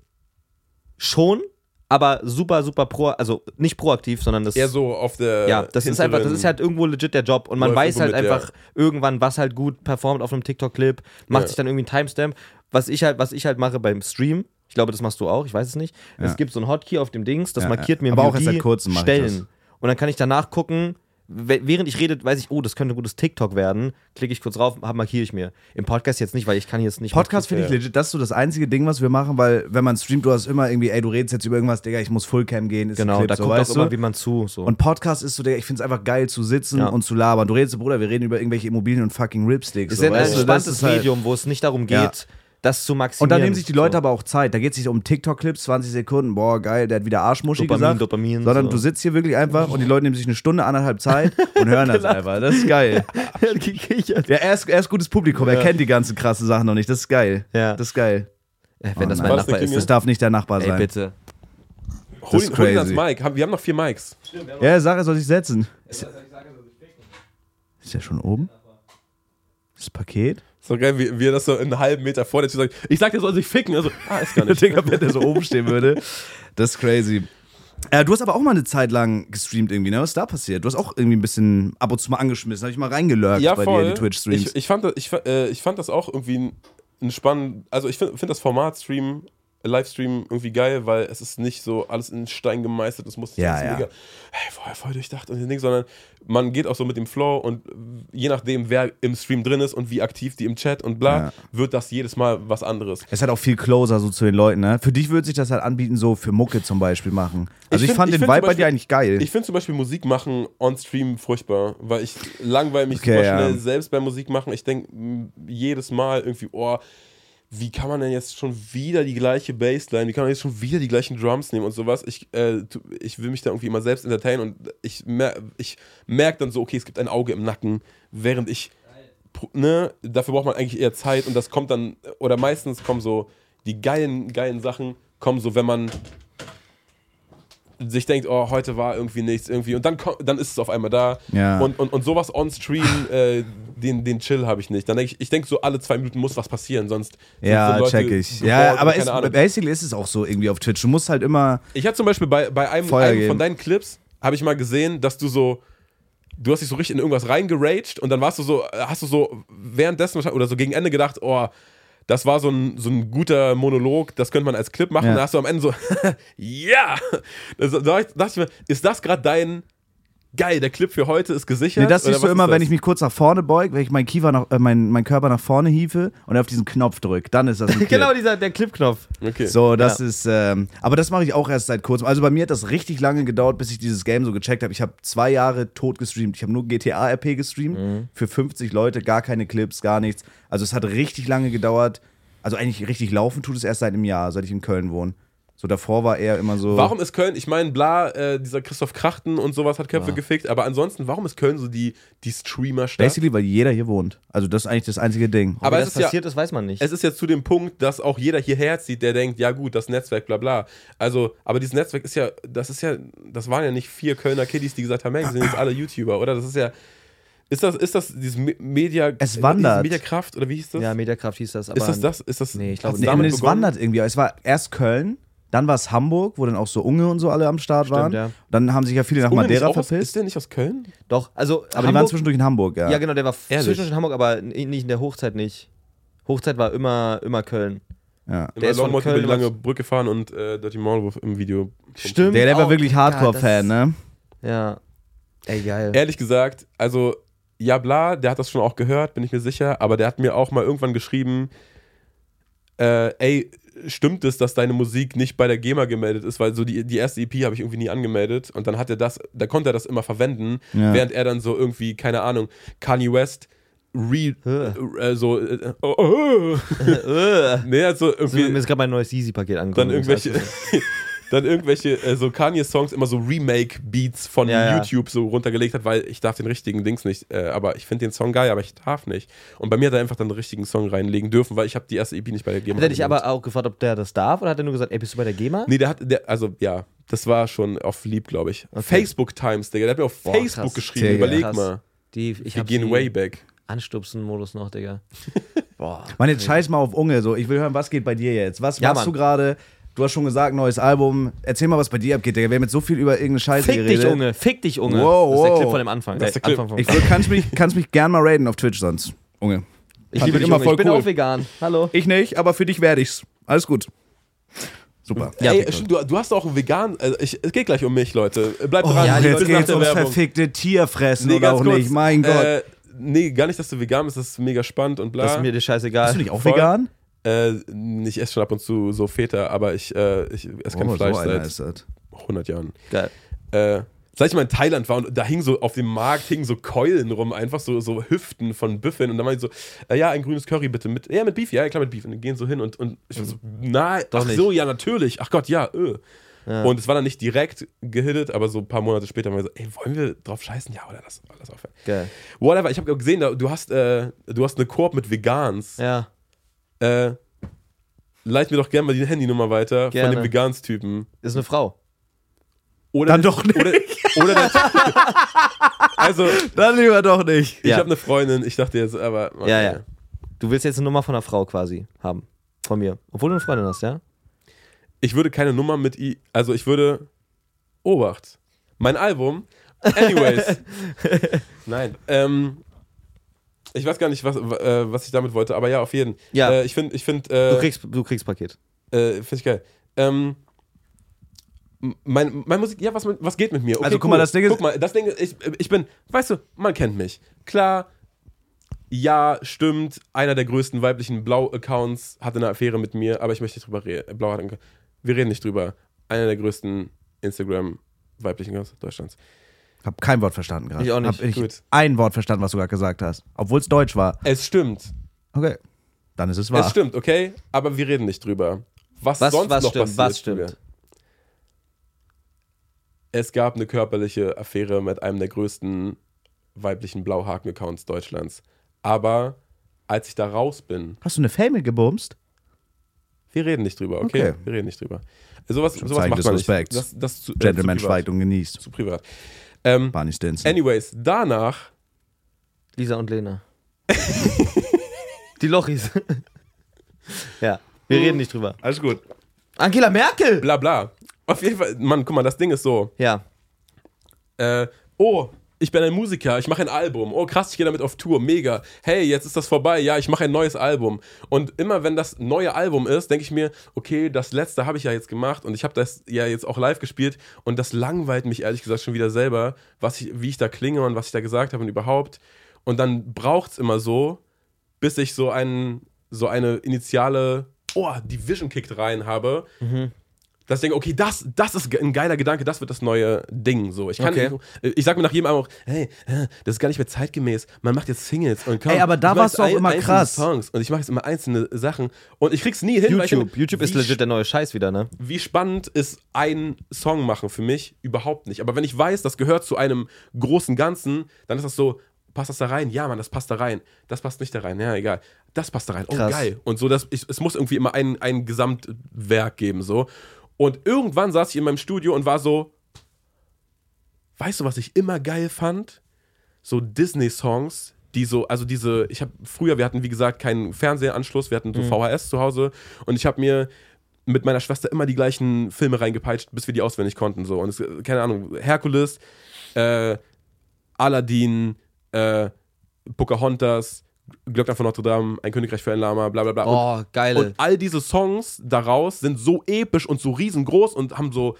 Speaker 2: schon, aber super, super pro, also nicht proaktiv, sondern das.
Speaker 3: eher so auf
Speaker 1: äh,
Speaker 3: der.
Speaker 2: ja, das ist einfach, das ist halt irgendwo legit der Job und man
Speaker 3: Läuft
Speaker 2: weiß halt
Speaker 3: irgendwo mit, ja.
Speaker 2: einfach irgendwann, was halt gut performt auf einem TikTok-Clip, macht
Speaker 3: Ja.
Speaker 2: sich dann irgendwie einen Timestamp. Was ich halt, was ich halt mache beim Stream, ich glaube, das machst du auch, ich weiß es nicht. Es gibt so ein Hotkey auf dem Dings, das
Speaker 1: Ja,
Speaker 2: markiert
Speaker 1: ja.
Speaker 2: mir
Speaker 1: Aber
Speaker 2: wie
Speaker 1: auch erst
Speaker 2: die
Speaker 1: seit kurzem mache ich
Speaker 2: Stellen. Und dann kann ich danach gucken, we- während ich rede, weiß ich, oh, das könnte ein gutes TikTok werden. Klicke ich kurz drauf, hab- markiere ich mir. Im Podcast jetzt nicht, weil ich kann jetzt
Speaker 1: [laughs]
Speaker 2: nicht.
Speaker 1: Podcast finde ich legit, das ist so das einzige Ding, was wir machen, weil wenn man streamt, du hast immer irgendwie, ey, du redest jetzt über irgendwas, Digga, ich muss Fullcam gehen, ist ein
Speaker 2: Genau,
Speaker 1: Clip,
Speaker 2: da
Speaker 1: so,
Speaker 2: guckt
Speaker 1: weißt
Speaker 2: auch
Speaker 1: du?
Speaker 2: immer jemand zu. So.
Speaker 1: Und Podcast ist so, Digga, ich finde es einfach geil zu sitzen
Speaker 2: Ja.
Speaker 1: und zu labern. Du redest, so, Bruder, wir reden über irgendwelche Immobilien und fucking Ripsticks.
Speaker 2: ist
Speaker 1: So,
Speaker 2: ja ein
Speaker 1: weißt du, das
Speaker 2: entspanntes
Speaker 1: ist halt.
Speaker 2: Medium, wo es nicht darum geht,
Speaker 1: Ja.
Speaker 2: das zu maximieren.
Speaker 1: Und dann nehmen sich die Leute halt
Speaker 2: so.
Speaker 1: aber auch Zeit. Da geht es nicht um TikTok-Clips, 20 Sekunden, boah, geil, der hat wieder Arschmuschi
Speaker 2: Dopamin,
Speaker 1: gesagt.
Speaker 2: Dopamin,
Speaker 1: sondern
Speaker 2: so. [laughs]
Speaker 1: du sitzt hier wirklich einfach und die Leute nehmen sich eine Stunde, anderthalb Zeit und hören das einfach. Das ist geil.
Speaker 2: Gekichert.
Speaker 1: Ja, er ist, er ist gutes Publikum, er
Speaker 2: Ja.
Speaker 1: kennt die ganzen krassen Sachen noch nicht. Das ist geil.
Speaker 2: Ja.
Speaker 1: Das ist geil.
Speaker 2: Äh, Wenn
Speaker 1: Oh
Speaker 2: das
Speaker 1: nein.
Speaker 2: mein Nachbar
Speaker 3: Was, eine
Speaker 2: ist.
Speaker 3: Klingel?
Speaker 1: Das darf nicht der Nachbar
Speaker 2: Ey,
Speaker 1: sein.
Speaker 2: bitte.
Speaker 3: Hol,
Speaker 1: Das ist
Speaker 3: hol ihn das
Speaker 1: crazy.
Speaker 3: Mic. Haben- Wir haben noch vier Mics.
Speaker 1: Ja, sag, er soll sich setzen. Ist er schon oben? Das Paket?
Speaker 3: So geil, wie, wie er das so einen halben Meter vor der Tür sagt. Ich sag, der soll sich ficken. Also, ah, ist [laughs] gar nicht.
Speaker 1: Digga, wenn der so oben stehen würde. Das ist crazy. Äh, du hast aber auch mal eine Zeit lang gestreamt irgendwie, ne? Was ist da passiert? Du hast auch irgendwie ein bisschen ab und zu mal angeschmissen. Habe ich mal reingelurkt bei dir, die Twitch-Streams.
Speaker 3: Ich, ich, fand, das- ich, fa- äh, ich fand das auch irgendwie ein, ein spannend. Also, ich finde find das Format Stream, Livestream irgendwie geil, weil es ist nicht so alles in Stein gemeißelt. Es muss
Speaker 1: Ja,
Speaker 3: alles
Speaker 1: ja.
Speaker 3: mega, hey, voll, voll durchdacht und Ding, sondern man geht auch so mit dem Flow und äh, je nachdem, wer im Stream drin ist und wie aktiv die im Chat und bla,
Speaker 1: Ja.
Speaker 3: wird das jedes Mal was anderes.
Speaker 1: Es hat auch viel closer so zu den Leuten, ne? Für dich würde sich das halt anbieten, so für Mucke zum Beispiel machen. Also ich,
Speaker 3: find-
Speaker 1: fand
Speaker 3: ich
Speaker 1: den
Speaker 3: find
Speaker 1: Vibe bei
Speaker 3: zum
Speaker 1: dir
Speaker 3: Beispiel-
Speaker 1: eigentlich geil.
Speaker 3: Ich finde zum Beispiel Musik machen on Stream furchtbar, weil ich langweile mich
Speaker 1: Okay,
Speaker 3: super
Speaker 1: ja.
Speaker 3: schnell selbst beim Musik machen. Ich denke jedes Mal irgendwie, oh, wie kann man denn jetzt schon wieder die gleiche Bassline, wie kann man jetzt schon wieder die gleichen Drums nehmen und sowas. Ich, äh, tu- ich will mich da irgendwie immer selbst entertainen und ich, mer ich merke dann so, okay, es gibt ein Auge im Nacken, während ich, pro- ne, dafür braucht man eigentlich eher Zeit und das kommt dann, oder meistens kommen so die geilen, geilen Sachen, kommen so, wenn man sich denkt, oh, heute war irgendwie nichts, irgendwie, und dann, ko- dann ist es auf einmal da.
Speaker 1: Ja.
Speaker 3: Und, und, und sowas on stream, äh, den, den Chill habe ich nicht. Dann denk ich, ich denke, so alle zwei Minuten muss was passieren, sonst.
Speaker 1: ja,
Speaker 3: sind so Leute
Speaker 1: check ich.
Speaker 3: gebohrt
Speaker 1: Ja,
Speaker 3: und
Speaker 1: aber
Speaker 3: keine
Speaker 1: ist,
Speaker 3: Ahnung.
Speaker 1: basically ist es auch so irgendwie auf Twitch. Du musst halt immer.
Speaker 3: Ich habe zum Beispiel bei, bei einem,
Speaker 1: Feuer
Speaker 3: einem
Speaker 1: geben.
Speaker 3: von deinen Clips, habe ich mal gesehen, dass du so. Du hast dich so richtig in irgendwas reingeraged und dann warst du so, äh, hast du so währenddessen wahrscheinlich- oder so gegen Ende gedacht, oh, das war so ein, so ein guter Monolog, das könnte man als Clip machen.
Speaker 1: Ja.
Speaker 3: Da hast du am Ende so, [laughs] ja! Das, da dachte ich- dachte ich mir, ist das gerade dein geil, der Clip für heute ist gesichert?
Speaker 1: Nee, das
Speaker 3: Oder
Speaker 1: siehst du
Speaker 3: was
Speaker 1: immer,
Speaker 3: ist
Speaker 1: wenn ich mich kurz nach vorne beug, wenn ich meinen Kiefer nach, äh, mein, mein Körper nach vorne hiefe und auf diesen Knopf drück, dann ist das
Speaker 3: [laughs]
Speaker 1: ein Clip.
Speaker 2: Genau, dieser, der Clipknopf.
Speaker 3: Okay.
Speaker 1: So, das ist, ähm, aber das mache ich auch erst seit kurzem. Also bei mir hat das richtig lange gedauert, bis ich dieses Game so gecheckt habe. Ich habe zwei Jahre tot gestreamt. Ich habe nur GTA-RP gestreamt
Speaker 3: Mhm.
Speaker 1: für 50 Leute, gar keine Clips, gar nichts. Also es hat richtig lange gedauert. Also eigentlich richtig laufen tut es erst seit einem Jahr, seit ich in Köln wohne. So davor war eher immer so.
Speaker 3: Warum ist Köln, ich meine, bla, äh, dieser Christoph Krachten und sowas hat Köpfe gefickt, aber ansonsten, warum ist Köln so die, die Streamer-Stadt?
Speaker 1: Basically, weil jeder hier wohnt. Also das ist eigentlich das einzige Ding.
Speaker 3: Aber
Speaker 2: Wie
Speaker 3: es
Speaker 2: das
Speaker 3: ist ja-
Speaker 2: passiert ist, weiß man nicht.
Speaker 3: es ist jetzt zu dem Punkt, dass auch jeder hierher zieht, der denkt, ja gut, das Netzwerk, bla bla. Also, aber dieses Netzwerk ist ja, das ist ja, das waren ja nicht vier Kölner Kiddies, die gesagt haben, hey, wir sind jetzt alle YouTuber, oder? Das ist ja, ist das, ist das dieses Me- Media,
Speaker 1: Es wandert.
Speaker 3: diese Mediakraft, oder wie hieß das?
Speaker 2: ja, Mediakraft hieß das. Aber
Speaker 3: ist das das? Ist das,
Speaker 2: Nee, ich
Speaker 3: hat's
Speaker 2: glaube
Speaker 1: Nee,
Speaker 2: nicht.
Speaker 1: aber
Speaker 3: damit
Speaker 1: es
Speaker 3: begonnen?
Speaker 1: wandert irgendwie. Es war erst Köln, Dann war es Hamburg, wo dann auch so Unge und so alle am Start
Speaker 2: Stimmt,
Speaker 1: waren.
Speaker 2: ja.
Speaker 1: Dann haben sich ja viele nach
Speaker 3: Unge nicht
Speaker 1: Madeira
Speaker 3: auch aus, ist
Speaker 1: verpisst.
Speaker 3: der nicht aus Köln?
Speaker 2: Doch, also
Speaker 1: Aber die waren zwischendurch in Hamburg, ja.
Speaker 2: Ja, genau, der war
Speaker 3: Ehrlich?
Speaker 2: zwischendurch in Hamburg, aber n- nicht in der Hochzeit nicht. Hochzeit war immer, immer Köln.
Speaker 1: ja.
Speaker 2: ist
Speaker 3: Der ist
Speaker 2: von
Speaker 3: Longmont über
Speaker 2: Köln,
Speaker 3: die lange
Speaker 2: was-
Speaker 3: Brücke fahren und äh, Dirty Maulwurf im Video.
Speaker 2: Stimmt.
Speaker 1: Der, der war
Speaker 2: Oh,
Speaker 1: wirklich
Speaker 2: ja,
Speaker 1: Hardcore-Fan, ne?
Speaker 2: Ja. Ey, geil.
Speaker 3: Ehrlich gesagt, also ja bla, der hat das schon auch gehört, bin ich mir sicher, aber der hat mir auch mal irgendwann geschrieben, äh, ey, stimmt es, dass deine Musik nicht bei der GEMA gemeldet ist, weil so die, die erste EP habe ich irgendwie nie angemeldet und dann hat er das, da konnte er das immer verwenden,
Speaker 1: Ja.
Speaker 3: während er dann so irgendwie, keine Ahnung, Kanye West re,
Speaker 2: [laughs]
Speaker 3: [laughs] äh, so, äh, oh, oh, [laughs]
Speaker 2: Äh,
Speaker 3: nee, er hat so
Speaker 2: so, mir
Speaker 3: irgendwie
Speaker 2: ist gerade mein neues Yeezy-Paket angekommen.
Speaker 3: dann irgendwelche, [laughs] dann irgendwelche äh, so Kanye-Songs immer so Remake-Beats von
Speaker 2: Ja, ja.
Speaker 3: YouTube so runtergelegt hat, weil ich darf den richtigen Dings nicht, äh, aber ich finde den Song geil, aber ich darf nicht. Und bei mir hat er einfach dann den richtigen Song reinlegen dürfen, weil ich habe die erste EP nicht bei der GEMA.
Speaker 2: Hat er dich
Speaker 3: angemeldet.
Speaker 2: aber auch gefragt, ob der das darf oder hat er nur gesagt, ey, bist du bei der GEMA?
Speaker 3: Nee, der hat, der, also ja, das war schon auf lieb, glaube ich. Facebook Times, Digga, der hat mir auf
Speaker 2: Boah,
Speaker 3: Facebook
Speaker 2: krass.
Speaker 3: geschrieben,
Speaker 1: Digga.
Speaker 3: überleg
Speaker 2: Krass.
Speaker 3: mal.
Speaker 2: Die, ich
Speaker 3: Wir
Speaker 2: hab
Speaker 3: gehen
Speaker 2: die
Speaker 3: way back.
Speaker 2: Anstupsen-Modus noch, Digga. Boah.
Speaker 1: Mann, jetzt scheiß mal auf Unge. So, ich will hören, was geht bei dir jetzt? Was
Speaker 2: Ja,
Speaker 1: machst
Speaker 2: Mann.
Speaker 1: du gerade? Du hast schon gesagt, neues Album. Erzähl mal, was bei dir abgeht, Digga. Wir haben jetzt so viel über irgendeine Scheiße
Speaker 2: Fick
Speaker 1: geredet.
Speaker 2: dich, Unge. Fick dich, Unge.
Speaker 1: Wow,
Speaker 2: Das ist der
Speaker 1: wow.
Speaker 2: Clip von dem Anfang.
Speaker 3: Das ist der
Speaker 2: Ey,
Speaker 3: Clip.
Speaker 2: Anfang vom
Speaker 1: Ich will, kannst mich, kannst mich gern mal raiden auf Twitch sonst, Unge.
Speaker 2: Ich
Speaker 1: Fand
Speaker 2: liebe
Speaker 1: ich
Speaker 2: dich,
Speaker 1: immer
Speaker 2: Junge.
Speaker 1: voll
Speaker 2: Ich bin
Speaker 1: cool.
Speaker 2: auch vegan. Hallo.
Speaker 1: Ich nicht, aber für dich werde ich's. Alles gut. Super.
Speaker 2: Ja,
Speaker 3: Ey,
Speaker 2: Pickle.
Speaker 3: stimmt, du, du hast auch einen vegan, also ich, es geht gleich um mich, Leute. Bleibt dran,
Speaker 2: Oh, ja, die
Speaker 1: Oh, jetzt
Speaker 3: bis nach
Speaker 1: geht's
Speaker 3: der
Speaker 1: ums
Speaker 3: Werbung.
Speaker 1: verfickte Tierfressen
Speaker 3: Nee,
Speaker 1: oder
Speaker 3: ganz
Speaker 1: auch
Speaker 3: kurz.
Speaker 1: nicht. Mein Gott.
Speaker 3: Äh, nee, gar nicht, dass du vegan bist, das ist mega spannend und bla.
Speaker 2: Das ist mir dir scheißegal.
Speaker 1: Bist du nicht auch
Speaker 3: voll.
Speaker 1: vegan?
Speaker 3: Äh, ich esse schon ab und zu so Feta, aber ich, äh, ich esse kein
Speaker 1: Oh,
Speaker 3: Fleisch
Speaker 1: so einer
Speaker 3: seit
Speaker 1: ist das.
Speaker 3: 100 Jahren.
Speaker 2: Geil.
Speaker 3: Äh, seit ich mal in Thailand war und da hingen so auf dem Markt hingen so Keulen rum, einfach so, so Hüften von Büffeln und dann meinte ich so, äh, ja, ein grünes Curry bitte mit, ja, mit Beef, ja, klar mit Beef. Und dann gehen so hin und, und ich war so, na, ach
Speaker 2: nicht.
Speaker 3: so, ja, natürlich, ach Gott, ja, öh. Und es war dann nicht direkt gehittet, aber so ein paar Monate später waren wir so, ey, wollen wir drauf scheißen? Ja, oder lass, lass aufhören.
Speaker 2: Geil.
Speaker 3: Whatever, ich habe gesehen, da- du hast, äh, du hast eine Koop mit Vegans.
Speaker 2: Ja.
Speaker 3: Äh, leit mir doch gerne mal die Handynummer weiter
Speaker 2: Gerne.
Speaker 3: von dem Veganstypen.
Speaker 2: Ist eine Frau.
Speaker 3: Oder
Speaker 1: Dann doch nicht.
Speaker 3: Oder, oder der, also, ich
Speaker 1: Dann lieber doch nicht.
Speaker 2: Ja.
Speaker 3: habe eine Freundin, ich dachte jetzt, aber. okay.
Speaker 2: Ja, ja. Du willst jetzt eine Nummer von einer Frau quasi haben. Von mir. Obwohl du eine Freundin hast, ja?
Speaker 3: Ich würde keine Nummer mit I. Also, ich würde. Obacht. Mein Album.
Speaker 2: [laughs]
Speaker 3: Anyways. Nein. Ähm. Ich weiß gar nicht, was, w- äh, was ich damit wollte, aber ja, auf jeden.
Speaker 2: Ja.
Speaker 3: Äh, ich finde, ich finde.
Speaker 2: Du
Speaker 3: Äh,
Speaker 2: kriegst, du kriegst Paket.
Speaker 3: äh, finde ich geil. Ähm, m- mein, mein Musik, ja, was, mit- was geht mit mir? Okay,
Speaker 1: Also, guck mal, das Ding ist-
Speaker 3: Guck mal, das Ding ist, ich, ich bin, weißt du, man kennt mich. Klar, ja, stimmt, einer der größten weiblichen Blau-Accounts hatte eine Affäre mit mir, aber ich möchte nicht drüber reden. Blau hat einen- wir reden nicht drüber. Einer der größten Instagram- weiblichen Accounts Deutschlands.
Speaker 1: Hab kein Wort verstanden gerade.
Speaker 2: Ich auch nicht.
Speaker 1: Hab ich
Speaker 3: Gut.
Speaker 1: ein Wort verstanden, was du gerade gesagt hast. Obwohl es Deutsch war.
Speaker 3: Es stimmt,
Speaker 1: Okay. Dann ist es wahr.
Speaker 3: es stimmt, okay, aber wir reden nicht drüber. Was,
Speaker 2: Was,
Speaker 3: sonst
Speaker 2: was
Speaker 3: noch
Speaker 2: stimmt?
Speaker 3: passiert?
Speaker 2: Was stimmt?
Speaker 3: es gab eine körperliche Affäre mit einem der größten weiblichen Blauhaken-Accounts Deutschlands. Aber als ich da raus bin,
Speaker 1: Hast du eine Family gebumst?
Speaker 3: wir reden nicht drüber, okay?
Speaker 1: Okay.
Speaker 3: Wir reden nicht drüber. Sowas, sowas
Speaker 1: Zeichen
Speaker 3: macht
Speaker 1: des
Speaker 3: man nicht.
Speaker 1: Respekts.
Speaker 3: Das, das zu, äh,
Speaker 1: Gentleman
Speaker 3: zu privat.
Speaker 1: schweigt und genießt.
Speaker 3: Zu privat. Ähm,
Speaker 1: Barney Stinson.
Speaker 3: anyways, danach,
Speaker 2: Lisa und Lena. Die Lochis. [laughs] ja. Wir reden nicht drüber.
Speaker 3: alles gut,
Speaker 2: Angela Merkel!
Speaker 3: bla bla. Auf jeden Fall, Mann, guck mal, das Ding ist so.
Speaker 2: Ja.
Speaker 3: äh, oh, ich bin ein Musiker, ich mache ein Album. Oh, krass, ich gehe damit auf Tour, mega. Hey, jetzt ist das vorbei, ja, ich mache ein neues Album. Und immer wenn das neue Album ist, denke ich mir, okay, das letzte habe ich ja jetzt gemacht und ich habe das ja jetzt auch live gespielt und das langweilt mich ehrlich gesagt schon wieder selber, was ich, wie ich da klinge und was ich da gesagt habe und überhaupt. Und dann braucht es immer so, bis ich so, einen, so eine initiale, oh, die Vision kickt rein habe. Dass ich denke, okay, das, das ist ge- ein geiler Gedanke, das wird das neue Ding. So, ich kann,
Speaker 2: Okay.
Speaker 3: ich, ich sag mir nach jedem Album auch, hey, äh, das ist gar nicht mehr zeitgemäß. Man macht jetzt Singles und komm,
Speaker 1: Ey, aber da
Speaker 3: ich mach
Speaker 1: warst
Speaker 3: jetzt
Speaker 1: du auch
Speaker 3: ein-
Speaker 1: immer
Speaker 3: einzelne
Speaker 1: krass.
Speaker 3: Songs und ich mache jetzt immer einzelne Sachen und ich krieg's nie hin. weil ich
Speaker 2: YouTube.
Speaker 3: denke,
Speaker 2: YouTube ist
Speaker 3: wie
Speaker 2: legit der neue Scheiß wieder, ne?
Speaker 3: wie spannend ist ein Song machen für mich? Überhaupt nicht. Aber wenn ich weiß, das gehört zu einem großen Ganzen, dann ist das so, passt das da rein? Ja, Mann, das passt da rein. Das passt nicht da rein. Ja, egal. Das passt da rein. Oh,
Speaker 2: Krass.
Speaker 3: geil. Und so, dass ich, es muss irgendwie immer ein, ein Gesamtwerk geben, so. Und irgendwann saß ich in meinem Studio und war so, weißt du, was ich immer geil fand? So Disney-Songs, die so, also diese, ich habe früher, wir hatten wie gesagt keinen Fernsehanschluss, wir hatten so VHS zu Hause und ich habe mir mit meiner Schwester immer die gleichen Filme reingepeitscht, bis wir die auswendig konnten. So. Und es, keine Ahnung, Herkules, äh, Aladdin, äh, Pocahontas, Glöckner von Notre Dame, Ein Königreich für ein Lama, bla bla bla. Und
Speaker 2: Oh, geile.
Speaker 3: und all diese Songs daraus sind so episch und so riesengroß und haben so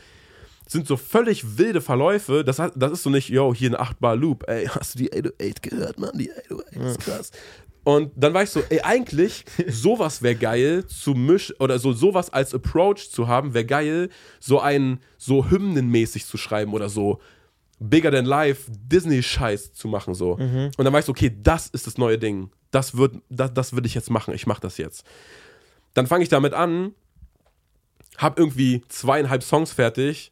Speaker 3: sind so völlig wilde Verläufe. Das, hat- das ist so nicht, yo, hier ein 8-Bar-Loop. Ey, hast du die 808 gehört, Mann? Die 808 ist krass. Und dann war ich so, ey, eigentlich, sowas wäre geil zu misch oder so sowas als Approach zu haben, wäre geil, so einen, so hymnenmäßig zu schreiben oder so Bigger Than Life Disney-Scheiß zu machen. so. Und dann war ich so, okay, das ist das neue Ding. Das wird, das, das würde ich jetzt machen. Ich mache das jetzt dann fange ich damit an, hab irgendwie zweieinhalb Songs fertig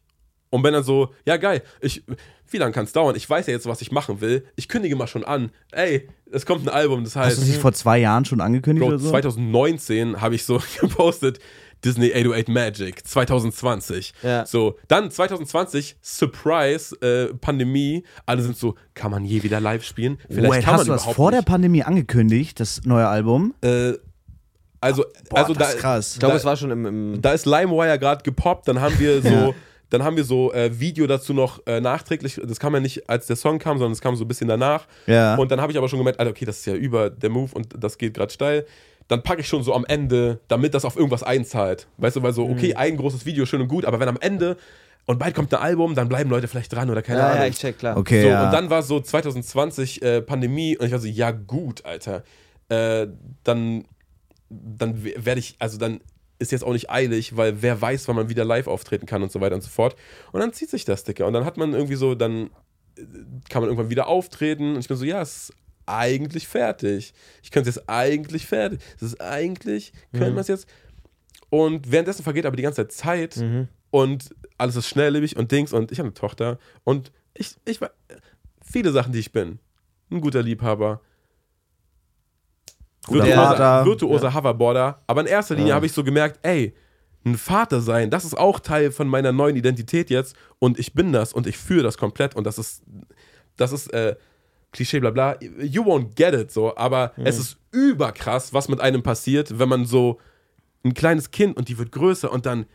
Speaker 3: und bin dann so, ja geil, ich, wie lange kann es dauern? Ich weiß ja jetzt, was ich machen will. Ich kündige mal schon an, ey, es kommt ein Album, das
Speaker 1: Hast du es
Speaker 3: heißt,
Speaker 1: nicht vor zwei Jahren schon angekündigt
Speaker 3: äh, Bro,
Speaker 1: oder so?
Speaker 3: 2019 habe ich so [laughs] gepostet, Disney 808 Magic, 2020.
Speaker 2: Ja.
Speaker 3: So, dann 2020, Surprise, äh, Pandemie, alle sind so, kann man je wieder live spielen? Vielleicht
Speaker 1: Wait,
Speaker 3: kann
Speaker 1: hast du
Speaker 3: man
Speaker 1: das
Speaker 3: überhaupt
Speaker 1: vor der
Speaker 3: nicht.
Speaker 1: Pandemie angekündigt, das neue Album?
Speaker 3: äh, also,
Speaker 1: Boah,
Speaker 3: also
Speaker 1: das
Speaker 3: da,
Speaker 1: ist krass.
Speaker 2: Ich glaube,
Speaker 3: da-
Speaker 2: es war schon im, im
Speaker 3: da ist LimeWire gerade gepoppt, dann
Speaker 2: [laughs]
Speaker 3: haben wir so,
Speaker 1: Ja.
Speaker 3: dann haben wir so äh, Video dazu noch äh, nachträglich. Das kam ja nicht, als der Song kam, sondern es kam so ein bisschen danach.
Speaker 1: Ja.
Speaker 3: Und dann habe ich aber schon gemerkt, Alter, okay, das ist ja über der Move und das geht gerade steil. Dann packe ich schon so am Ende, damit das auf irgendwas einzahlt. Weißt du, weil so,
Speaker 2: Mhm.
Speaker 3: okay, ein großes Video, schön und gut, aber wenn am Ende und bald kommt ein Album, dann bleiben Leute vielleicht dran oder keine
Speaker 2: ja,
Speaker 3: Ahnung.
Speaker 2: ja, ich check, klar.
Speaker 1: Okay.
Speaker 3: So,
Speaker 1: ja.
Speaker 3: und dann war so 2020 äh, Pandemie und ich war so, ja gut, Alter. Äh, dann dann we- werde ich, also dann ist jetzt auch nicht eilig, weil wer weiß, wann man wieder live auftreten kann und so weiter und so fort. Und dann zieht sich das, Dicker. Und dann hat man irgendwie so, dann äh, kann man irgendwann wieder auftreten und ich bin so, ja, es ist eigentlich fertig. Ich könnte es jetzt eigentlich fertig. Es ist eigentlich,
Speaker 1: Mhm.
Speaker 3: können wir es jetzt. Und währenddessen vergeht aber die ganze Zeit Zeit
Speaker 1: Mhm.
Speaker 3: und alles ist schnelllebig und Dings und ich habe eine Tochter und ich, ich war viele Sachen, die ich bin. Ein guter Liebhaber.
Speaker 1: Guter
Speaker 3: virtuoser,
Speaker 1: Vater.
Speaker 3: virtuoser Hoverboarder. Aber in erster Linie habe ich so gemerkt, ey, ein Vater sein, das ist auch Teil von meiner neuen Identität jetzt und ich bin das und ich führe das komplett und das ist, das ist, äh, Klischee, bla bla, you won't get it, so, aber
Speaker 1: Mhm.
Speaker 3: es ist überkrass, was mit einem passiert, wenn man so ein kleines Kind und die wird größer und dann,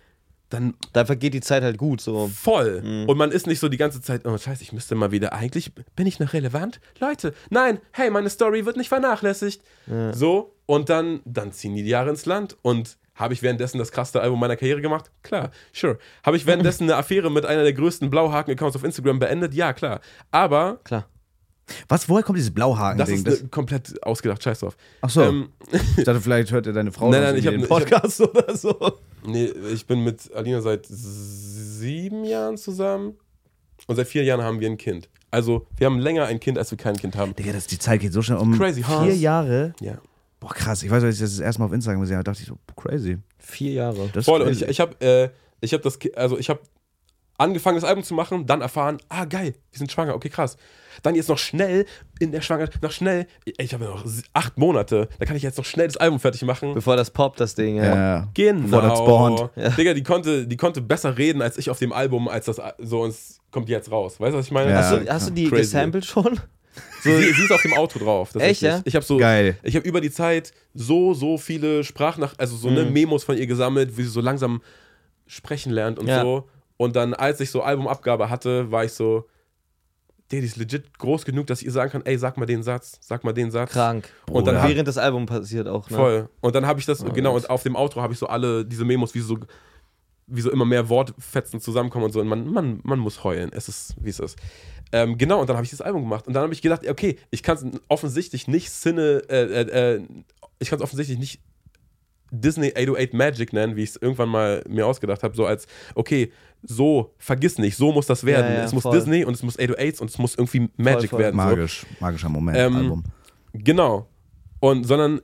Speaker 3: dann
Speaker 2: Da vergeht die Zeit halt gut. So.
Speaker 3: voll.
Speaker 1: Mhm.
Speaker 3: Und man ist nicht so die ganze Zeit, oh scheiße, ich müsste mal wieder, eigentlich bin ich noch relevant? Leute, nein, hey, meine Story wird nicht vernachlässigt. So, und dann, dann ziehen die die Jahre ins Land und habe ich währenddessen das krasseste Album meiner Karriere gemacht? Klar, sure. Habe ich währenddessen eine Affäre mit einer der größten Blauhaken-Accounts auf Instagram beendet? Ja, klar. Aber
Speaker 2: Klar.
Speaker 1: Was, woher kommt dieses
Speaker 3: das
Speaker 1: Blauhagen-Ding?
Speaker 3: ist
Speaker 1: Das-
Speaker 3: ne, komplett ausgedacht, scheiß drauf.
Speaker 1: Ach so.
Speaker 3: Ähm,
Speaker 1: Ich dachte, vielleicht hört ja deine Frau
Speaker 3: Nein,
Speaker 1: das
Speaker 3: nein, ich
Speaker 1: irgendwie
Speaker 3: hab
Speaker 1: den
Speaker 3: ne- ich
Speaker 2: [laughs]
Speaker 3: hab-
Speaker 1: Podcast oder so.
Speaker 3: Nee, ich bin mit Alina seit sieben Jahren zusammen und seit vier Jahren haben wir ein Kind. Also, wir haben länger ein Kind, als wir kein Kind haben.
Speaker 1: Digga, das, die Zeit geht so schnell um.
Speaker 3: Crazy, huh?
Speaker 1: Vier Jahre.
Speaker 3: Ja.
Speaker 1: Boah, krass. Ich weiß, als ich das das erste Mal auf Instagram gesehen habe, dachte ich so, crazy.
Speaker 2: Vier Jahre.
Speaker 1: Das ist
Speaker 3: Voll, und ich,
Speaker 1: crazy.
Speaker 3: ich habe äh, ich hab das, Ki- also ich habe angefangen, das Album zu machen, dann erfahren, ah geil, wir sind schwanger, okay krass. Dann jetzt noch schnell in der Schwangerschaft, noch schnell, ich habe noch s- acht Monate, da kann ich jetzt noch schnell das Album fertig machen.
Speaker 2: Bevor das poppt, das Ding. Ja.
Speaker 1: ja.
Speaker 3: Genau.
Speaker 1: Bevor das spawnt.
Speaker 3: Digga, die konnte, die konnte besser reden als ich auf dem Album, als das a- so uns kommt jetzt raus. Weißt du, was ich meine?
Speaker 1: Ja.
Speaker 2: Hast, du, hast du die
Speaker 3: Crazy.
Speaker 2: gesampelt schon?
Speaker 3: So, sie, sie ist auf dem Auto drauf. tatsächlich.
Speaker 2: Echt, ja?
Speaker 3: Ich habe so,
Speaker 1: Geil.
Speaker 3: ich habe über die Zeit so, so viele Sprachnach, also so ne Memos von ihr gesammelt, wie sie so langsam sprechen lernt und
Speaker 2: Ja.
Speaker 3: so. Und dann, als ich so Albumabgabe hatte, war ich so, der die ist legit groß genug, dass ich ihr sagen kann, ey, sag mal den Satz, sag mal den Satz.
Speaker 2: Krank.
Speaker 3: Und
Speaker 1: Bruder.
Speaker 3: dann während
Speaker 2: Während das Album passiert auch. Ne?
Speaker 3: voll. Und dann habe ich das, genau, und auf dem Outro habe ich so alle diese Memos, wie sie so, wie so immer mehr Wortfetzen zusammenkommen und so. Und man, man, man muss heulen. Es ist, wie es ist. Ähm, genau, und dann habe ich das Album gemacht. Und dann habe ich gedacht, okay, ich kann es offensichtlich nicht Sinne, äh, äh, äh, ich kann es offensichtlich nicht Disney 808 Magic nennen, wie ich es irgendwann mal mir ausgedacht habe, so als, okay, so, vergiss nicht, so muss das werden.
Speaker 2: ja,
Speaker 3: es muss
Speaker 2: voll.
Speaker 3: Disney und es muss 808s und es muss irgendwie Magic
Speaker 2: voll.
Speaker 3: werden. So.
Speaker 1: Magisch. Magischer Moment.
Speaker 3: Also, Ähm,
Speaker 1: Album.
Speaker 3: Genau. Und sondern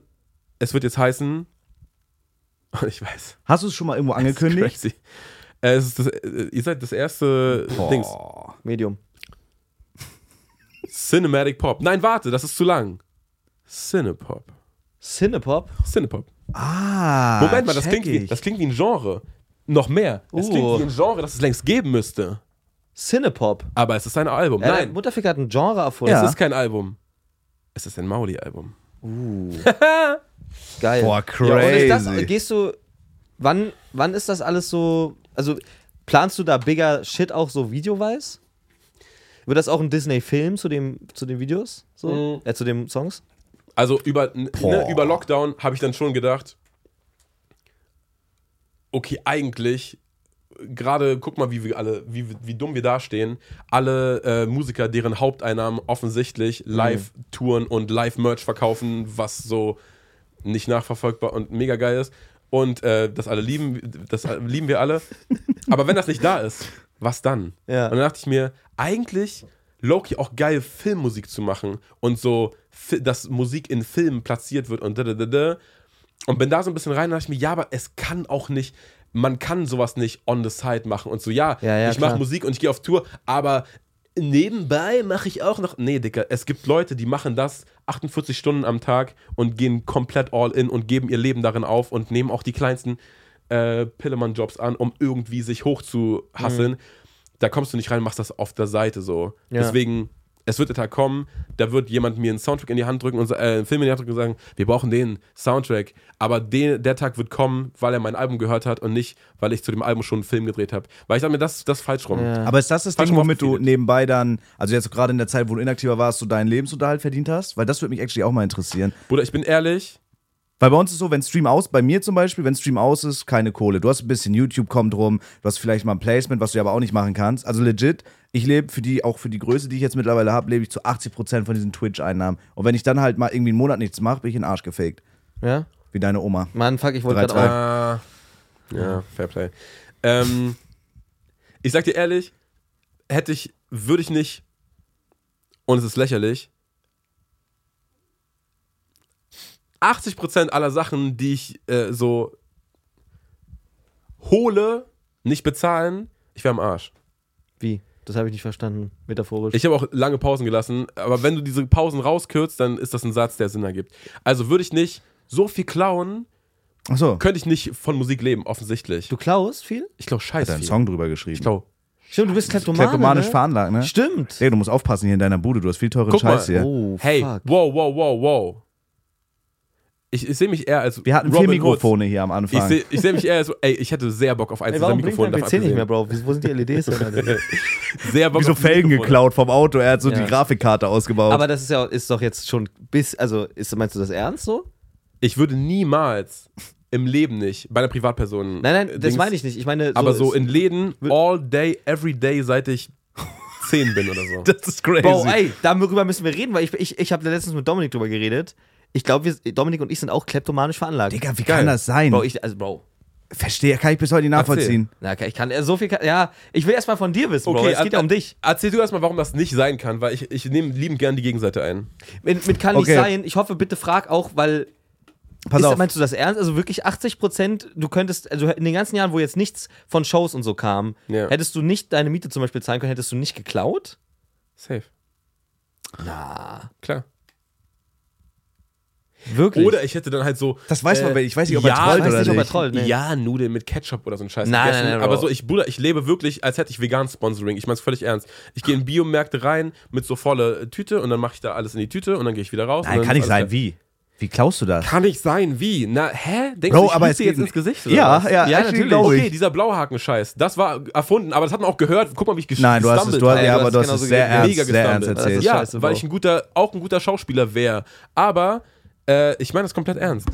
Speaker 3: es wird jetzt heißen, [laughs] ich weiß, [laughs]
Speaker 1: Hast du es schon mal irgendwo angekündigt?
Speaker 3: crazy. Äh, Es ist das, äh, ihr seid das erste Dings.
Speaker 1: Boah.
Speaker 2: Medium.
Speaker 3: Cinematic Pop. Nein, warte, das ist zu lang. Cinepop.
Speaker 2: Cinepop?
Speaker 3: Cinepop.
Speaker 1: Ah.
Speaker 3: Moment mal, das
Speaker 1: check
Speaker 3: klingt, wie,
Speaker 1: ich.
Speaker 3: das klingt wie ein Genre. Noch mehr. Es
Speaker 2: Uh.
Speaker 3: klingt wie ein Genre, das es längst geben müsste.
Speaker 2: Cinepop.
Speaker 3: Aber es ist ein Album.
Speaker 2: Ja, der
Speaker 3: Nein,
Speaker 2: Mutterficker hat ein Genre erfunden.
Speaker 1: Ja.
Speaker 3: es ist kein Album. Es ist ein Mauli-Album.
Speaker 2: Geil.
Speaker 1: Boah,
Speaker 2: Ja, und
Speaker 1: crazy.
Speaker 2: ist das, gehst du Wann, wann ist das alles so? Also, planst du da bigger Shit auch so videoweise? Wird das auch ein Disney-Film zu, dem, zu den Videos? So?
Speaker 3: Mhm.
Speaker 2: Äh, zu den Songs?
Speaker 3: Also über, ne, über Lockdown habe ich dann schon gedacht, okay, eigentlich, gerade guck mal, wie wir alle, wie, wie dumm wir dastehen, alle äh, Musiker, deren Haupteinnahmen offensichtlich Live-Touren und Live-Merch verkaufen, was so nicht nachverfolgbar und mega geil ist. Und äh, das alle lieben, das lieben wir alle. Aber wenn das nicht da ist, was dann?
Speaker 2: Ja.
Speaker 3: Und dann dachte ich mir, eigentlich Loki auch geil, Filmmusik zu machen und so, fi- dass Musik in Filmen platziert wird und da, da, da, da. Und bin da so ein bisschen rein, dachte ich mir, ja, aber es kann auch nicht, man kann sowas nicht on the side machen und so, ja,
Speaker 2: Ja, ja,
Speaker 3: ich mache
Speaker 2: klar.
Speaker 3: Musik und ich gehe auf Tour, aber nebenbei mache ich auch noch. Nee, Dicker, es gibt Leute, die machen das 48 Stunden am Tag und gehen komplett all in und geben ihr Leben darin auf und nehmen auch die kleinsten äh, Pillemann-Jobs an, um irgendwie sich hochzuhasseln. Da kommst du nicht rein, machst das auf der Seite so.
Speaker 2: Mhm. Ja.
Speaker 3: Deswegen, es wird der Tag kommen, da wird jemand mir einen Soundtrack in die Hand drücken und sa- äh, einen Film in die Hand drücken und sagen, wir brauchen den Soundtrack. Aber den, der Tag wird kommen, weil er mein Album gehört hat und nicht, weil ich zu dem Album schon einen Film gedreht habe. Weil ich dachte mir, das, das ist falsch rum.
Speaker 2: Ja.
Speaker 1: Aber ist das das
Speaker 3: Hat
Speaker 1: Ding,
Speaker 3: schon mal
Speaker 1: womit du
Speaker 3: gefehlt.
Speaker 1: nebenbei dann, also jetzt gerade in der Zeit, wo du inaktiver warst, so deinen Lebensunterhalt verdient hast? Weil das würde mich actually auch mal interessieren.
Speaker 3: Bruder, ich bin ehrlich,
Speaker 1: Weil bei uns ist so, wenn Stream aus, bei mir zum Beispiel, wenn Stream aus ist, keine Kohle. Du hast ein bisschen YouTube kommt rum, du hast vielleicht mal ein Placement, was du aber auch nicht machen kannst. Also legit, ich lebe für die, auch für die Größe, die ich jetzt mittlerweile habe, lebe ich zu 80% von diesen Twitch-Einnahmen. Und wenn ich dann halt mal irgendwie einen Monat nichts mache, bin ich in den Arsch gefegt.
Speaker 2: Ja?
Speaker 1: Wie deine Oma.
Speaker 2: Mann, fuck, ich
Speaker 1: Drei,
Speaker 2: wollte gerade
Speaker 1: zwei.
Speaker 2: auch.
Speaker 3: Ah, ja, fair play. Ähm, ich sag dir ehrlich, hätte ich, würde ich nicht, und es ist lächerlich, 80% aller Sachen, die ich äh, so hole, nicht bezahlen, ich wäre am Arsch.
Speaker 2: Wie? Das habe ich nicht verstanden, metaphorisch.
Speaker 3: Ich habe auch lange Pausen gelassen, aber wenn du diese Pausen rauskürzt, dann ist das ein Satz, der Sinn ergibt. Also würde ich nicht so viel klauen,
Speaker 1: Achso,
Speaker 3: könnte ich nicht von Musik leben, offensichtlich.
Speaker 2: du klaust viel?
Speaker 3: Ich glaube,
Speaker 1: hat er
Speaker 3: scheiße.
Speaker 1: einen
Speaker 3: viel.
Speaker 1: also Song drüber geschrieben.
Speaker 3: Ich glaube,
Speaker 2: Stimmt, du bist kleptomanisch.
Speaker 1: Kleptomanisch veranlagt, ne?
Speaker 2: Stimmt.
Speaker 1: Ey, du musst aufpassen hier in deiner Bude, du hast viel teuren
Speaker 3: Guck mal.
Speaker 1: Scheiß hier.
Speaker 2: Oh,
Speaker 3: hey,
Speaker 2: fuck.
Speaker 3: wow, wow, wow, wow. Ich, ich sehe mich eher als.
Speaker 1: Wir hatten
Speaker 3: Robin
Speaker 1: vier
Speaker 3: Hood.
Speaker 1: Mikrofone hier am
Speaker 3: Ich
Speaker 1: Anfang.
Speaker 3: sehe ich seh mich eher als. Ey, ich hätte sehr Bock auf ein
Speaker 2: Ey,
Speaker 3: dieser
Speaker 2: warum blinkt
Speaker 3: Mikrofone.
Speaker 2: mein PC nicht mehr,
Speaker 3: davon
Speaker 2: Bro? Wieso- Wo sind die LEDs denn?
Speaker 3: [laughs]
Speaker 2: Alter?
Speaker 3: abgesehen. Sehr Bock
Speaker 1: Wie so
Speaker 3: auf diese
Speaker 1: Felgen
Speaker 3: Mikrofone.
Speaker 1: geklaut vom Auto, er hat so
Speaker 2: Ja.
Speaker 1: die Grafikkarte ausgebaut.
Speaker 2: Aber das ist ja ist doch jetzt schon bis, also ist, meinst du das ernst so?
Speaker 3: Ich würde niemals im Leben nicht bei einer
Speaker 2: Nein,
Speaker 3: Privatperson.
Speaker 2: nein, das
Speaker 3: Dings-
Speaker 2: meine ich nicht. Ich meine, so
Speaker 3: aber so
Speaker 2: ist-
Speaker 3: in Läden, all day, every day,
Speaker 2: [laughs]
Speaker 3: seit ich 10 bin oder
Speaker 1: [laughs]
Speaker 3: so.
Speaker 1: das ist crazy.
Speaker 2: Bro, ey, darüber müssen wir reden, weil ich, ich, ich habe letztens mit Dominik drüber geredet. Ich glaube, wir- Dominik und ich sind auch kleptomanisch veranlagt.
Speaker 1: Digga, wie
Speaker 3: Geil.
Speaker 1: kann das sein?
Speaker 2: Bro, ich, also, Bro.
Speaker 1: Verstehe, kann ich bis heute nicht nachvollziehen.
Speaker 2: Na, okay, ich kann, äh, so viel kann, ja, ich will erstmal von dir wissen, Bro. es
Speaker 3: er-
Speaker 1: äh,
Speaker 2: geht ja um dich.
Speaker 3: Erzähl du erstmal, warum das nicht sein kann, weil ich, ich nehme liebend gern die Gegenseite ein.
Speaker 2: Mit, mit kann
Speaker 1: Okay.
Speaker 2: nicht sein. Ich hoffe, bitte frag auch, weil
Speaker 1: Pass
Speaker 2: ist,
Speaker 1: auf.
Speaker 2: Meinst du das ernst? Also wirklich 80 Prozent, du könntest, also in den ganzen Jahren, wo jetzt nichts von Shows und so kam,
Speaker 3: Ja.
Speaker 2: hättest du nicht deine Miete zum Beispiel zahlen können, hättest du nicht geklaut?
Speaker 3: Safe.
Speaker 2: Na,
Speaker 3: Klar.
Speaker 2: wirklich.
Speaker 3: Oder ich hätte dann halt so.
Speaker 1: Das weiß man,
Speaker 3: äh,
Speaker 1: weil ich weiß nicht, ob er
Speaker 3: ja,
Speaker 1: trollt
Speaker 2: weiß
Speaker 1: oder
Speaker 2: nicht, ob er
Speaker 1: nicht.
Speaker 2: trollt. ne?
Speaker 3: Ja, Nudeln mit Ketchup oder so ein Scheiß.
Speaker 2: Nein,
Speaker 3: gegessen.
Speaker 2: nein, nein,
Speaker 3: aber
Speaker 2: Bro.
Speaker 3: so, ich, Bruder, ich lebe wirklich, als hätte ich vegan Sponsoring. Ich meine es völlig ernst. Ich gehe in Biomärkte rein mit so volle äh, Tüte und dann mache ich da alles in die Tüte und dann gehe ich wieder raus. und
Speaker 1: Nein,
Speaker 3: dann
Speaker 1: kann nicht
Speaker 3: ist alles
Speaker 1: sein. Wie? Wie klaust du das?
Speaker 3: klar. Kann ich sein, wie? Na, hä? Denkst du, ich schieß dir jetzt ins Gesicht? oder
Speaker 1: Ja,
Speaker 3: was?
Speaker 1: ja,
Speaker 2: Ja,
Speaker 1: ja natürlich.
Speaker 2: natürlich.
Speaker 1: Glaub ich.
Speaker 3: Okay, dieser Blauhaken-Scheiß, das war erfunden, aber das hat man auch gehört. Guck mal, wie ich gesch-
Speaker 1: Nein, du hast es,
Speaker 3: gestumbelt
Speaker 1: du hast,
Speaker 2: Ey,
Speaker 1: ja,
Speaker 2: du
Speaker 1: aber
Speaker 2: hast
Speaker 1: du hast
Speaker 2: genauso
Speaker 1: es sehr
Speaker 2: geredet.
Speaker 1: ernst,
Speaker 3: mega
Speaker 1: sehr ernst
Speaker 3: gestumbelt.
Speaker 2: Das ist
Speaker 1: erzählt.
Speaker 3: Ja,
Speaker 2: Scheiße,
Speaker 3: weil
Speaker 2: Bro.
Speaker 3: ich ein guter, auch ein guter Schauspieler wäre. Aber äh, ich meine das komplett ernst.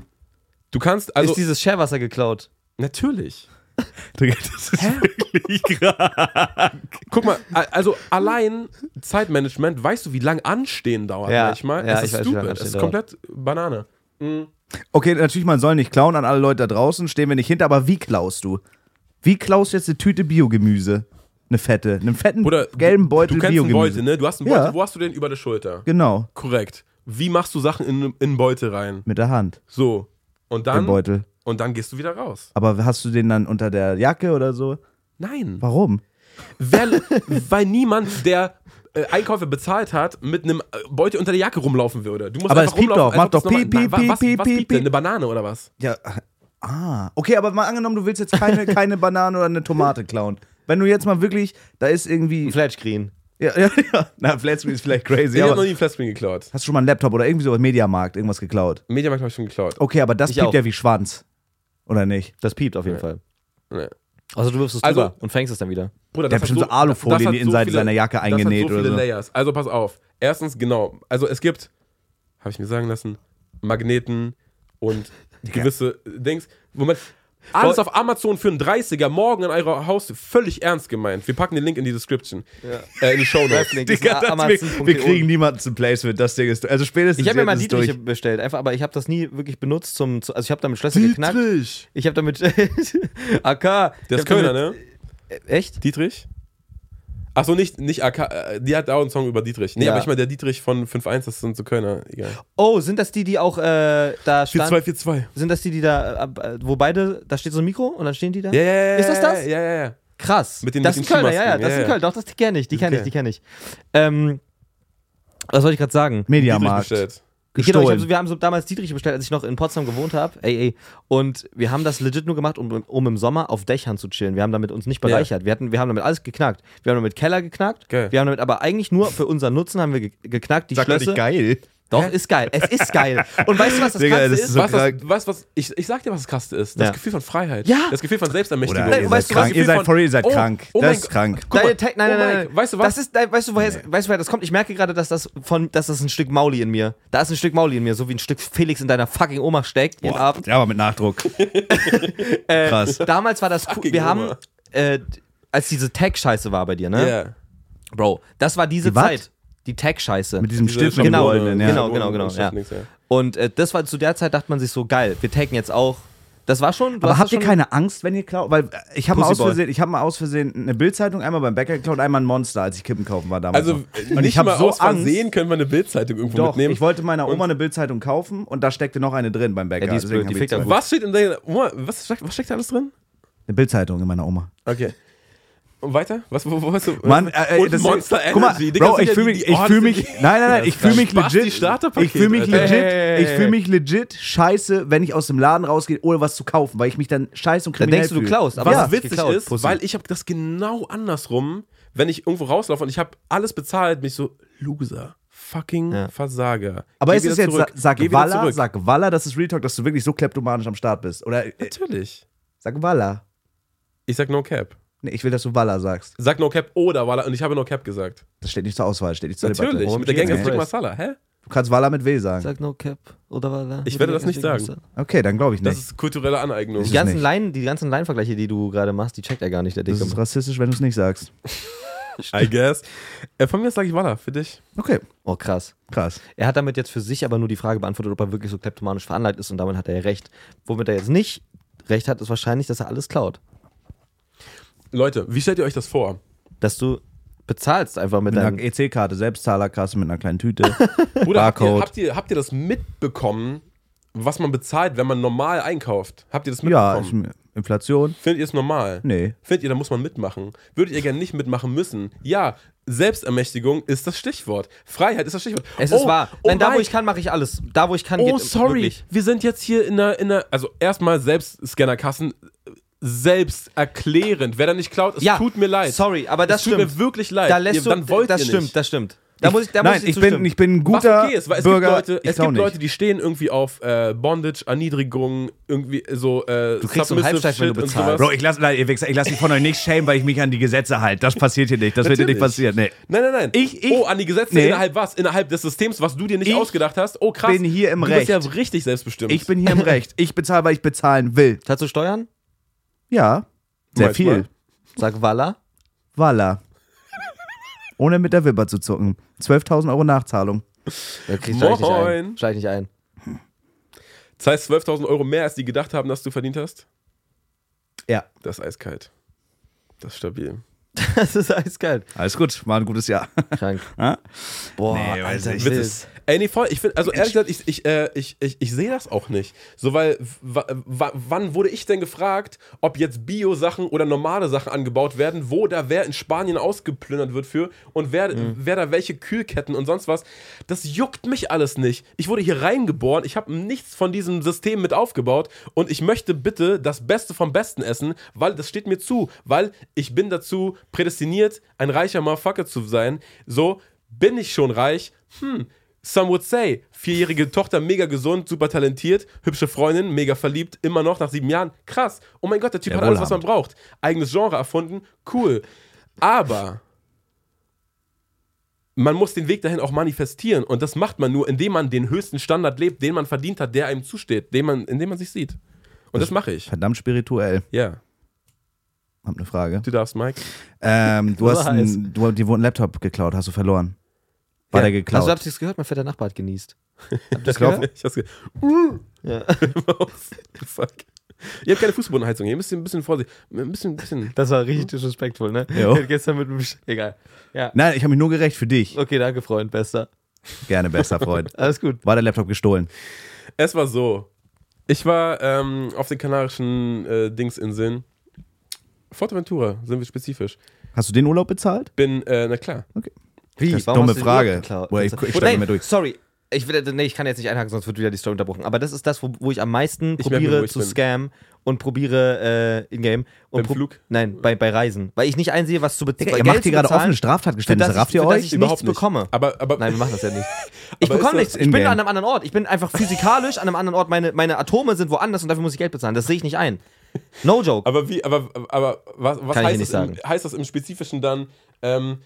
Speaker 3: Du kannst, also
Speaker 2: ist dieses Scherwasser geklaut?
Speaker 3: natürlich.
Speaker 1: Digga, [laughs] das ist wirklich krass.
Speaker 3: Guck mal, a- also allein Zeitmanagement, weißt du, wie lang Anstehen dauert
Speaker 2: Ja,
Speaker 3: manchmal?
Speaker 2: ja,
Speaker 3: es
Speaker 2: ich
Speaker 3: ist
Speaker 2: weiß, wie lang
Speaker 3: stupid, es
Speaker 2: Anstehen
Speaker 3: ist
Speaker 2: dauert.
Speaker 3: komplett Banane.
Speaker 1: Okay, natürlich, man soll nicht klauen an alle Leute da draußen, stehen wir nicht hinter, aber wie klaust du? Wie klaust du jetzt eine Tüte Biogemüse? Eine fette, einen fetten
Speaker 3: Oder
Speaker 1: gelben
Speaker 3: du-
Speaker 1: Beutel
Speaker 3: Du kennst einen
Speaker 1: Biogemüse.
Speaker 3: Beutel, ne? Du hast einen Beutel,
Speaker 1: Ja.
Speaker 3: wo hast du den? Über der Schulter.
Speaker 1: Genau,
Speaker 3: Korrekt. Wie machst du Sachen in, in einen Beutel rein?
Speaker 1: mit der Hand,
Speaker 3: So. Und
Speaker 1: den
Speaker 3: dann,
Speaker 1: Beutel.
Speaker 3: und dann gehst du wieder raus.
Speaker 1: Aber hast du den dann unter der Jacke oder so?
Speaker 3: Nein.
Speaker 1: Warum?
Speaker 3: Wer, weil niemand, der äh, Einkäufe bezahlt hat, mit einem äh, Beutel unter der Jacke rumlaufen würde. Du musst
Speaker 1: Aber
Speaker 3: einfach
Speaker 1: es piept
Speaker 3: rumlaufen,
Speaker 1: doch.
Speaker 3: als
Speaker 1: Mach doch
Speaker 3: ob das normal-
Speaker 1: piep, piep,
Speaker 3: Nein, wa- was-
Speaker 1: piep,
Speaker 3: was
Speaker 1: piep,
Speaker 3: piept denn?
Speaker 1: piep.
Speaker 3: Eine Banane oder was?
Speaker 1: Ja, ah. Okay, aber mal angenommen, du willst jetzt keine, keine Banane oder eine Tomate klauen. Wenn du jetzt mal wirklich, da ist irgendwie.
Speaker 2: Flatscreen.
Speaker 1: Ja, ja, ja. Na, Flatscreen ist vielleicht crazy,
Speaker 3: Ich habe noch
Speaker 1: aber.
Speaker 3: nie einen Flatscreen geklaut.
Speaker 1: Hast du schon mal einen Laptop oder irgendwie so im Mediamarkt irgendwas geklaut?
Speaker 3: Mediamarkt habe ich schon geklaut.
Speaker 1: Okay, aber das
Speaker 2: Ich
Speaker 1: piept
Speaker 2: auch.
Speaker 1: ja wie Schwanz. Oder nicht?
Speaker 2: Das piept auf jeden Fall.
Speaker 3: Nee.
Speaker 2: Also du wirfst es
Speaker 3: Also-
Speaker 2: drüber und fängst es dann wieder.
Speaker 3: Bruder,
Speaker 1: Der
Speaker 3: das
Speaker 1: hat bestimmt so Alufolie
Speaker 3: das hat
Speaker 1: in die Innenseite seiner Jacke eingenäht
Speaker 3: das hat so
Speaker 1: oder
Speaker 3: viele
Speaker 1: so.
Speaker 3: Layers. Also pass auf. Erstens, genau. Also es gibt, habe ich mir sagen lassen, Magneten
Speaker 1: [laughs]
Speaker 3: und gewisse Dings. Moment. Alles auf Amazon für einen 30er morgen an eurer Haustür. Völlig ernst gemeint. Wir packen den Link in die Description. Äh, in die Show Notes.
Speaker 2: Wrestling ist
Speaker 1: Digga, das, wir,
Speaker 2: Amazon.de.
Speaker 1: wir kriegen niemanden zum Placement. Das Ding ist. Also spätestens.
Speaker 2: Ich habe mir mal
Speaker 1: jetzt ist es
Speaker 2: Dietrich bestellt, einfach, aber ich habe das nie wirklich benutzt zum, zu- also ich habe damit Schlösser
Speaker 1: durch.
Speaker 2: geknackt.
Speaker 1: Dietrich!
Speaker 2: Ich habe [laughs] damit AK.
Speaker 3: Der ist Kölner, ne?
Speaker 2: Echt?
Speaker 3: Dietrich? Achso, nicht, nicht AK. äh, Die hat auch einen Song über Dietrich. Nee,
Speaker 2: Ja.
Speaker 3: aber ich meine, der Dietrich von 5.1, das sind so Kölner. Egal.
Speaker 2: Oh, sind das die, die auch äh, da standen?
Speaker 3: 4-2-4-2.
Speaker 2: Sind das die, die da, äh, äh, wo beide, da steht so ein Mikro und dann stehen die da?
Speaker 3: Ja, ja, ja.
Speaker 2: Ist das das?
Speaker 3: Ja, ja, ja.
Speaker 2: Krass.
Speaker 3: Mit den-
Speaker 2: das
Speaker 3: mit
Speaker 2: ist
Speaker 3: den
Speaker 2: Kölner, ja, ja,
Speaker 3: Skimasken.
Speaker 2: das
Speaker 3: Ja,
Speaker 2: ist
Speaker 3: ja.
Speaker 2: Köln. Doch, das kenne ich, die kenne ich,
Speaker 3: okay.
Speaker 2: die kenne ich. Ähm, was wollte ich gerade sagen?
Speaker 3: Dietrich
Speaker 1: Mediamarkt.
Speaker 3: bestellt.
Speaker 2: Ich geh doch, ich hab,
Speaker 1: Gestohlen.
Speaker 2: so- wir haben so damals Dietrich bestellt, als ich noch in Potsdam gewohnt habe. Ey, ey. Und wir haben das legit nur gemacht, um, um im Sommer auf Dächern zu chillen. Wir haben damit uns nicht bereichert. Wir, hatten, wir haben damit alles geknackt. Wir haben damit Keller geknackt.
Speaker 3: Geil.
Speaker 2: Wir haben damit aber eigentlich nur für unseren Nutzen haben wir ge geknackt. Die
Speaker 1: Sag doch
Speaker 2: Schlösser.
Speaker 1: nicht geil.
Speaker 2: Doch, ist geil. Es ist geil. Und weißt du, was das
Speaker 1: Digga,
Speaker 2: Krasse
Speaker 1: das
Speaker 2: ist?
Speaker 1: ist so
Speaker 3: was, das,
Speaker 1: krank.
Speaker 3: was, was, ich, ich sag dir, was das Krasse ist. Das
Speaker 2: Ja.
Speaker 3: Gefühl von Freiheit.
Speaker 2: Ja.
Speaker 3: Das Gefühl von Selbstermächtigung.
Speaker 1: Oder ihr
Speaker 2: weißt
Speaker 1: seid
Speaker 2: du was,
Speaker 1: krank. Ihr
Speaker 3: Gefühl
Speaker 1: seid
Speaker 3: von-
Speaker 1: sorry, ihr seid
Speaker 3: oh,
Speaker 1: krank.
Speaker 3: oh
Speaker 1: Das
Speaker 3: mein
Speaker 1: ist
Speaker 3: Gott.
Speaker 1: krank.
Speaker 3: Guck mal,
Speaker 2: Deine Tech- nein,
Speaker 3: oh
Speaker 2: nein,
Speaker 3: mein
Speaker 2: nein,
Speaker 3: Gott,
Speaker 2: nein.
Speaker 3: Weißt du was?
Speaker 2: Das ist, nein, weißt du, woher, es- weißt du, woher das kommt? Ich merke gerade, dass das von, dass das ein Stück Mauli in mir. Da ist ein Stück Mauli in mir, so wie ein Stück Felix in deiner fucking Oma steckt. Jeden Abend.
Speaker 1: Ja, aber mit
Speaker 3: [laughs]
Speaker 1: Nachdruck.
Speaker 2: Äh,
Speaker 1: Krass.
Speaker 2: Damals [laughs] war das cool.
Speaker 3: Fucking
Speaker 2: Wir haben,
Speaker 3: Oma.
Speaker 2: äh, als diese Tech-Scheiße war bei dir, ne?
Speaker 3: Ja.
Speaker 2: Bro, das war diese
Speaker 1: Die was?
Speaker 2: Zeit. Die Tech-Scheiße.
Speaker 1: Mit diesem
Speaker 3: Diese
Speaker 1: Stift
Speaker 3: Schablone.
Speaker 1: und goldenen, ja.
Speaker 2: Genau,
Speaker 3: Schablone
Speaker 2: genau,
Speaker 3: und
Speaker 2: genau. Ja.
Speaker 3: Stift, nix, ja.
Speaker 2: Und äh, das war zu der Zeit, dachte man sich so, geil, wir taggen jetzt auch. Das war schon. du
Speaker 1: Aber
Speaker 2: hast
Speaker 1: habt
Speaker 2: das
Speaker 1: ihr
Speaker 2: schon-
Speaker 1: keine Angst, wenn ihr klaut? Weil äh, ich habe mal, aus
Speaker 2: Pussyboy.
Speaker 1: Versehen- ich hab mal aus Versehen eine Bildzeitung einmal beim Bäcker geklaut, einmal ein Monster, als ich Kippen kaufen war damals.
Speaker 3: Also,
Speaker 1: noch.
Speaker 3: nicht
Speaker 1: hab
Speaker 3: mal aus
Speaker 1: Angst-
Speaker 3: Versehen können wir eine Bildzeitung irgendwo
Speaker 1: Doch,
Speaker 3: mitnehmen.
Speaker 1: ich wollte meiner Oma
Speaker 3: Und-
Speaker 1: eine Bildzeitung kaufen und da steckte noch eine drin beim Bäcker.
Speaker 2: Ja, die ist
Speaker 1: deswegen
Speaker 2: blöd, die
Speaker 1: hab ich
Speaker 2: fickt
Speaker 1: zwei.
Speaker 2: am
Speaker 3: was steht in deiner. Oma, Was steckt, was steckt da alles drin?
Speaker 1: Eine Bildzeitung in meiner Oma.
Speaker 3: Okay. Und weiter? Was, wo, wo hast du?
Speaker 1: Mann, äh, äh,
Speaker 3: und
Speaker 1: das
Speaker 3: Monster
Speaker 1: guck mal,
Speaker 3: Energy. Digga,
Speaker 1: Bro,
Speaker 3: das sind
Speaker 1: ich
Speaker 3: ja
Speaker 1: fühle
Speaker 3: die-
Speaker 1: mich,
Speaker 3: die-
Speaker 1: ich
Speaker 3: oh,
Speaker 1: fühle
Speaker 3: das
Speaker 1: mich,
Speaker 3: sind-
Speaker 1: nein, nein, nein, ich fühle mich
Speaker 3: Spaß, die
Speaker 1: legit,
Speaker 3: Starterpaket,
Speaker 1: ich fühle mich
Speaker 3: Alter.
Speaker 1: legit,
Speaker 2: Hey.
Speaker 1: ich fühle mich legit scheiße, wenn ich aus dem Laden rausgehe, ohne was zu kaufen, weil ich mich dann scheiße und
Speaker 2: Dann
Speaker 1: kriminell
Speaker 2: denkst du, du
Speaker 1: fühl.
Speaker 2: klaust. Aber
Speaker 3: Was
Speaker 2: hast
Speaker 3: witzig
Speaker 2: geklaut,
Speaker 3: ist,
Speaker 2: Pussy.
Speaker 3: weil ich habe das genau andersrum, wenn ich irgendwo rauslaufe und ich habe alles bezahlt, mich so Loser, fucking
Speaker 2: Ja.
Speaker 3: Versager.
Speaker 1: Aber
Speaker 3: Geh
Speaker 1: ist es
Speaker 3: wieder
Speaker 1: jetzt,
Speaker 3: zurück.
Speaker 1: sa- sag
Speaker 3: Geh wieder
Speaker 1: Walla,
Speaker 3: zurück.
Speaker 1: sag Walla, das ist Real Talk, dass du wirklich so kleptomanisch am Start bist. Oder äh,
Speaker 3: natürlich.
Speaker 1: sag Walla.
Speaker 3: Ich sag No Cap.
Speaker 1: Nee, ich will, dass du Walla sagst.
Speaker 3: Sag No Cap oder Walla und ich habe No Cap gesagt.
Speaker 1: Das steht nicht zur Auswahl, steht nicht zur Debatte.
Speaker 3: Natürlich.
Speaker 2: Warum
Speaker 3: Mit der
Speaker 2: steht
Speaker 3: Gang
Speaker 2: das
Speaker 3: of
Speaker 2: nicht?
Speaker 3: Jack Masala. Hä?
Speaker 1: Du kannst Walla mit W sagen.
Speaker 2: [laughs] Sag no cap oder was?
Speaker 3: Ich werde das nicht sagen.
Speaker 1: Okay, dann glaube ich
Speaker 3: Das
Speaker 1: nicht.
Speaker 3: ist kulturelle Aneignung.
Speaker 2: Die
Speaker 1: Ja.
Speaker 2: ganzen
Speaker 1: nicht.
Speaker 2: Line, die ganzen Line-Vergleiche, die du gerade machst, die checkt er gar nicht, der
Speaker 1: Das
Speaker 2: Dicke.
Speaker 1: ist rassistisch, wenn du es nicht sagst.
Speaker 3: I guess. Äh, von mir sage ich Walla für dich.
Speaker 1: Okay,
Speaker 2: Oh, krass.
Speaker 1: krass.
Speaker 2: Er hat damit jetzt für sich aber nur die Frage beantwortet, ob er wirklich so kleptomanisch veranlagt ist und damit hat er ja recht. Womit er jetzt nicht recht hat, ist wahrscheinlich, dass er alles klaut.
Speaker 3: Leute, wie stellt ihr euch das vor?
Speaker 2: Dass du bezahlst einfach mit
Speaker 1: Mit einer
Speaker 2: deinem.
Speaker 1: EC-Karte, Selbstzahlerkasse mit einer kleinen
Speaker 3: [laughs]
Speaker 1: Tüte.
Speaker 3: Bruder, habt ihr,
Speaker 1: Barcode.
Speaker 3: habt, ihr, habt ihr das mitbekommen, was man bezahlt, wenn man normal einkauft? Habt ihr das
Speaker 1: ja,
Speaker 3: mitbekommen?
Speaker 1: ist, mir- Inflation.
Speaker 3: Findet ihr es normal?
Speaker 1: Nee.
Speaker 3: Findet ihr, da muss man mitmachen? Würdet ihr gerne nicht mitmachen müssen? Ja, Selbstermächtigung ist das Stichwort. Freiheit ist das Stichwort.
Speaker 2: Es ist
Speaker 3: Oh,
Speaker 2: wahr.
Speaker 3: Oh
Speaker 2: Nein, da wo
Speaker 3: mein-
Speaker 2: ich kann, mache ich alles. Da wo ich kann,
Speaker 3: Oh,
Speaker 2: geht
Speaker 3: sorry.
Speaker 2: wirklich.
Speaker 3: Wir sind jetzt hier in einer, in einer also erstmal Selbstscannerkassen, selbst erklärend. Wer da nicht klaut, es
Speaker 2: Ja,
Speaker 3: tut mir leid.
Speaker 2: Sorry, aber das
Speaker 3: es tut
Speaker 2: stimmt.
Speaker 3: mir wirklich leid.
Speaker 2: Da lässt
Speaker 3: ihr,
Speaker 2: du,
Speaker 3: dann wollt
Speaker 2: das
Speaker 3: ihr
Speaker 2: stimmt,
Speaker 3: nicht.
Speaker 2: das stimmt. Da muss ich, da
Speaker 1: Nein,
Speaker 2: muss ich,
Speaker 1: ich
Speaker 2: dir
Speaker 1: bin,
Speaker 2: zustimmen.
Speaker 1: ich bin ein
Speaker 3: Was
Speaker 1: guter
Speaker 3: okay ist, weil es
Speaker 1: Bürger.
Speaker 3: gibt Leute,
Speaker 1: ich
Speaker 3: es
Speaker 1: klau
Speaker 3: gibt
Speaker 1: nicht.
Speaker 3: Leute, die stehen irgendwie auf äh, Bondage, Erniedrigung, irgendwie so äh, Du
Speaker 2: kriegst so einen Halbsteig, wenn du bezahlst.
Speaker 1: Bro, ich lasse ich wichser, ich lass mich von euch nicht schämen, weil ich mich an die Gesetze halte. Das passiert hier nicht. Das wird hier nicht
Speaker 3: Natürlich.
Speaker 1: passieren. Nee.
Speaker 3: Nein, nein, nein.
Speaker 1: Ich- ich-
Speaker 3: oh, an die Gesetze
Speaker 1: Nee.
Speaker 3: innerhalb was? Innerhalb des Systems, was du dir nicht
Speaker 1: Ich
Speaker 3: ausgedacht hast? Oh, krass.
Speaker 1: bin hier im
Speaker 3: du
Speaker 1: Recht.
Speaker 3: Du bist ja richtig selbstbestimmt.
Speaker 1: Ich bin hier
Speaker 3: [laughs]
Speaker 1: im Recht. Ich bezahle, weil ich bezahlen will.
Speaker 2: Zahlst du Steuern?
Speaker 1: Ja, sehr
Speaker 3: Manchmal.
Speaker 1: viel.
Speaker 2: Sag Walla.
Speaker 1: Walla. Ohne mit der Wimper zu zucken. 12.000 Euro Nachzahlung.
Speaker 2: Da kriegst du eigentlich nicht ein.
Speaker 3: Moin.
Speaker 2: Steig nicht ein. [laughs]
Speaker 3: Das heißt 12.000 Euro mehr, als die gedacht haben, dass du verdient hast?
Speaker 1: Ja.
Speaker 3: Das ist eiskalt. Das ist stabil.
Speaker 2: Das ist eiskalt.
Speaker 1: Alles gut, war ein gutes Jahr.
Speaker 2: Krank.
Speaker 1: Ah?
Speaker 2: Boah,
Speaker 1: Nee, weiß
Speaker 2: Alter,
Speaker 1: nicht.
Speaker 2: ich
Speaker 1: Witz
Speaker 2: will-
Speaker 1: ist-
Speaker 3: Ey, nee, voll. Ich finde, also ehrlich gesagt, ich, ich, äh, ich, ich, ich sehe das auch nicht. So, weil, wa- wa- wann wurde ich denn gefragt, ob jetzt Bio-Sachen oder normale Sachen angebaut werden, wo da wer in Spanien ausgeplündert wird für und wer, wer da welche Kühlketten und sonst was. Das juckt mich alles nicht. Ich wurde hier reingeboren, ich habe nichts von diesem System mit aufgebaut und ich möchte bitte das Beste vom Besten essen, weil das steht mir zu, weil ich bin dazu prädestiniert, ein reicher Motherfucker zu sein. So bin ich schon reich. Hm, Some would say, vierjährige Tochter, mega gesund, super talentiert, hübsche Freundin, mega verliebt, immer noch nach sieben Jahren. Krass. Oh mein Gott, der Typ
Speaker 1: Ja,
Speaker 3: hat alles, was man
Speaker 1: wohlhabend.
Speaker 3: braucht. Eigenes Genre erfunden, cool. Aber man muss den Weg dahin auch manifestieren. Und das macht man nur, indem man den höchsten Standard lebt, den man verdient hat, der einem zusteht, den man, indem man sich sieht. Und das, mache ich.
Speaker 1: Verdammt spirituell.
Speaker 3: Ja.
Speaker 1: Hab eine
Speaker 3: [laughs]
Speaker 1: Frage.
Speaker 3: Du darfst, Mike.
Speaker 1: Ähm, du
Speaker 2: Was?
Speaker 1: hast einen, du, dir wurde ein Laptop geklaut, hast du verloren. War der
Speaker 3: Ja.
Speaker 2: Hast du
Speaker 1: geklaut?
Speaker 2: Also habt ihr es gehört? Mein fetter Nachbar hat genießt.
Speaker 1: das Klopfen?
Speaker 3: Ich hab's ge
Speaker 2: Ja. [laughs]
Speaker 3: [laughs] Fuck. Ihr habt keine Fußbodenheizung, ihr müsst ein bisschen vorsichtig. Ein bisschen, ein bisschen.
Speaker 2: Das war richtig disrespektvoll, ne?
Speaker 1: Jo.
Speaker 2: Ich hab [laughs] Gestern mit dem. Sch- Egal. Ja.
Speaker 1: Nein, ich habe mich nur gerecht für dich.
Speaker 2: Okay, danke, Freund, bester.
Speaker 1: Gerne, bester Freund.
Speaker 2: Alles gut.
Speaker 1: War der Laptop gestohlen?
Speaker 3: Es war so. Ich war ähm, auf den kanarischen äh, Dingsinseln. Forteventura, sind wir spezifisch.
Speaker 1: Hast du den Urlaub bezahlt?
Speaker 3: Bin, äh, na klar.
Speaker 1: Wie?
Speaker 2: Das- warum
Speaker 1: Dumme
Speaker 2: hast du die
Speaker 1: Frage.
Speaker 2: Uhr geklaut?
Speaker 1: Boah, ich
Speaker 2: Oh,
Speaker 1: ich
Speaker 2: nein,
Speaker 1: steige mir durch.
Speaker 2: Sorry. Ich, will, nee, ich kann jetzt nicht einhaken, sonst wird wieder die Story unterbrochen. Aber das ist das, wo, wo ich am meisten
Speaker 3: Ich merke, wo
Speaker 2: probiere
Speaker 3: ich
Speaker 2: zu
Speaker 3: bin.
Speaker 2: scammen und probiere äh, in-game. und
Speaker 3: Beim
Speaker 2: pro-
Speaker 3: Flug?
Speaker 2: Nein, bei, bei Reisen. Weil ich nicht einsehe, was zu be-
Speaker 1: Digga,
Speaker 2: weil
Speaker 1: ihr
Speaker 2: Geld
Speaker 1: macht
Speaker 2: zu
Speaker 1: hier gerade
Speaker 2: bezahlen,
Speaker 1: offene Straftatgeständnisse.
Speaker 2: für das
Speaker 1: Rafft
Speaker 2: ich-
Speaker 1: ihr
Speaker 2: für
Speaker 1: euch?
Speaker 2: das ich nichts bekomme.
Speaker 3: Aber, aber
Speaker 2: Nein, wir machen das
Speaker 1: [laughs]
Speaker 2: ja nicht. Ich
Speaker 3: Aber ist
Speaker 2: bekomme
Speaker 3: das
Speaker 2: nichts. Ich bin
Speaker 1: in-game?
Speaker 2: an einem anderen Ort. Ich bin einfach physikalisch an einem anderen Ort. Meine, meine Atome sind woanders und dafür muss ich Geld bezahlen. Das sehe ich nicht ein. No joke.
Speaker 3: Aber wie, aber, aber was, was
Speaker 2: Kann ich
Speaker 3: heißt,
Speaker 2: nicht
Speaker 3: das im,
Speaker 2: sagen.
Speaker 3: heißt das im Spezifischen dann? Ähm,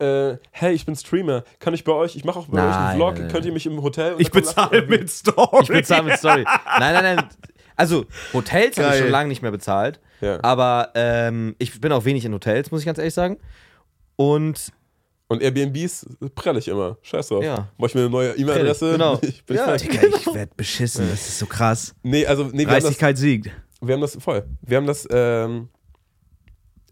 Speaker 3: äh, hey, ich bin Streamer. Kann ich bei euch, ich mache auch bei euch einen
Speaker 2: Nein,
Speaker 3: Vlog,
Speaker 2: nein, nein.
Speaker 3: könnt ihr mich im Hotel
Speaker 1: Ich
Speaker 3: unterkommen lassen?
Speaker 1: bezahle mit Story.
Speaker 2: Ich bezahle mit Story. Nein, nein, nein. Also, Hotels habe ich
Speaker 1: Geil.
Speaker 2: schon lange nicht mehr bezahlt.
Speaker 3: Ja.
Speaker 2: Aber ähm, ich bin auch wenig in Hotels, muss ich ganz ehrlich sagen. Und
Speaker 3: Und Airbnbs prelle ich immer. Scheiß drauf.
Speaker 2: Ja.
Speaker 3: Brauche ich mir eine neue E-Mail-Adresse?
Speaker 2: Genau.
Speaker 3: [laughs] Ich bin
Speaker 2: Ja.
Speaker 3: ja.
Speaker 1: Digga, ich werd beschissen. Das ist so krass.
Speaker 3: Nee, also nee, wir haben, das,
Speaker 1: Dreistigkeit siegt.
Speaker 3: wir haben das voll. Wir haben das, ähm,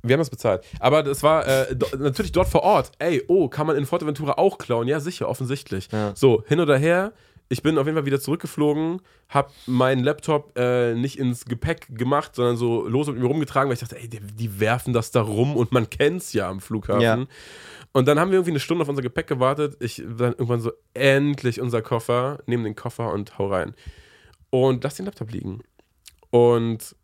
Speaker 3: wir haben das bezahlt. Aber das war äh, do, natürlich dort vor Ort. Ey, oh, kann man in Forteventura auch klauen? Ja, sicher, offensichtlich.
Speaker 2: Ja.
Speaker 3: So, hin oder her. Ich bin auf jeden Fall wieder zurückgeflogen, habe meinen Laptop äh, nicht ins Gepäck gemacht, sondern so los mit mir rumgetragen, weil ich dachte, ey, die, die werfen das da rum und man kennt's ja am Flughafen.
Speaker 2: Ja.
Speaker 3: Und dann haben wir irgendwie eine Stunde auf unser Gepäck gewartet. Ich dann irgendwann so, endlich unser Koffer, nehmen den Koffer und hau rein. Und lass den Laptop liegen. Und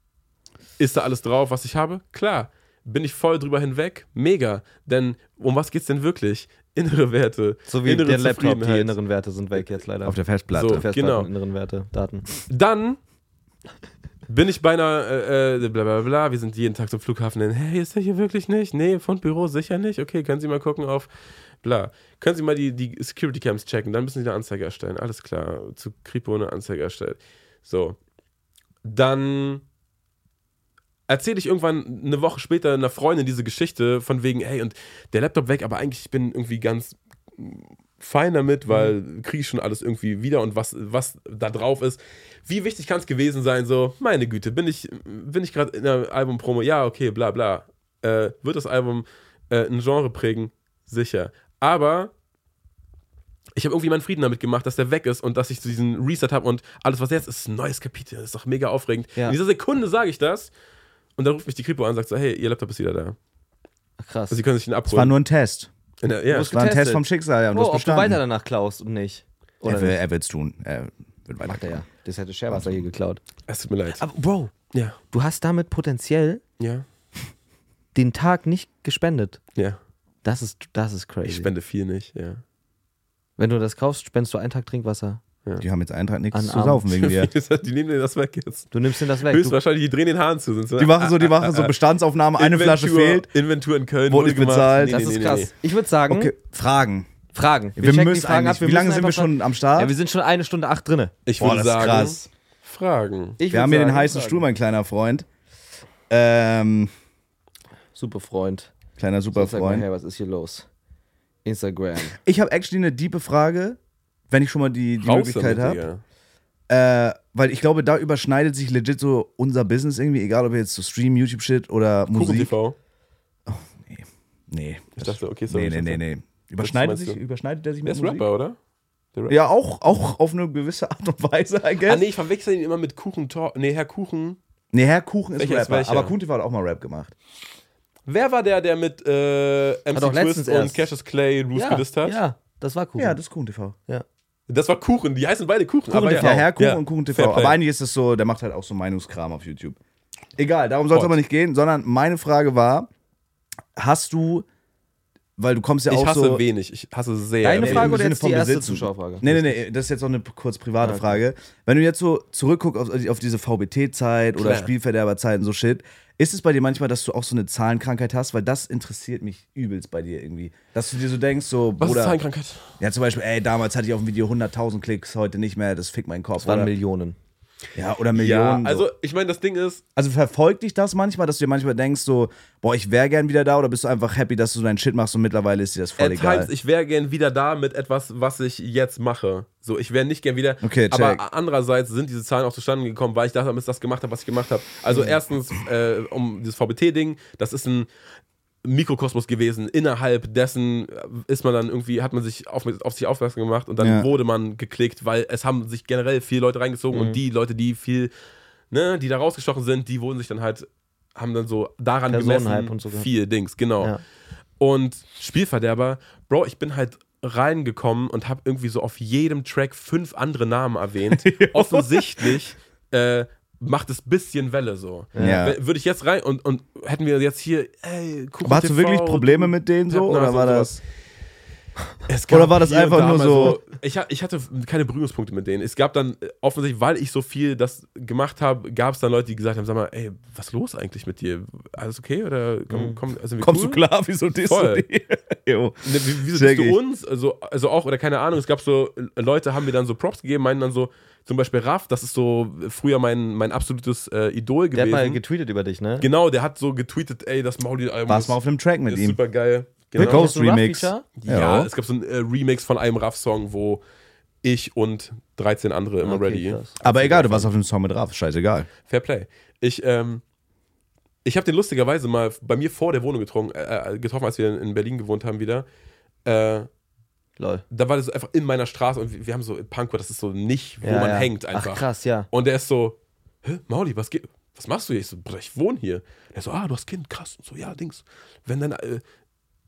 Speaker 3: ist da alles drauf, was ich habe? Klar. Bin ich voll drüber hinweg? Mega. Denn um was geht's denn wirklich? Innere Werte.
Speaker 2: so wie
Speaker 3: innere
Speaker 2: der Laptop, die
Speaker 3: Zufriedenheit.
Speaker 2: inneren Werte sind weg jetzt leider.
Speaker 1: Auf der Festplatte.
Speaker 3: So.
Speaker 2: Festplatten,
Speaker 3: genau.
Speaker 2: inneren Werte, Daten.
Speaker 3: Dann bin ich beinahe, äh, äh, bla bla bla, wir sind jeden Tag zum Flughafen hin. Hey, ist der hier wirklich nicht? Nee, von Büro sicher nicht. Okay, können Sie mal gucken auf bla. Können Sie mal die, die Security Cams checken, dann müssen Sie eine Anzeige erstellen. Alles klar, zu Kripo eine Anzeige erstellt. So. Dann erzähle ich irgendwann eine Woche später einer Freundin diese Geschichte von wegen, hey, und der Laptop weg, aber eigentlich ich bin irgendwie ganz fein damit, weil kriege ich schon alles irgendwie wieder und was, was da drauf ist. Wie wichtig kann es gewesen sein, so, meine Güte, bin ich, bin ich gerade in der Album-Promo, ja, okay, bla bla. Äh, wird das Album äh, ein Genre prägen? Sicher. Aber ich habe irgendwie meinen Frieden damit gemacht, dass der weg ist und dass ich so diesen Reset habe und alles, was jetzt ist, ist ein neues Kapitel. Das ist doch mega aufregend.
Speaker 2: Ja.
Speaker 3: In dieser Sekunde sage ich das und dann ruft mich die Kripo an und sagt so, hey, ihr Laptop ist wieder da.
Speaker 2: Ach, krass.
Speaker 3: Also sie können sich den
Speaker 1: Es war
Speaker 3: abholen.
Speaker 1: nur ein Test.
Speaker 3: In der, ja.
Speaker 2: Muss-
Speaker 1: Es war ein
Speaker 2: Getestet.
Speaker 1: Test vom Schicksal. Ja, und
Speaker 2: oh,
Speaker 1: du hast
Speaker 2: ob du weiter
Speaker 1: bestanden.
Speaker 2: danach klaust und nicht. Oder
Speaker 1: Er will,
Speaker 2: nicht.
Speaker 1: er will's tun. Er wird
Speaker 2: Macht er
Speaker 1: weiter.
Speaker 2: ja. Das hätte Scherwasser hier geklaut.
Speaker 3: Es tut mir leid.
Speaker 2: Aber Bro,
Speaker 3: Ja,
Speaker 2: du hast damit potenziell
Speaker 3: ja,
Speaker 2: den Tag nicht gespendet.
Speaker 3: ja.
Speaker 2: Das ist, das ist crazy.
Speaker 3: Ich spende viel nicht, ja.
Speaker 2: Wenn du das kaufst, spendest du einen Tag Trinkwasser.
Speaker 1: Die haben jetzt Eintracht nichts
Speaker 2: An
Speaker 1: zu
Speaker 2: Abend.
Speaker 1: saufen wegen
Speaker 2: [laughs]
Speaker 3: [laughs]
Speaker 1: dir.
Speaker 3: die nehmen dir das weg jetzt.
Speaker 2: Du nimmst dir das weg. Du,
Speaker 3: Höchstwahrscheinlich, die drehen den Hahn zu. Sind so,
Speaker 1: Die machen so, die machen so Bestandsaufnahme, eine Flasche
Speaker 3: Inventur-
Speaker 1: fehlt.
Speaker 3: Inventur in Köln.
Speaker 1: Wurde
Speaker 3: gemacht.
Speaker 1: bezahlt.
Speaker 2: das ist krass. Ich würde sagen,
Speaker 1: Okay, Fragen.
Speaker 2: Fragen.
Speaker 1: Wir,
Speaker 2: Hm? checken
Speaker 1: müssen eigentlich. Wie
Speaker 2: müssen
Speaker 1: lange sind wir
Speaker 2: einfach
Speaker 1: schon am
Speaker 2: Fragen-
Speaker 1: Start?
Speaker 2: Ja, wir sind schon eine Stunde acht drinne.
Speaker 3: Ich
Speaker 1: Boah,
Speaker 3: würde
Speaker 1: das ist
Speaker 3: sagen,
Speaker 1: krass.
Speaker 3: Fragen.
Speaker 1: Wir
Speaker 2: Ich würd
Speaker 1: haben hier den
Speaker 2: sagen,
Speaker 1: heißen
Speaker 2: Fragen.
Speaker 1: Stuhl, mein kleiner Freund. Ähm,
Speaker 2: Super Freund.
Speaker 1: kleiner
Speaker 2: Sag mal, hey,
Speaker 1: Superfreund.
Speaker 2: was ist hier los? Instagram.
Speaker 1: Ich habe actually eine diepe Frage, wenn ich schon mal die, die Möglichkeit habe.
Speaker 3: Digga.
Speaker 1: Äh, weil ich glaube, da überschneidet sich legit so unser Business irgendwie, egal ob jetzt so Stream, YouTube-Shit oder
Speaker 3: Kuchen
Speaker 1: Musik.
Speaker 3: TV.
Speaker 1: Nee.
Speaker 3: Ich dachte, okay, sorry.
Speaker 1: nee,
Speaker 3: ich
Speaker 1: nee,
Speaker 3: dachte,
Speaker 1: nee, nee. Überschneidet
Speaker 3: meinst
Speaker 1: sich,
Speaker 3: du?
Speaker 1: überschneidet der sich
Speaker 3: Der
Speaker 1: mit
Speaker 3: ist
Speaker 1: Musik?
Speaker 3: Rapper, oder? Der Rapper.
Speaker 1: Ja, auch, auch auf eine gewisse Art und Weise, I guess.
Speaker 3: Ah, nee, ich verwechsel ihn immer mit Kuchen Talk. Nee, Herr Kuchen.
Speaker 1: Nee, Herr Kuchen ist
Speaker 3: Welcher ist
Speaker 1: Rapper,
Speaker 3: welcher?
Speaker 1: aber Kuchen TV hat auch mal Rap gemacht.
Speaker 3: Wer war der, der mit äh, MC
Speaker 2: doch letztens
Speaker 3: Twist und
Speaker 2: erst.
Speaker 3: Cassius Clay Roos
Speaker 2: ja,
Speaker 3: gedisst hat?
Speaker 2: ja, das war cool.
Speaker 1: Ja, das ist Kuchen TV.
Speaker 3: Das war Kuchen. Die heißen beide Kuchen. aber
Speaker 1: Ja, Herr Kuchen
Speaker 3: Ja,
Speaker 1: und Kuchen
Speaker 3: Fair
Speaker 1: TV.
Speaker 3: play.
Speaker 1: Aber eigentlich ist es so, der macht halt auch so Meinungskram auf YouTube. Egal, darum soll es
Speaker 3: Voll.
Speaker 1: aber nicht gehen, sondern meine Frage war, hast du weil du kommst ja
Speaker 3: Ich
Speaker 1: auch
Speaker 3: hasse
Speaker 1: so.
Speaker 3: wenig, ich hasse sehr
Speaker 2: Deine
Speaker 3: wenig.
Speaker 2: Frage
Speaker 1: im
Speaker 2: oder
Speaker 1: Sinne
Speaker 2: jetzt
Speaker 1: von
Speaker 2: die erste
Speaker 1: Besitzen.
Speaker 2: Zuschauerfrage?
Speaker 1: Nee, nee, nee, das ist jetzt noch eine kurz private
Speaker 2: Ah, okay.
Speaker 1: Frage. Wenn du jetzt so zurückguckst auf, auf diese VBT-Zeit oder
Speaker 3: Klar.
Speaker 1: Spielverderberzeiten, so shit, ist es bei dir manchmal, dass du auch so eine Zahlenkrankheit hast? Weil das interessiert mich übelst bei dir irgendwie. Dass du dir so denkst, so,
Speaker 3: Was ist
Speaker 1: Bruder,
Speaker 3: Zahlenkrankheit?
Speaker 1: ja zum Beispiel, ey, damals hatte ich auf dem Video 100.000 Klicks, heute nicht mehr, das fickt meinen Kopf.
Speaker 2: Das waren
Speaker 1: Oder,
Speaker 2: Millionen.
Speaker 1: ja, oder Millionen.
Speaker 3: ja,
Speaker 1: so.
Speaker 3: also ich meine, das Ding ist,
Speaker 1: Also verfolgt dich das manchmal, dass du dir manchmal denkst, so, boah, ich wäre gern wieder da oder bist du einfach happy, dass du deinen Shit machst und mittlerweile ist dir das voll
Speaker 3: at
Speaker 1: egal.
Speaker 3: times, ich wäre gern wieder da mit etwas, was ich jetzt mache. So, ich wäre nicht gern wieder.
Speaker 1: Okay, check.
Speaker 3: Aber andererseits sind diese Zahlen auch zustande gekommen, weil ich damals das gemacht habe, was ich gemacht habe. Also,
Speaker 1: Mhm.
Speaker 3: erstens, äh, um dieses VBT-Ding, das ist ein. Mikrokosmos gewesen, innerhalb dessen äh, ist man dann irgendwie, hat man sich auf, auf sich aufmerksam gemacht und dann
Speaker 1: Ja.
Speaker 3: wurde man geklickt, weil es haben sich generell viele Leute reingezogen
Speaker 2: Mhm.
Speaker 3: und die Leute, die viel, ne, die da rausgestochen sind, die wurden sich dann halt, haben dann so daran gemessen,
Speaker 2: Personenhype und so gehabt.
Speaker 3: viel Dings, genau.
Speaker 2: Ja.
Speaker 3: Und Spielverderber, Bro, ich bin halt reingekommen und habe irgendwie so auf jedem Track fünf andere Namen
Speaker 1: [laughs]
Speaker 3: erwähnt. Offensichtlich äh, macht es bisschen Welle so.
Speaker 1: Ja.
Speaker 3: W- Würde ich jetzt rein und, und hätten wir jetzt hier, ey, guck
Speaker 1: aber hast du wirklich Probleme mit denen so
Speaker 3: Pepnase
Speaker 1: oder war
Speaker 3: und
Speaker 1: das?
Speaker 3: es gab
Speaker 1: Oder war das
Speaker 3: hier und
Speaker 1: einfach
Speaker 3: da
Speaker 1: nur
Speaker 3: mal
Speaker 1: so-
Speaker 3: Ich, ha- ich hatte keine Berührungspunkte mit denen. Es gab dann äh, offensichtlich, weil ich so viel das gemacht habe, gab es dann Leute, die gesagt haben, sag mal, ey, was ist los eigentlich mit dir? Alles okay oder komm, komm, sind wir
Speaker 1: Mhm. Kommst
Speaker 3: cool?
Speaker 1: du klar, wieso disst du
Speaker 3: Voll.
Speaker 1: die? [laughs] Jo.
Speaker 3: Ne, wie- wieso
Speaker 1: Check
Speaker 3: bist du
Speaker 1: ich.
Speaker 3: uns? Also, also auch, oder keine Ahnung, es gab so, äh, Leute haben mir dann so Props gegeben, meinen dann so, zum Beispiel Raff, das ist so früher mein, mein absolutes äh, Idol
Speaker 2: Der hat mal
Speaker 3: gewesen.
Speaker 2: getweetet über dich, ne?
Speaker 3: genau, der hat so getweetet, ey, das Mauli-Album
Speaker 1: Warst mal auf einem Track mit
Speaker 3: ist
Speaker 1: ihm.
Speaker 3: super geil.
Speaker 1: Genau. Ghost
Speaker 2: Hast du ein
Speaker 1: Remix.
Speaker 2: Rough-Feature?
Speaker 3: Ja,
Speaker 1: Ja.
Speaker 3: es gab so ein äh, Remix von einem Raff-Song, wo ich und 13 andere immer
Speaker 2: Okay,
Speaker 3: ready.
Speaker 2: krass.
Speaker 1: Aber egal, du warst auf dem Song mit Raf, scheißegal.
Speaker 3: Fair Play. Ich, ähm, ich habe den lustigerweise mal bei mir vor der Wohnung getrunken, äh, äh, getroffen, als wir in Berlin gewohnt haben wieder. Äh,
Speaker 2: Lol.
Speaker 3: da war das einfach in meiner Straße und wir, wir haben so in Pankow, das ist so nicht, wo
Speaker 2: Ja,
Speaker 3: man
Speaker 2: ja.
Speaker 3: hängt einfach.
Speaker 2: Ach krass, ja.
Speaker 3: Und der ist so, hä, Mauli, was geht? Was machst du hier? Ich so, Bruder, ich wohne hier. Er so, ah, du hast Kind, krass. Und so, ja, Dings. Wenn dann, äh,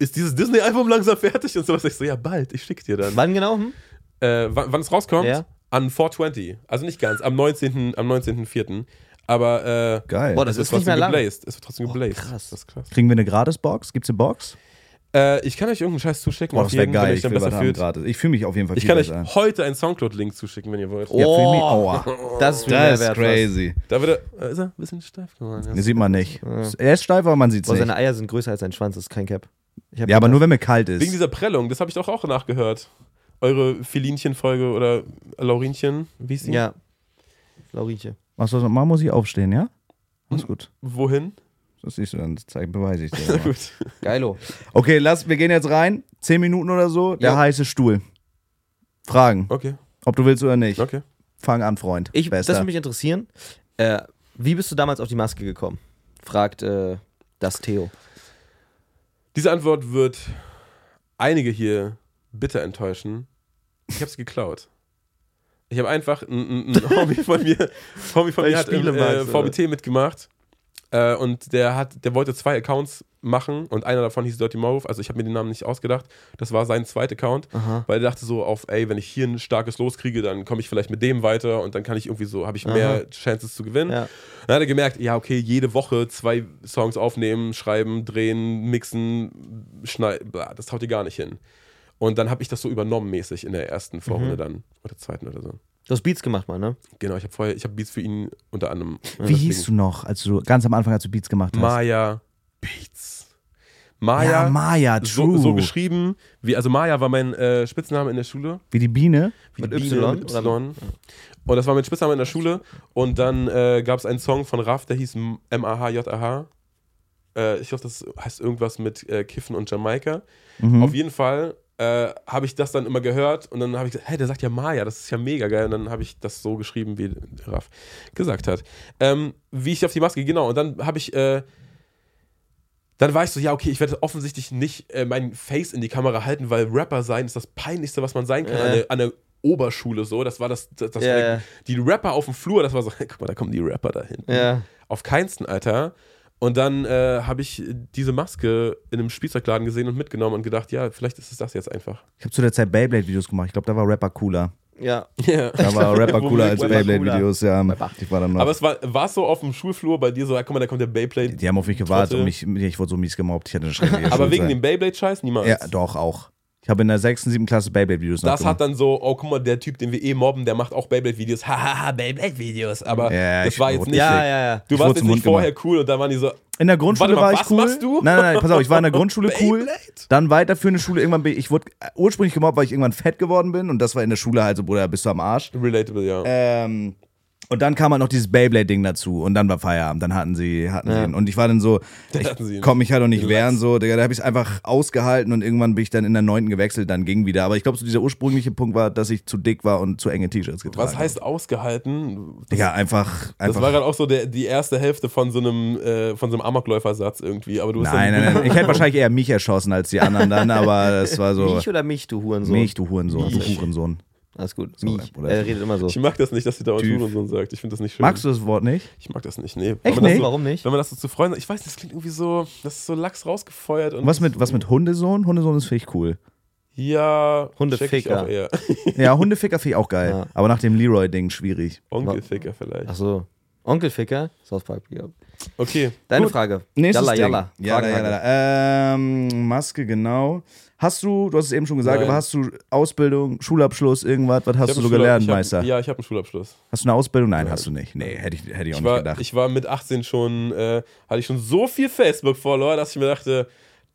Speaker 3: ist dieses Disney-Album langsam fertig und sowas? Ich so, ja, bald, ich schick dir dann.
Speaker 2: Wann genau? Hm?
Speaker 3: Äh, wann, wann es rauskommt?
Speaker 2: Ja.
Speaker 3: An 420. Also nicht ganz, am 19. am 19.04. Aber äh,
Speaker 1: Geil.
Speaker 2: Boah, das- Also ist
Speaker 3: es wird
Speaker 2: nicht
Speaker 3: trotzdem
Speaker 2: mehr lang. Oh,
Speaker 3: geblazed. Es wird trotzdem geblazed.
Speaker 2: krass.
Speaker 3: Das ist krass.
Speaker 1: Kriegen wir eine Gratis-Box? Gibt's eine Box?
Speaker 3: Äh, ich kann euch irgendeinen Scheiß zuschicken.
Speaker 2: Oh,
Speaker 1: Boah,
Speaker 3: auf
Speaker 1: das wäre
Speaker 3: jeden, wenn
Speaker 1: geil.
Speaker 3: euch
Speaker 1: Ich,
Speaker 3: dann
Speaker 1: will was
Speaker 3: besser
Speaker 1: haben
Speaker 3: fühlt.
Speaker 1: gratis. Ich fühle mich auf jeden Fall
Speaker 3: Ich
Speaker 1: viel
Speaker 3: kann euch
Speaker 1: besser.
Speaker 3: heute einen Soundcloud-Link zuschicken, wenn ihr wollt.
Speaker 1: ja, für mich,
Speaker 2: Oh,
Speaker 1: aua.
Speaker 2: Das ist, mir
Speaker 1: Das
Speaker 2: mehr
Speaker 1: ist
Speaker 2: wert, was.
Speaker 1: crazy.
Speaker 3: Da wird er, äh, ist er ein bisschen steif geworden. ja.
Speaker 1: Das sieht man nicht. Er ist steif, aber man sieht's
Speaker 2: Boah,
Speaker 1: nicht.
Speaker 2: seine Eier sind größer als sein Schwanz, das ist kein Cap. Ich hab
Speaker 1: Ja, aber
Speaker 2: gedacht,
Speaker 1: nur wenn mir kalt
Speaker 3: Wegen
Speaker 1: ist.
Speaker 3: dieser Prellung, das habe ich doch auch nachgehört. Eure Felinchen-Folge oder Laurinchen, wie ist die?
Speaker 2: Ja. Laurinche.
Speaker 1: Was soll Mal muss ich aufstehen,
Speaker 3: Hm?
Speaker 1: ja? Alles gut.
Speaker 3: Wohin?
Speaker 1: Das siehst du dann, zeig, beweise
Speaker 3: [laughs]
Speaker 1: ich dir.
Speaker 3: Gut.
Speaker 2: Geilo.
Speaker 1: Okay, lass, wir gehen jetzt rein. Zehn Minuten oder so. Der
Speaker 2: Ja.
Speaker 1: heiße Stuhl. Fragen,
Speaker 3: Okay,
Speaker 1: ob du willst oder nicht.
Speaker 3: okay.
Speaker 1: Fang an, Freund.
Speaker 2: Ich, das
Speaker 1: Bester.
Speaker 2: würde mich interessieren. Äh, wie bist du damals auf die Maske gekommen? Fragt äh, das Theo.
Speaker 3: Diese Antwort wird einige hier bitter enttäuschen. Ich habe es geklaut. Ich habe einfach ein,
Speaker 2: [laughs]
Speaker 3: ein, ein Homie von mir, ein Homie von
Speaker 2: Weil
Speaker 3: mir hat im, äh,
Speaker 2: Spielemax, oder?
Speaker 3: VBT mitgemacht äh, und der hat, der wollte zwei Accounts machen und einer davon hieß Dirty Mauve. Also ich habe mir den Namen nicht ausgedacht. Das war sein zweiter Account.
Speaker 2: Aha.
Speaker 3: Weil er dachte so auf, ey, wenn ich hier ein starkes Los kriege, dann komme ich vielleicht mit dem weiter und dann kann ich irgendwie so, habe ich
Speaker 2: Aha.
Speaker 3: mehr Chances zu gewinnen.
Speaker 2: Ja.
Speaker 3: Dann hat er gemerkt, ja, okay, jede Woche zwei Songs aufnehmen, schreiben, drehen, mixen, schneiden, bla, das haut dir gar nicht hin. Und dann habe ich das so übernommen mäßig in der ersten
Speaker 1: Mhm.
Speaker 3: Vorrunde dann oder zweiten oder so.
Speaker 2: Du hast Beats gemacht, mal, ne?
Speaker 3: Genau, ich habe vorher, ich habe Beats für ihn unter anderem.
Speaker 1: Wie hieß du noch, als du ganz am Anfang, als du Beats gemacht hast?
Speaker 3: Maya Beats. Maya,
Speaker 1: ja, Maya,
Speaker 3: so,
Speaker 1: true.
Speaker 3: so geschrieben, wie, also Maya war mein äh, Spitzname in der Schule.
Speaker 1: Wie die Biene.
Speaker 3: Wie
Speaker 2: Mit
Speaker 3: Biene,
Speaker 2: Y
Speaker 3: mit
Speaker 2: oder
Speaker 3: Y. Und das war mein Spitzname in der Schule. Und dann äh, gab es einen Song von Raff, der hieß M-A-H-J-A-H. Äh, ich hoffe, das heißt irgendwas mit äh, Kiffen und Jamaika.
Speaker 2: Mhm.
Speaker 3: Auf jeden Fall äh, habe ich das dann immer gehört und dann habe ich gesagt, hey, der sagt ja Maya, das ist ja mega geil. Und dann habe ich das so geschrieben, wie Raff gesagt hat. Ähm, wie ich auf die Maske, genau. Und dann habe ich. Äh, dann war ich so, ja, okay, ich werde offensichtlich nicht äh, mein Face in die Kamera halten, weil Rapper sein ist das Peinlichste, was man sein kann
Speaker 2: Ja.
Speaker 3: an, der, an der Oberschule so. Das war das, das, das
Speaker 2: Ja,
Speaker 3: war
Speaker 2: ja.
Speaker 3: die Rapper auf dem Flur, das war so, [laughs] guck mal, da kommen die Rapper dahin.
Speaker 2: Ja.
Speaker 3: Auf keinsten, Alter. Und dann äh, habe ich diese Maske in einem Spielzeugladen gesehen und mitgenommen und gedacht, ja, vielleicht ist es das jetzt einfach.
Speaker 1: Ich habe zu der Zeit Beyblade-Videos gemacht. Ich glaube, da war Rapper cooler.
Speaker 2: Ja.
Speaker 3: [laughs] Ja.
Speaker 1: Da war Rapper cooler als
Speaker 2: Rapper
Speaker 1: Beyblade-Videos, ja. Ich war dann noch.
Speaker 3: Aber es war, war es so auf dem Schulflur bei dir so, ja, guck mal, da kommt der Beyblade.
Speaker 1: die haben auf mich gewartet
Speaker 3: Trottel.
Speaker 1: und mich, ich wurde so mies gemobbt. Ich hatte eine schreckliche
Speaker 3: [laughs] Aber wegen
Speaker 1: Schulzeit.
Speaker 3: dem Beyblade-Scheiß niemals.
Speaker 1: Ja, doch, auch. Ich habe in der 6. und 7. Klasse Beyblade-Videos
Speaker 3: Das
Speaker 1: nachgemacht.
Speaker 3: hat dann so, oh guck mal, der Typ, den wir eh mobben, der macht auch Beyblade-Videos. Hahaha, Beyblade-Videos. Aber
Speaker 1: Ja,
Speaker 3: das
Speaker 1: ich
Speaker 3: war jetzt
Speaker 1: wurde-
Speaker 3: nicht.
Speaker 2: Ja, ja, ja.
Speaker 3: Du
Speaker 1: Ich wurde
Speaker 3: warst jetzt
Speaker 1: zum Äh,
Speaker 3: nicht
Speaker 1: Hund
Speaker 3: vorher cool und da waren die so,
Speaker 1: In der Grundschule
Speaker 3: Warte mal,
Speaker 1: war ich
Speaker 3: was
Speaker 1: cool.
Speaker 3: machst du?
Speaker 1: Nein, nein, nein, pass auf, ich war in
Speaker 3: [laughs]
Speaker 1: der Grundschule cool.
Speaker 3: Beyblade?
Speaker 1: Dann weiterführende Schule irgendwann bin ich wurde äh, ursprünglich gemobbt, weil ich irgendwann fett geworden bin und das war in der Schule halt so, Bruder, bist du am Arsch.
Speaker 3: relatable, ja.
Speaker 1: Ähm, und dann kam halt noch dieses Beyblade-Ding dazu und dann war Feierabend, dann hatten sie, hatten sie ihn. Und ich war dann
Speaker 3: [laughs]
Speaker 1: so,
Speaker 3: [laughs] hatten sie ihn.
Speaker 1: ich konnte mich halt auch nicht wehren, so, Digga, da habe ich es einfach ausgehalten und irgendwann bin ich dann in der neunten gewechselt, dann ging wieder. Aber ich glaube, so dieser ursprüngliche Punkt war, dass ich zu dick war und zu enge T-Shirts getragen
Speaker 3: Was heißt ausgehalten?
Speaker 1: habe. Digga, einfach,
Speaker 3: Das
Speaker 1: einfach.
Speaker 3: war gerade auch so der, die erste Hälfte von so einem, äh, von so einem Amokläufersatz irgendwie. Aber du bist
Speaker 1: nein,
Speaker 3: dann,
Speaker 1: nein, nein. Ich hätte wahrscheinlich eher mich erschossen als die anderen
Speaker 3: [laughs]
Speaker 1: dann, aber das war so.
Speaker 2: Mich oder mich, du Hurensohn?
Speaker 1: Mich, du Hurensohn, du
Speaker 3: Mich.
Speaker 1: Hurensohn.
Speaker 2: Alles gut.
Speaker 1: Sorry,
Speaker 2: mich.
Speaker 1: Bruder.
Speaker 2: Er redet immer so.
Speaker 3: Ich mag das nicht, dass sie da
Speaker 1: Typ.
Speaker 3: und so sagt. Ich finde das nicht schön.
Speaker 1: Magst du das Wort nicht?
Speaker 3: Ich mag das nicht, nee.
Speaker 1: Echt
Speaker 3: Wenn man das
Speaker 1: nicht?
Speaker 3: So,
Speaker 2: Warum nicht?
Speaker 3: Wenn man das so zu Freunden ich weiß, das klingt irgendwie so, das ist so lax rausgefeuert. Und
Speaker 1: Und was mit, was mit Hundesohn? Hundesohn ist finde ich cool.
Speaker 3: Ja,
Speaker 2: Hundeficker.
Speaker 3: check ich auch eher.
Speaker 1: Ja, Hundeficker finde ich auch geil.
Speaker 2: Ja.
Speaker 1: Aber nach dem Leroy-Ding schwierig.
Speaker 3: Onkelficker vielleicht.
Speaker 2: Achso. Onkel Ficker? South Park. Ja.
Speaker 3: Okay.
Speaker 2: Deine
Speaker 1: Gut.
Speaker 2: Frage.
Speaker 1: Nächstes
Speaker 2: Yalla,
Speaker 1: Ding.
Speaker 2: yalla.
Speaker 1: Jalla,
Speaker 2: Fragenhagel.
Speaker 1: jalla. Ähm, Maske, genau. Hast du, du hast es eben schon gesagt,
Speaker 3: halt. Nein.
Speaker 1: aber hast du Ausbildung, Schulabschluss, irgendwas? Was
Speaker 3: Ich
Speaker 1: hast
Speaker 3: hab
Speaker 1: du so
Speaker 3: einen Schulab-
Speaker 1: gelernt,
Speaker 3: ich hab,
Speaker 1: Meister?
Speaker 3: Ja, ich habe einen Schulabschluss.
Speaker 1: Hast du eine Ausbildung? Nein, hast du nicht. Nee, hätte ich, hätte ich auch nicht
Speaker 3: Ich war,
Speaker 1: gedacht.
Speaker 3: ich war mit 18 schon, äh, hatte ich schon so viel Facebook-Follower, dass ich mir dachte,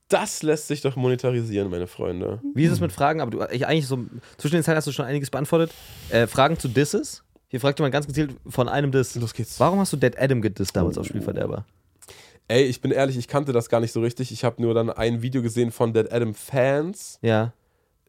Speaker 3: das lässt sich doch monetarisieren, meine Freunde.
Speaker 2: Wie ist es mit Fragen? Aber du, ich eigentlich so, zwischen den Zeilen hast du schon einiges beantwortet. Äh, Fragen zu Disses? Hier fragt jemand ganz gezielt von einem Diss.
Speaker 3: Los geht's.
Speaker 2: Warum hast du Dead Adam gedisst damals auf Spielverderber?
Speaker 3: Ey, ich bin ehrlich, ich kannte das gar nicht so richtig. Ich habe nur dann ein Video gesehen von Dead Adam Fans,
Speaker 2: Ja.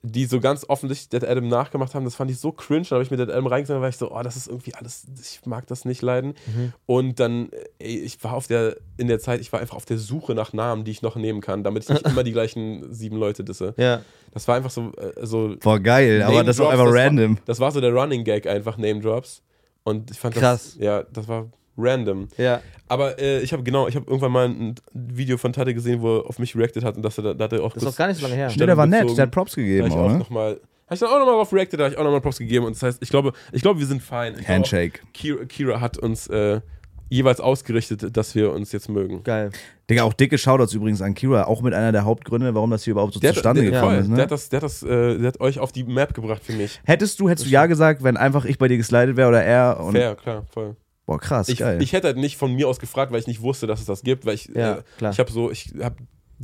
Speaker 3: die so ganz offensichtlich Dead Adam nachgemacht haben. Das fand ich so cringe. Dann habe ich mir Dead Adam reingesagt, weil ich so, oh, das ist irgendwie alles, ich mag das nicht leiden.
Speaker 1: Mhm.
Speaker 3: Und dann, ey, ich war auf der, in der Zeit, ich war einfach auf der Suche nach Namen, die ich noch nehmen kann, damit ich
Speaker 1: [laughs]
Speaker 3: nicht immer die gleichen sieben Leute disse.
Speaker 2: Ja.
Speaker 3: Das war einfach so, äh, so
Speaker 1: Boah, geil, aber das war
Speaker 3: Name-Drops,
Speaker 1: einfach random.
Speaker 3: War, das war so der Running Gag einfach, Name Drops. Und ich fand
Speaker 2: Krass.
Speaker 3: das. Ja, das war random.
Speaker 2: Ja.
Speaker 3: Aber äh, ich habe genau, ich habe irgendwann mal ein Video von Tate gesehen, wo er auf mich reacted hat und dass er da, da hat er auch.
Speaker 2: Das ist noch gar nicht so lange her.
Speaker 1: Nee, der war nett,
Speaker 3: bezogen.
Speaker 1: der hat Props
Speaker 3: Da
Speaker 1: gegeben,
Speaker 3: hab ich auch
Speaker 1: oder?
Speaker 3: nochmal. Habe ich dann auch nochmal drauf reacted, da habe ich auch nochmal Props gegeben. Und das heißt, ich glaube, ich glaube, wir sind fein. Ich glaube,
Speaker 1: Handshake.
Speaker 3: Kira, Kira hat uns äh, jeweils ausgerichtet, dass wir uns jetzt mögen.
Speaker 2: Geil. [laughs]
Speaker 1: Digga, auch dicke Shoutouts übrigens an Kira. Auch mit einer der Hauptgründe, warum das hier überhaupt so zustande
Speaker 3: der,
Speaker 1: gekommen
Speaker 3: voll,
Speaker 1: ist. Ne?
Speaker 3: der hat das, der hat das, äh, der hat euch auf die Map gebracht für mich.
Speaker 1: Hättest du, hättest du ja gesagt, wenn einfach ich bei dir geslidet wäre oder er und.
Speaker 3: Fair, klar, voll.
Speaker 1: Boah, krass,
Speaker 3: Ich,
Speaker 1: geil. Ich,
Speaker 3: ich hätte halt nicht von mir aus gefragt, weil ich nicht wusste, dass es das gibt, weil ich,
Speaker 2: Ja,
Speaker 3: äh,
Speaker 2: klar.
Speaker 3: ich habe so, ich habe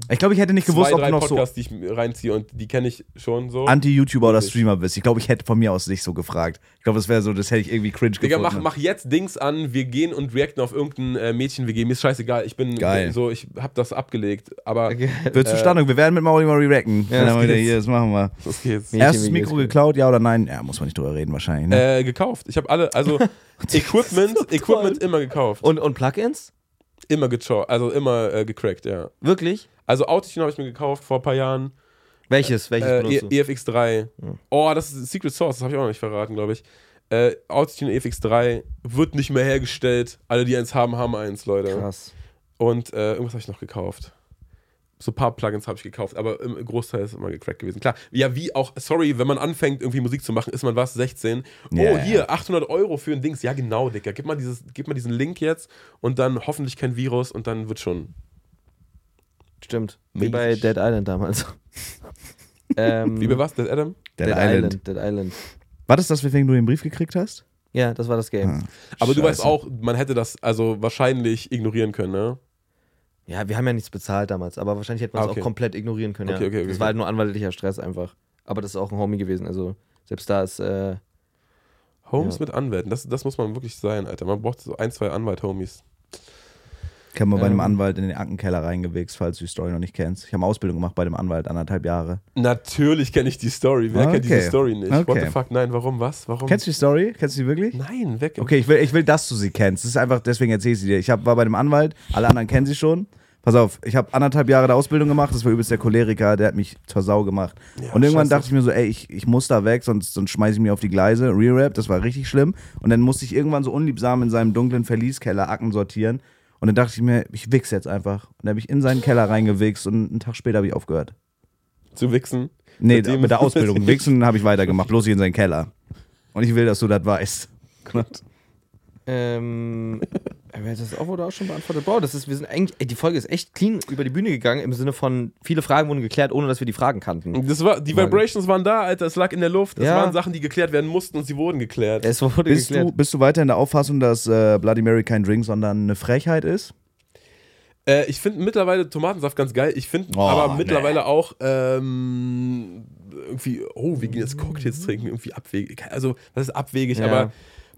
Speaker 1: glaube, ich hätte nicht gewusst,
Speaker 3: zwei,
Speaker 1: ob du
Speaker 3: drei
Speaker 1: noch
Speaker 3: Podcasts, die ich reinziehe und die kenne ich schon
Speaker 1: so
Speaker 3: so.
Speaker 1: Anti-YouTuber oder
Speaker 3: Oh, Wirklich.
Speaker 1: Streamer bist. Ich glaube, ich hätte von mir aus nicht so gefragt. Ich glaube, das wäre so, das hätte ich irgendwie cringe
Speaker 3: Digga, mach,
Speaker 1: gefunden.
Speaker 3: mach jetzt Dings an, wir gehen und reacten auf irgendein äh, Mädchen-WG. Mir ist scheißegal, ich bin äh,
Speaker 1: Geil.
Speaker 3: so, ich habe das abgelegt, aber [laughs]
Speaker 1: Wird
Speaker 3: äh,
Speaker 1: zustande. Wir werden mit Mauli mal re-racken.
Speaker 2: Ja,
Speaker 1: Wenn
Speaker 2: das
Speaker 1: er mal wieder
Speaker 2: geht's.
Speaker 1: hier ist, machen wir.
Speaker 3: das geht's.
Speaker 2: Ja.
Speaker 1: Erstes
Speaker 2: Mädchen,
Speaker 1: Mikro
Speaker 2: Mädchen.
Speaker 1: geklaut, ja oder nein? Ja, muss man nicht drüber reden wahrscheinlich. Ne?
Speaker 3: Äh, gekauft. Ich habe alle,
Speaker 2: [laughs]
Speaker 3: also Equipment, Equipment immer gekauft.
Speaker 2: Und, und Plugins?
Speaker 3: Immer gechor, also immer äh, gecrackt, ja.
Speaker 2: Wirklich?
Speaker 3: Also Autotune habe ich mir gekauft vor ein paar Jahren.
Speaker 2: Welches? Welches
Speaker 3: Äh,
Speaker 2: benutzt du?
Speaker 3: E- EFX3. Oh, das ist Secret Source, das habe ich auch noch nicht verraten, glaube ich. Äh, Autotune EFX3 wird nicht mehr hergestellt. Alle, die eins haben, haben eins, Leute.
Speaker 2: Krass.
Speaker 3: Und äh, irgendwas habe ich noch gekauft. So ein paar Plugins habe ich gekauft, aber im Großteil ist immer gecrackt gewesen. Klar, ja, wie auch, sorry, wenn man anfängt, irgendwie Musik zu machen, ist man was, 16?
Speaker 1: Ja,
Speaker 3: oh,
Speaker 1: ja.
Speaker 3: hier, 800 Euro für ein Dings. Ja, genau, Dicker. Gib mal, dieses, gib mal diesen Link jetzt und dann hoffentlich kein Virus und dann wird schon.
Speaker 2: Stimmt. Wie
Speaker 3: Mäßig.
Speaker 2: bei Dead Island damals. ähm,
Speaker 1: Mhm.
Speaker 3: Wie bei was, Dead Adam?
Speaker 1: Dead,
Speaker 2: Dead
Speaker 1: Island.
Speaker 2: Island. Dead Island.
Speaker 1: War das das, weswegen du den Brief gekriegt hast? Hm.
Speaker 2: Ja, das war das
Speaker 1: Ah.
Speaker 2: Game.
Speaker 3: Aber du
Speaker 1: Scheiße.
Speaker 3: weißt auch, man hätte das also wahrscheinlich ignorieren können, ne?
Speaker 2: Ja, wir haben ja nichts bezahlt damals, aber wahrscheinlich hätten wir es
Speaker 3: Ah, okay.
Speaker 2: auch komplett ignorieren können.
Speaker 3: Okay,
Speaker 2: ja.
Speaker 3: okay, okay,
Speaker 2: das war
Speaker 3: okay.
Speaker 2: halt nur anwaltlicher Stress einfach. Aber das ist auch ein Homie gewesen. Also selbst da ist, äh,
Speaker 3: Homies
Speaker 2: Ja.
Speaker 3: mit Anwälten, das, das muss man wirklich sein, Alter. Man braucht so ein, zwei Anwalt-Homies.
Speaker 1: Ich habe mal bei
Speaker 2: Ähm.
Speaker 1: einem Anwalt in den Ankenkeller reingewichst, falls du die Story noch nicht kennst. Ich habe eine Ausbildung gemacht bei dem Anwalt, anderthalb Jahre.
Speaker 3: Natürlich kenne ich die Story. Wer kennt diese
Speaker 1: Ah, Okay.
Speaker 3: Story nicht? What
Speaker 1: Okay.
Speaker 3: the fuck? Nein, warum? Was? Warum?
Speaker 1: Kennst du die Story? Kennst du die wirklich?
Speaker 3: Nein, weg.
Speaker 1: Okay, ich will, ich will, dass du sie kennst. Das ist einfach, deswegen erzähle ich sie dir. Ich hab, war bei dem Anwalt, alle anderen kennen sie schon. Pass auf, ich habe anderthalb Jahre der Ausbildung gemacht, das war übelst der Choleriker, der hat mich zur Sau gemacht.
Speaker 3: Ja,
Speaker 1: und irgendwann
Speaker 3: scheiße.
Speaker 1: dachte ich mir so, ey, ich, ich muss da weg, sonst, sonst schmeiße ich mich auf die Gleise. Re-Rap, das war richtig schlimm. Und dann musste ich irgendwann so unliebsam in seinem dunklen Verlieskeller Acken sortieren. Und dann dachte ich mir, ich wichse jetzt einfach. Und dann habe ich in seinen Keller reingewichst und einen Tag später habe ich aufgehört.
Speaker 3: Zu wichsen.
Speaker 1: Nee,
Speaker 3: Mit dem- [laughs]
Speaker 1: mit der Ausbildung. Wichsen habe ich weitergemacht, bloß nicht in seinen Keller. Und ich will, dass du das weißt. Knott.
Speaker 2: [laughs] Ähm, aber das auch wurde auch schon beantwortet. Boah, das ist, wir sind eigentlich, ey, die Folge ist echt clean über die Bühne gegangen, im Sinne von, viele Fragen wurden geklärt, ohne dass wir die Fragen kannten.
Speaker 3: Das war, die Vibrations waren da, Alter, es lag in der Luft. Das
Speaker 2: Ja.
Speaker 3: waren Sachen, die geklärt werden mussten und sie wurden geklärt.
Speaker 2: Es wurde
Speaker 1: Bist
Speaker 2: geklärt.
Speaker 1: du, bist du weiter in der Auffassung, dass äh, Bloody Mary kein Drink, sondern eine Frechheit ist?
Speaker 3: Äh, ich finde mittlerweile Tomatensaft ganz geil. Ich finde
Speaker 1: Oh,
Speaker 3: aber
Speaker 1: nee.
Speaker 3: mittlerweile auch ähm, irgendwie, oh, wir gehen jetzt Cocktails trinken, irgendwie abwegig. Also, das ist abwegig,
Speaker 2: Ja.
Speaker 3: aber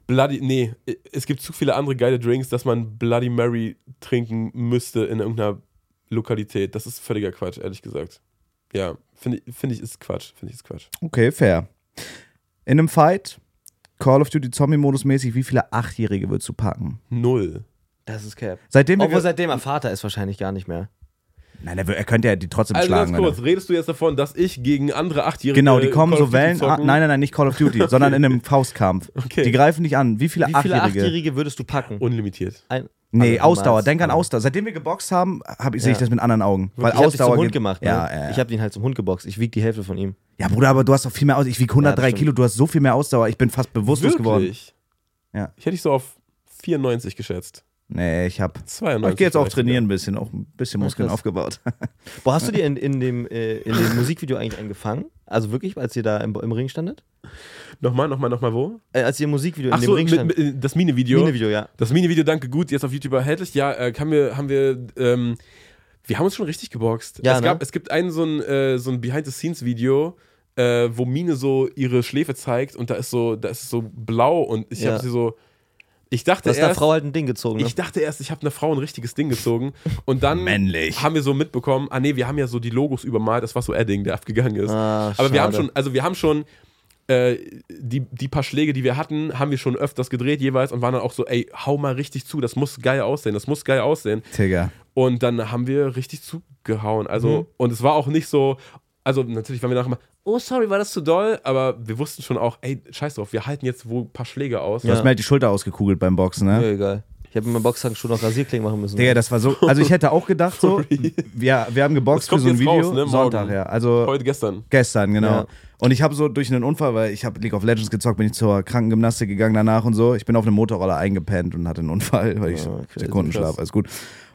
Speaker 3: Bloody, nee, es gibt zu viele andere geile Drinks, dass man Bloody Mary trinken müsste in irgendeiner Lokalität. Das ist völliger Quatsch, ehrlich gesagt. Ja, finde ich- finde ich ist Quatsch, finde ich ist Quatsch.
Speaker 1: Okay, fair. In einem Fight, Call of Duty Zombie-Modus mäßig, wie viele Achtjährige würdest du packen?
Speaker 3: Null.
Speaker 2: das ist Cap.
Speaker 1: Seitdem wir.
Speaker 2: Obwohl,
Speaker 1: ge-
Speaker 2: seitdem er Vater ist, wahrscheinlich gar nicht mehr.
Speaker 1: Nein, er, wür- er könnte ja die trotzdem
Speaker 3: Also
Speaker 1: schlagen.
Speaker 3: ganz
Speaker 1: wenn er-
Speaker 3: kurz, redest du jetzt davon, dass ich gegen andere Achtjährige
Speaker 1: Genau, die kommen
Speaker 3: Call of
Speaker 1: so
Speaker 3: Duty
Speaker 1: Wellen. Ah,
Speaker 3: zocken?
Speaker 1: nein, nein, nein, nicht Call of Duty, sondern in einem Faustkampf.
Speaker 3: Okay.
Speaker 1: Die greifen dich an. Wie viele
Speaker 2: Wie viele
Speaker 1: Achtjährige?
Speaker 2: Achtjährige würdest du packen?
Speaker 3: Unlimitiert.
Speaker 2: Ein,
Speaker 1: Nee,
Speaker 2: alle
Speaker 1: Ausdauer.
Speaker 2: niemals.
Speaker 1: Denk an Ausdauer. Seitdem wir geboxt haben, hab, ich- sehe ich
Speaker 2: Ja.
Speaker 1: das mit anderen Augen. Weil
Speaker 2: ich hab dich
Speaker 1: Ausdauer.
Speaker 2: zum Hund
Speaker 1: geht-
Speaker 2: gemacht, ne?
Speaker 1: ja, ja,
Speaker 2: Ich
Speaker 1: ja.
Speaker 2: hab ihn halt zum Hund geboxt. Ich wieg die Hälfte von ihm.
Speaker 1: ja, Bruder, aber du hast doch viel mehr Ausdauer. Ich wiege 103
Speaker 2: stimmt.
Speaker 1: Kilo, du hast so viel mehr Ausdauer. Ich bin fast bewusstlos geworden.
Speaker 3: Wirklich?
Speaker 1: Ja.
Speaker 3: Ich hätte dich so auf 94 geschätzt.
Speaker 1: Nee, ich hab.
Speaker 3: 92.
Speaker 1: Aber ich gehe jetzt auch
Speaker 3: vielleicht
Speaker 1: trainieren ein bisschen, auch ein bisschen
Speaker 2: Ja,
Speaker 1: Muskeln
Speaker 2: krass.
Speaker 3: [laughs]
Speaker 1: aufgebaut.
Speaker 2: Boah, hast du dir in, in, dem, äh, in
Speaker 1: [laughs]
Speaker 2: dem Musikvideo eigentlich einen gefangen? Also wirklich, als ihr da im, im Ring standet?
Speaker 3: sogar. Nochmal, nochmal, nochmal wo?
Speaker 2: Äh, als ihr im Musikvideo in
Speaker 3: Ach
Speaker 2: dem
Speaker 3: so,
Speaker 2: Ring
Speaker 3: mit,
Speaker 2: standet.
Speaker 3: mit, das Mine-Video.
Speaker 2: Mini-Video, ja.
Speaker 3: das Mine-Video, danke, gut, jetzt auf YouTube erhältlich. Ja, äh, haben wir, haben wir, ähm, wir haben uns schon richtig geboxt.
Speaker 2: Ja,
Speaker 3: es,
Speaker 2: ne?
Speaker 3: gab, es gibt einen, so ein, äh, so ein Behind-the-Scenes-Video, äh, wo Mine so ihre Schläfe zeigt und da ist so, da ist so blau und ich
Speaker 2: Ja.
Speaker 3: habe sie so, ich dachte
Speaker 2: Da ist der
Speaker 3: erst,
Speaker 2: Frau halt ein Ding gezogen. Ne?
Speaker 3: ich dachte erst, ich habe einer Frau ein richtiges Ding gezogen und dann
Speaker 1: Männlich.
Speaker 3: haben wir so mitbekommen, ah nee, wir haben ja so die Logos übermalt, das war so Edding, der abgegangen ist.
Speaker 2: Ah,
Speaker 3: Aber wir haben
Speaker 2: schade.
Speaker 3: schon, also wir haben schon äh, die, die paar Schläge, die wir hatten, haben wir schon öfters gedreht jeweils und waren dann auch so, ey, hau mal richtig zu, das muss geil aussehen, das muss geil aussehen.
Speaker 1: Digga.
Speaker 3: Und dann haben wir richtig zugehauen. Also,
Speaker 2: Mhm.
Speaker 3: und es war auch nicht so, also natürlich waren wir nachher mal, oh sorry, war das zu doll, aber wir wussten schon auch, ey, scheiß drauf, wir halten jetzt wohl ein paar Schläge aus.
Speaker 1: Du hast mir halt die Schulter ausgekugelt beim Boxen, ne?
Speaker 2: Mir egal. Ich habe in meinem Boxhang schon noch Rasierklingen machen müssen.
Speaker 1: Digga, das war so. Also ich hätte auch gedacht, so,
Speaker 3: [laughs] Sorry.
Speaker 1: wir, wir haben
Speaker 3: Das
Speaker 1: geboxt für
Speaker 3: kommt
Speaker 1: so ein
Speaker 3: jetzt
Speaker 1: Video.
Speaker 3: raus, ne? Morgen.
Speaker 1: Sonntag, ja. Also
Speaker 3: Heute, gestern.
Speaker 1: Gestern, genau.
Speaker 2: Ja.
Speaker 1: Und ich habe so durch einen Unfall, weil ich habe League of Legends gezockt, bin ich zur Krankengymnastik gegangen danach und so. Ich bin auf einem Motorroller eingepennt und hatte einen Unfall, weil ich
Speaker 3: Ah,
Speaker 2: Ja,
Speaker 1: so
Speaker 2: crazy,
Speaker 1: Sekundenschlaf, alles gut.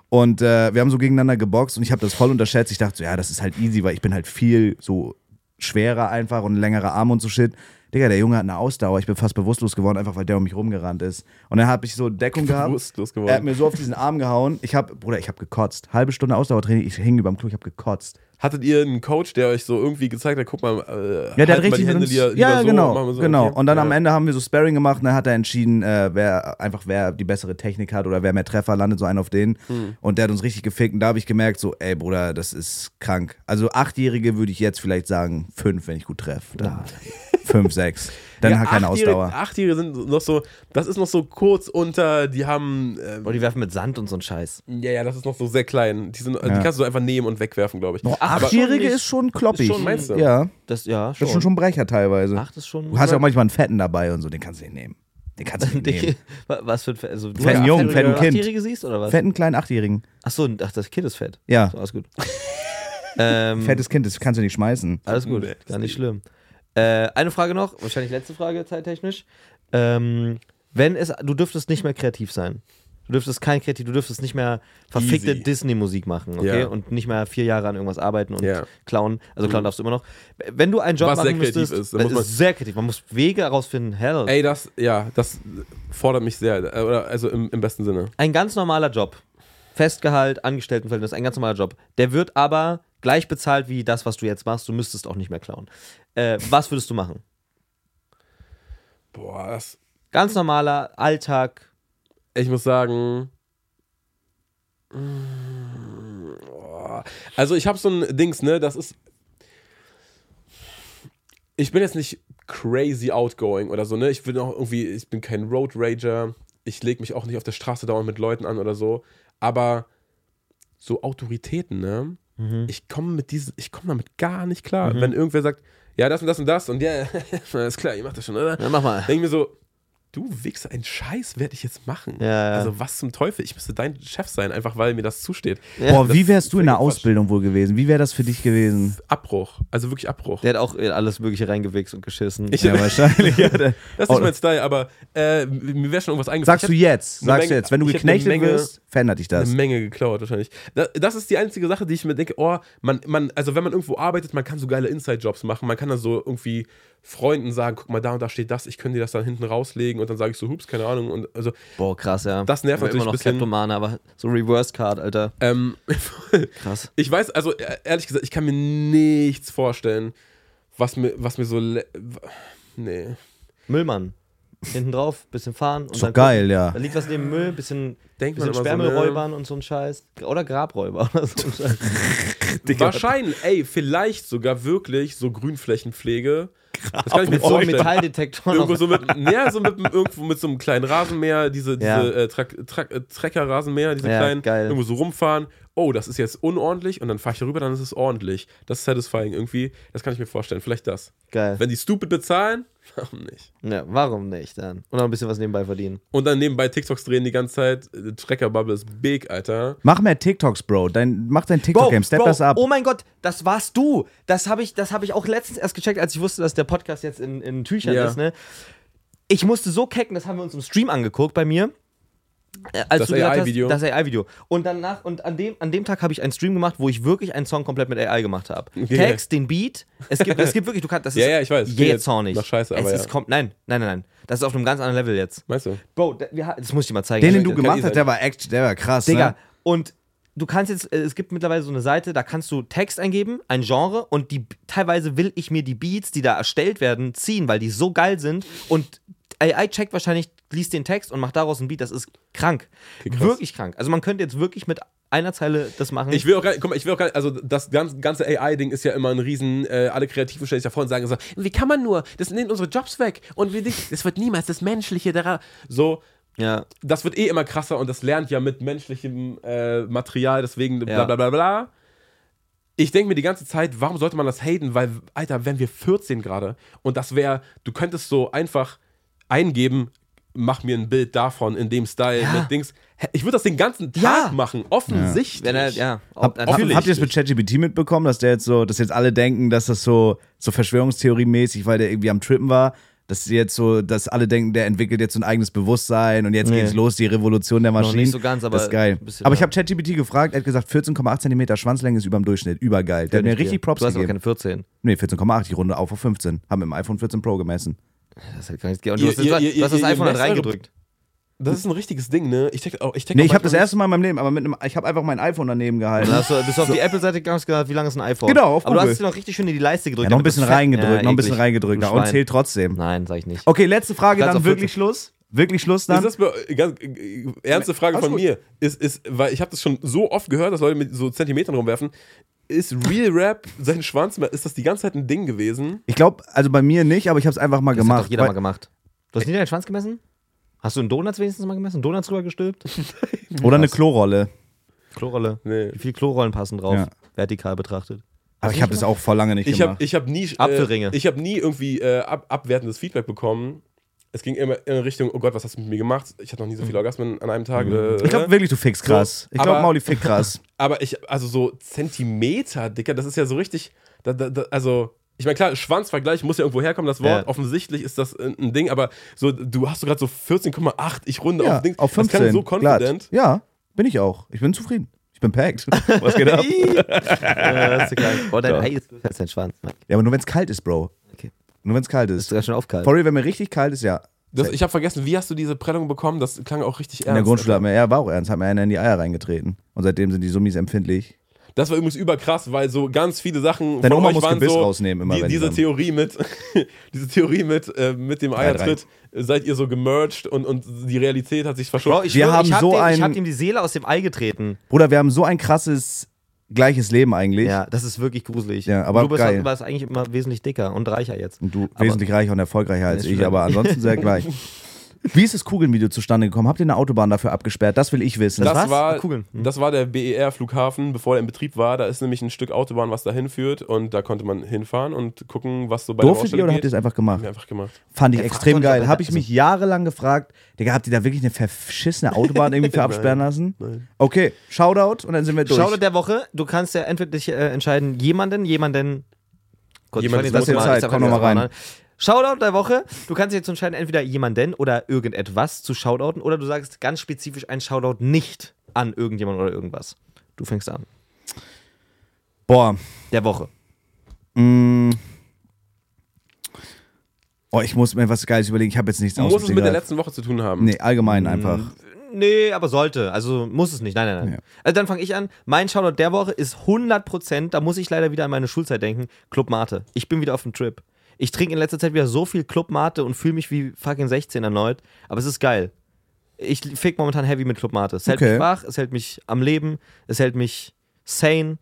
Speaker 1: Und äh, wir haben so gegeneinander geboxt und ich habe das voll unterschätzt. Ich dachte so, ja, das ist halt easy, weil ich bin halt viel so schwerer einfach und längere Arme und so shit. Digga, der Junge hat eine Ausdauer. Ich bin fast bewusstlos geworden, einfach weil der um mich rumgerannt ist. Und dann habe ich so
Speaker 3: [laughs]
Speaker 1: Deckung gehabt.
Speaker 3: Bewusstlos geworden.
Speaker 1: Er hat mir so auf diesen Arm gehauen. Ich habe, Bruder, ich habe gekotzt. Halbe Stunde Ausdauertraining. Ich hing überm Klo, ich habe gekotzt.
Speaker 3: Hattet ihr einen Coach, der euch so irgendwie gezeigt hat, guck mal, äh,
Speaker 1: Ja, der
Speaker 3: halt
Speaker 1: hat
Speaker 3: mal die
Speaker 1: richtig mit
Speaker 3: Hände
Speaker 1: uns,
Speaker 3: lieber- lieber
Speaker 1: Ja,
Speaker 3: so, machen
Speaker 1: genau.
Speaker 3: wir so,
Speaker 1: genau.
Speaker 3: okay.
Speaker 1: Und dann
Speaker 3: ja.
Speaker 1: am Ende haben wir so Sparring gemacht und dann hat er entschieden, äh, wer einfach wer die bessere Technik hat oder wer mehr Treffer landet, so einen auf den.
Speaker 3: Hm.
Speaker 1: Und der hat uns richtig gefickt und da habe ich gemerkt, so, ey Bruder, das ist krank. Also Achtjährige würde ich jetzt vielleicht sagen, fünf, wenn ich gut treffe. Dann [laughs] fünf, sechs. Dann
Speaker 3: Ja,
Speaker 1: hat keine
Speaker 3: Achtjährige-
Speaker 1: Ausdauer.
Speaker 3: Achtjährige sind noch so, das ist noch so kurz unter, die haben, äh,
Speaker 2: Boah, die werfen mit Sand und so'n Scheiß.
Speaker 3: ja, ja, das ist noch so sehr klein. Die, sind, die kannst du einfach nehmen und wegwerfen, glaube ich.
Speaker 1: Boah,
Speaker 3: Aber-
Speaker 1: Achtjährige ist schon kloppig.
Speaker 3: Ist schon, meinst du?
Speaker 1: Ja,
Speaker 2: Das, ja, schon.
Speaker 1: das ist schon, schon Brecher teilweise.
Speaker 2: Acht ist schon.
Speaker 1: du hast ja auch manchmal einen Fetten dabei und so, den kannst du nicht nehmen. Den kannst du
Speaker 2: [laughs]
Speaker 1: nicht
Speaker 2: Dicke-
Speaker 1: nehmen.
Speaker 2: Wa- Was für ein Fett? Also, du
Speaker 1: Fetten
Speaker 2: hast
Speaker 1: Jungen,
Speaker 2: Achtjährige-
Speaker 1: fetten Kind.
Speaker 2: Achtjährige siehst oder was?
Speaker 1: Fetten kleinen Achtjährigen.
Speaker 2: Ach so, ach, das Kind ist fett.
Speaker 1: Ja,
Speaker 2: So, alles gut. [laughs]
Speaker 3: Hm.
Speaker 2: ähm,
Speaker 1: fettes Kind, das kannst du nicht schmeißen.
Speaker 2: Alles gut,
Speaker 3: Nee,
Speaker 2: gar nicht schlimm. Äh, eine Frage noch, wahrscheinlich letzte Frage zeittechnisch. Ähm, wenn es, du dürftest nicht mehr kreativ sein. Du dürftest kein kreativ, du dürftest nicht mehr verfickte
Speaker 3: Easy.
Speaker 2: Disney-Musik machen, okay?
Speaker 3: Ja.
Speaker 2: Und nicht mehr vier Jahre an irgendwas arbeiten und
Speaker 3: Ja. Mhm.
Speaker 2: klauen. Also klauen darfst du immer noch. Wenn du einen Job
Speaker 3: Was
Speaker 2: machen
Speaker 3: sehr kreativ
Speaker 2: müsstest,
Speaker 3: ist, dann muss
Speaker 2: das
Speaker 3: man-
Speaker 2: ist sehr kreativ. Man muss Wege herausfinden. Hell,
Speaker 3: Ey, das, ja, das fordert mich sehr. äh, Oder, also im, im besten Sinne.
Speaker 2: ein ganz normaler Job. Festgehalt, Angestelltenverhältnis, ein ganz normaler Job. Der wird aber gleich bezahlt wie das, was du jetzt machst. Du müsstest auch nicht mehr klauen. Äh, was würdest du machen?
Speaker 3: Boah, das,
Speaker 2: Ganz normaler Alltag,
Speaker 3: ich muss sagen. mm, boah. Also ich habe so ein Dings, ne, das ist ich bin jetzt nicht crazy outgoing oder so, ne? Ich bin auch irgendwie, ich bin kein Road Rager. Ich lege mich auch nicht auf der Straße dauernd mit Leuten an oder so. Aber so Autoritäten, ne? Ich komme mit diesen, ich komme damit gar nicht klar. [laughs] Wenn irgendwer sagt, ja, das und das und das und ja, ist klar, ihr macht das schon, oder?
Speaker 2: Ja, mach mal.
Speaker 3: Denke ich mir so, du Wichser, einen Scheiß werde ich jetzt machen.
Speaker 2: Ja, ja.
Speaker 3: Also was zum Teufel, ich müsste dein Chef sein, einfach weil mir das zusteht.
Speaker 1: Boah, wie
Speaker 3: das
Speaker 1: wärst du in der
Speaker 3: ist Quatsch.
Speaker 1: Ausbildung wohl gewesen? Wie wäre das für dich gewesen?
Speaker 3: Abbruch, also wirklich Abbruch.
Speaker 2: Der hat auch in alles Mögliche reingewichst und geschissen.
Speaker 3: Ich-
Speaker 1: Ja,
Speaker 3: [laughs]
Speaker 1: wahrscheinlich. ja, da-
Speaker 3: Das ist
Speaker 1: Oh,
Speaker 3: nicht mein Style, aber äh, mir wäre schon irgendwas eingefallen.
Speaker 1: sagst du jetzt,
Speaker 3: eine
Speaker 1: sagst du
Speaker 3: Menge-
Speaker 1: jetzt, wenn du
Speaker 3: ich hab eine
Speaker 1: geknechtet
Speaker 3: Menge-
Speaker 1: wirst, verändert dich das.
Speaker 3: Eine Menge geklaut wahrscheinlich. Das, das ist die einzige Sache, die ich mir denke, oh, man, man, also wenn man irgendwo arbeitet, man kann so geile Inside-Jobs machen, man kann dann so irgendwie Freunden sagen, guck mal, da und da steht das, ich könnte dir das dann hinten rauslegen und dann sage ich so, hups, keine Ahnung. Und also,
Speaker 2: Boah, krass, ja.
Speaker 3: Das nervt
Speaker 2: Aber
Speaker 3: natürlich
Speaker 2: immer
Speaker 3: ein
Speaker 2: noch
Speaker 3: bisschen.
Speaker 2: Kleptomane, aber so Reverse Card, Alter.
Speaker 3: ähm, [laughs]
Speaker 2: Krass.
Speaker 3: ich weiß, also e- ehrlich gesagt, ich kann mir nichts vorstellen, was mir, was mir so. le- w- Nee.
Speaker 2: Müllmann. Hinten drauf, bisschen fahren. Und
Speaker 1: Ist doch geil, ja.
Speaker 2: Da liegt was neben Müll, bisschen,
Speaker 3: Denkt
Speaker 2: bisschen
Speaker 3: man immer so, ne?
Speaker 2: Spermelräubern und so ein Scheiß. Oder Grabräuber [laughs] oder so ein Scheiß.
Speaker 3: Wahrscheinlich, ey, vielleicht sogar wirklich so Grünflächenpflege. Das kann ich mir
Speaker 2: Mit so einem
Speaker 3: vorstellen.
Speaker 2: Metalldetektor
Speaker 3: [laughs] Irgendwo
Speaker 2: noch.
Speaker 3: so mit, ja, so mit, einem- irgendwo mit so einem kleinen Rasenmäher, diese,
Speaker 2: Ja.
Speaker 3: diese äh, Tra- Tra- äh, Trecker-Rasenmäher, diese
Speaker 2: Ja,
Speaker 3: kleinen,
Speaker 2: geil.
Speaker 3: irgendwo so rumfahren. Oh, das ist jetzt unordentlich und dann fahre ich hier rüber, dann ist es ordentlich. Das ist satisfying irgendwie. Das kann ich mir vorstellen. Vielleicht das.
Speaker 2: Geil.
Speaker 3: Wenn die stupid bezahlen, [laughs] warum nicht?
Speaker 2: Ja, warum nicht dann? Und noch ein bisschen was nebenbei verdienen.
Speaker 3: Und dann nebenbei TikToks drehen die ganze Zeit. Äh, Trecker-Bubble ist big, Alter.
Speaker 1: Mach mehr TikToks, Bro. Dein, mach dein TikTok-Game. Step das ab.
Speaker 2: Oh mein Gott, das warst du. Das habe ich, das hab ich auch letztens erst gecheckt, als ich wusste, dass der Podcast jetzt in, in Tüchern
Speaker 3: Ja.
Speaker 2: ist. Ne? Ich musste so kecken, das haben wir uns im Stream angeguckt bei mir. Äh, Als
Speaker 3: Das
Speaker 2: du gesagt
Speaker 3: AI-Video.
Speaker 2: Hast, das AI-Video. Und danach, und an dem, an dem Tag habe ich einen Stream gemacht, wo ich wirklich einen Song komplett mit AI gemacht habe.
Speaker 3: Okay.
Speaker 2: Text, den Beat. Es gibt, es gibt wirklich, du kannst, das
Speaker 3: [laughs] Ja,
Speaker 2: ist
Speaker 3: ja, ich weiß.
Speaker 2: je
Speaker 3: Klingt
Speaker 2: zornig.
Speaker 3: nach Scheiße,
Speaker 2: es
Speaker 3: aber
Speaker 2: ist
Speaker 3: ja.
Speaker 2: kom nein, nein, nein, nein. Das ist auf einem ganz anderen Level jetzt.
Speaker 3: Meinst du?
Speaker 2: Bro, da- wir ha- das muss ich dir mal zeigen. Also,
Speaker 1: Den, den du
Speaker 2: Ich-
Speaker 3: kann eh
Speaker 1: gemacht hast,
Speaker 3: sein.
Speaker 1: der war echt, der war krass.
Speaker 2: Digga,
Speaker 1: Ne?
Speaker 2: und du kannst jetzt, äh, es gibt mittlerweile so eine Seite, da kannst du Text eingeben, ein Genre und die teilweise will ich mir die Beats, die da erstellt werden, ziehen, weil die so geil sind und AI checkt wahrscheinlich, liest den Text und macht daraus ein Beat, das ist krank.
Speaker 3: krass.
Speaker 2: wirklich krank. Also man könnte jetzt wirklich mit einer Zeile das machen.
Speaker 3: Ich will auch gar nicht, guck mal, ich will auch gar nicht, also das ganze, ganze AI-Ding ist ja immer ein Riesen, äh, alle Kreativen stellen sich da vor und sagen so, wie kann man nur, das nimmt unsere Jobs weg und wir nicht, das wird niemals das Menschliche daran. So,
Speaker 2: ja.
Speaker 3: das wird eh immer krasser und das lernt ja mit menschlichem äh, Material, deswegen bla
Speaker 2: Ja.
Speaker 3: bla bla bla. Ich denke mir die ganze Zeit, warum sollte man das haten? Weil, Alter, wären wir 14 gerade und das wäre, du könntest so einfach eingeben, mach mir ein Bild davon in dem Style
Speaker 2: Ja.
Speaker 3: mit Dings. Ich würde das den ganzen Tag
Speaker 2: Ja.
Speaker 3: machen, offensichtlich.
Speaker 2: Wenn er, ja,
Speaker 1: Hab, hab, habt
Speaker 2: natürlich.
Speaker 1: ihr das mit ChatGPT mitbekommen, dass der jetzt so, dass jetzt alle denken, dass das so, so Verschwörungstheorie-mäßig, weil der irgendwie am Trippen war, dass sie jetzt so, dass alle denken, der entwickelt jetzt so ein eigenes Bewusstsein und jetzt
Speaker 2: Nee.
Speaker 1: geht's los, die Revolution der Maschinen.
Speaker 2: nicht so ganz, aber
Speaker 1: das ist geil.
Speaker 2: ein bisschen,
Speaker 1: Aber ich
Speaker 2: ja.
Speaker 1: habe ChatGPT gefragt, er hat gesagt, 14,8 cm Schwanzlänge ist über dem Durchschnitt. Übergeil. Der hat mir richtig Props
Speaker 2: Du hast aber
Speaker 1: gegeben.
Speaker 2: keine 14.
Speaker 1: Nee, 14,8, die Runde auf auf 15. Haben im iPhone 14 Pro gemessen.
Speaker 2: Das ist halt gar nicht. Und du
Speaker 3: Ihr-
Speaker 2: hast,
Speaker 3: ihr-
Speaker 2: du
Speaker 3: ihr-
Speaker 2: hast das
Speaker 3: ihr- ihr
Speaker 2: iPhone halt
Speaker 3: messt eure-
Speaker 2: reingedrückt.
Speaker 3: Das ist ein richtiges Ding, ne? Ich check, auch- ich check
Speaker 1: Nee,
Speaker 3: auch
Speaker 1: ich habe das
Speaker 3: manchmal
Speaker 1: erste Mal in meinem Leben, aber mit einem, ich habe einfach mein iPhone daneben gehalten.
Speaker 2: Dann hast du, bist du auf die Apple-Seite gegangen und hast gesagt, wie lange ist ein iPhone?
Speaker 1: Genau, auf
Speaker 2: Aber du
Speaker 1: Google.
Speaker 2: hast dir noch richtig schön in die Leiste gedrückt.
Speaker 1: Ja, noch ein
Speaker 2: damit
Speaker 1: bisschen
Speaker 2: das fett-
Speaker 1: reingedrückt,
Speaker 2: Ja,
Speaker 1: noch ein bisschen
Speaker 2: eklig.
Speaker 1: reingedrückt.
Speaker 2: Du
Speaker 1: Na, Und
Speaker 2: Schwein.
Speaker 1: zählt trotzdem.
Speaker 2: Nein, sag ich nicht.
Speaker 1: Okay, letzte Frage,
Speaker 2: Ganz
Speaker 1: dann
Speaker 2: auf
Speaker 1: wirklich
Speaker 2: 14.
Speaker 1: Schluss. Wirklich Schluss dann.
Speaker 3: Ist das be- ganz, äh, ernste Frage
Speaker 1: Alles
Speaker 3: von
Speaker 1: gut.
Speaker 3: mir? Ist, ist, weil ich habe das schon so oft gehört, dass Leute mit so Zentimetern rumwerfen. Ist Real Rap sein Schwanz? Ist das die ganze Zeit ein Ding gewesen?
Speaker 1: Ich glaube, also bei mir nicht, aber ich habe es einfach mal
Speaker 2: Das
Speaker 1: gemacht.
Speaker 2: hat doch jeder mal
Speaker 1: weil-
Speaker 2: gemacht. Du hast nie deinen Schwanz gemessen? Hast du einen Donuts wenigstens mal gemessen? Donuts drüber gestülpt?
Speaker 1: [laughs] Oder eine Klorolle.
Speaker 2: Klorolle.
Speaker 3: Nee.
Speaker 2: Wie viele Klorollen passen drauf?
Speaker 1: Ja.
Speaker 2: Vertikal betrachtet.
Speaker 1: Aber ich habe das auch vor lange nicht
Speaker 3: Ich habe
Speaker 1: gemacht.
Speaker 3: ich hab nie. Äh,
Speaker 2: Apfelringe.
Speaker 3: Ich habe nie irgendwie äh, ab, abwertendes Feedback bekommen. Es ging immer in Richtung, oh Gott, was hast du mit mir gemacht? Ich hatte noch nie so viele Orgasmen an einem Tag. Äh,
Speaker 1: Ich glaube wirklich, du fickst krass. ich glaube,
Speaker 3: aber-
Speaker 1: Mauli fickt krass.
Speaker 3: Aber ich, also so Zentimeter, Dicker, das ist ja so richtig. Da, da, da, also, ich meine, klar, Schwanzvergleich muss ja irgendwo herkommen, das Wort.
Speaker 2: Ja.
Speaker 3: Offensichtlich ist das ein ein Ding, aber so, du hast gerade so 14,8, ich runde
Speaker 1: ja,
Speaker 3: auf Dings.
Speaker 1: auf
Speaker 3: Das
Speaker 1: 15.
Speaker 3: klang so
Speaker 1: glatt.
Speaker 3: confident.
Speaker 1: Ja, bin ich auch. Ich bin zufrieden. Ich bin packed. Was geht
Speaker 2: [laughs]
Speaker 1: ab?
Speaker 2: Äh, das ist egal. Oh, dein Ei ist größer als dein Schwanz. Mike.
Speaker 1: Ja, aber nur wenn es kalt ist, Bro.
Speaker 2: Okay.
Speaker 1: Nur wenn es kalt
Speaker 2: Ist
Speaker 1: ist.
Speaker 2: sogar schon aufgehalten.
Speaker 1: Sorry, wenn mir richtig kalt ist, ja.
Speaker 3: Das, ich habe vergessen, wie hast du diese Prellung bekommen? Das klang auch richtig ernst.
Speaker 1: In der Grundschule hat mir, ja, war auch ernst, hat mir einer in die Eier reingetreten. Und seitdem sind die Summis empfindlich.
Speaker 3: Das war übrigens überkrass, weil so ganz viele Sachen.
Speaker 1: Deine
Speaker 3: von
Speaker 1: Oma
Speaker 3: euch
Speaker 1: muss
Speaker 3: waren
Speaker 1: Gebiss
Speaker 3: so,
Speaker 1: rausnehmen immer,
Speaker 3: die,
Speaker 1: wenn die
Speaker 3: diese
Speaker 1: dann-
Speaker 3: Theorie mit, [laughs] diese Theorie mit, äh, mit dem
Speaker 1: Drei, drei.
Speaker 3: Eiertritt, äh, seid ihr so gemerged und, und die Realität hat sich verschoben.
Speaker 2: Bro, ich,
Speaker 1: Wir
Speaker 2: schwöre,
Speaker 1: haben
Speaker 2: ich hab
Speaker 1: so
Speaker 2: dem,
Speaker 1: einen-
Speaker 2: Ich hab ihm die Seele aus dem Ei getreten.
Speaker 1: Bruder, wir haben so ein krasses, gleiches Leben eigentlich.
Speaker 2: Ja, das ist wirklich gruselig.
Speaker 1: Ja, aber
Speaker 2: du bist
Speaker 1: geil.
Speaker 2: du warst eigentlich immer wesentlich dicker und reicher jetzt.
Speaker 1: Und du
Speaker 2: Aber-
Speaker 1: wesentlich reicher und erfolgreicher als
Speaker 2: Ist
Speaker 1: ich,
Speaker 2: schlimm.
Speaker 1: aber ansonsten sehr gleich. Wie ist das Kugeln-Video zustande gekommen? Habt ihr eine Autobahn dafür abgesperrt? Das will ich wissen.
Speaker 3: Das
Speaker 2: war's?
Speaker 3: war,
Speaker 2: Ah, Kugeln.
Speaker 1: Hm.
Speaker 2: Mhm.
Speaker 3: das war der BER-Flughafen, bevor er in Betrieb war. Da ist nämlich ein Stück Autobahn, was da hinführt. Und da konnte man hinfahren und gucken, was so bei
Speaker 1: Durftet
Speaker 3: der
Speaker 1: ihr oder habt ihr
Speaker 3: geht.
Speaker 1: es einfach
Speaker 3: Haben
Speaker 1: gemacht?
Speaker 3: wir einfach gemacht.
Speaker 1: Fand ich
Speaker 2: Er fragt
Speaker 1: extrem
Speaker 2: doch nicht,
Speaker 1: geil.
Speaker 2: ob er-
Speaker 1: Habe ich mich jahrelang gefragt, Digga, habt ihr da wirklich eine verschissene Autobahn
Speaker 3: [laughs]
Speaker 1: irgendwie für absperren lassen? Okay, Shoutout und dann sind wir durch.
Speaker 2: Shoutout der Woche. Du kannst ja entweder dich äh, entscheiden, jemanden, jemanden. Gott,
Speaker 3: Jemand
Speaker 2: ich
Speaker 3: ist
Speaker 2: fand den
Speaker 3: Lass dir
Speaker 2: Satz
Speaker 1: Zeit,
Speaker 2: ich sag
Speaker 1: komm
Speaker 2: einfach
Speaker 1: noch mal
Speaker 2: mal an. Shoutout der Woche. Du kannst dich jetzt entscheiden, entweder jemanden oder irgendetwas zu shoutouten oder du sagst ganz spezifisch ein Shoutout nicht an irgendjemand oder irgendwas. Du fängst an.
Speaker 1: Boah.
Speaker 2: Der Woche.
Speaker 1: Mm. Oh, ich muss mir was Geiles überlegen. Ich habe jetzt nichts
Speaker 3: Muss es mit der
Speaker 1: ausgedacht.
Speaker 3: letzten Woche zu tun haben.
Speaker 1: Nee, allgemein einfach.
Speaker 2: Nee, aber sollte. Also muss es nicht. Nein, nein, nein.
Speaker 1: Ja.
Speaker 2: Also dann fange ich an. Mein Shoutout der Woche ist 100%, da muss ich leider wieder an meine Schulzeit denken, Club Mate. Ich bin wieder auf dem Trip. Ich trinke in letzter Zeit wieder so viel Club Mate und fühle mich wie fucking 16 erneut. Aber es ist geil. Ich fick momentan heavy mit Club Mate. Es hält
Speaker 1: Okay.
Speaker 2: mich wach, es hält mich am Leben, es hält mich sane.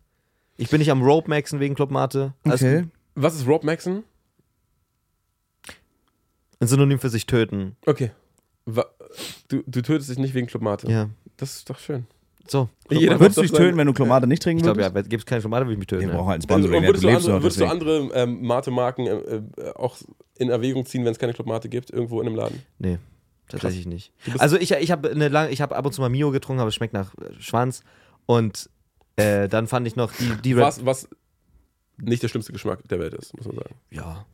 Speaker 2: Ich bin nicht am Rope Maxen wegen Club Mate. Alles
Speaker 1: Okay.
Speaker 2: gut.
Speaker 3: Was ist Rob Maxon?
Speaker 2: Ein Synonym für sich töten.
Speaker 3: Okay. Wa- Du, du tötest dich nicht wegen Club Mate.
Speaker 2: Ja. Das,
Speaker 3: Das ist doch schön.
Speaker 2: so.
Speaker 3: Jeder-
Speaker 2: Club Mate.
Speaker 1: Würdest du
Speaker 3: doch
Speaker 1: dich
Speaker 3: sein-
Speaker 1: töten, wenn du Klomade nicht trinken
Speaker 2: Ich glaube, ja,
Speaker 1: würdest?
Speaker 2: gibt es keine Club Mate, würde ich mich töten.
Speaker 1: Wir
Speaker 2: Ja.
Speaker 1: brauchen halt einen
Speaker 3: Also,
Speaker 1: Sponsor.
Speaker 3: Und
Speaker 1: Digga,
Speaker 3: würdest
Speaker 1: Du
Speaker 3: du
Speaker 1: lebst noch.
Speaker 3: andere, würdest du
Speaker 1: deswegen.
Speaker 3: andere ähm, Mate-Marken äh, äh, auch in Erwägung ziehen, wenn es keine Club Mate gibt, irgendwo in einem Laden?
Speaker 2: Nee, tatsächlich nicht.
Speaker 3: bist-
Speaker 2: Also ich, ich habe eine lange, ich habe ab und zu mal Mio getrunken, aber es schmeckt nach äh, Schwanz. Und äh, dann fand ich noch die, die Red.
Speaker 3: Was, was nicht der schlimmste Geschmack der Welt ist, muss man sagen.
Speaker 2: Ja.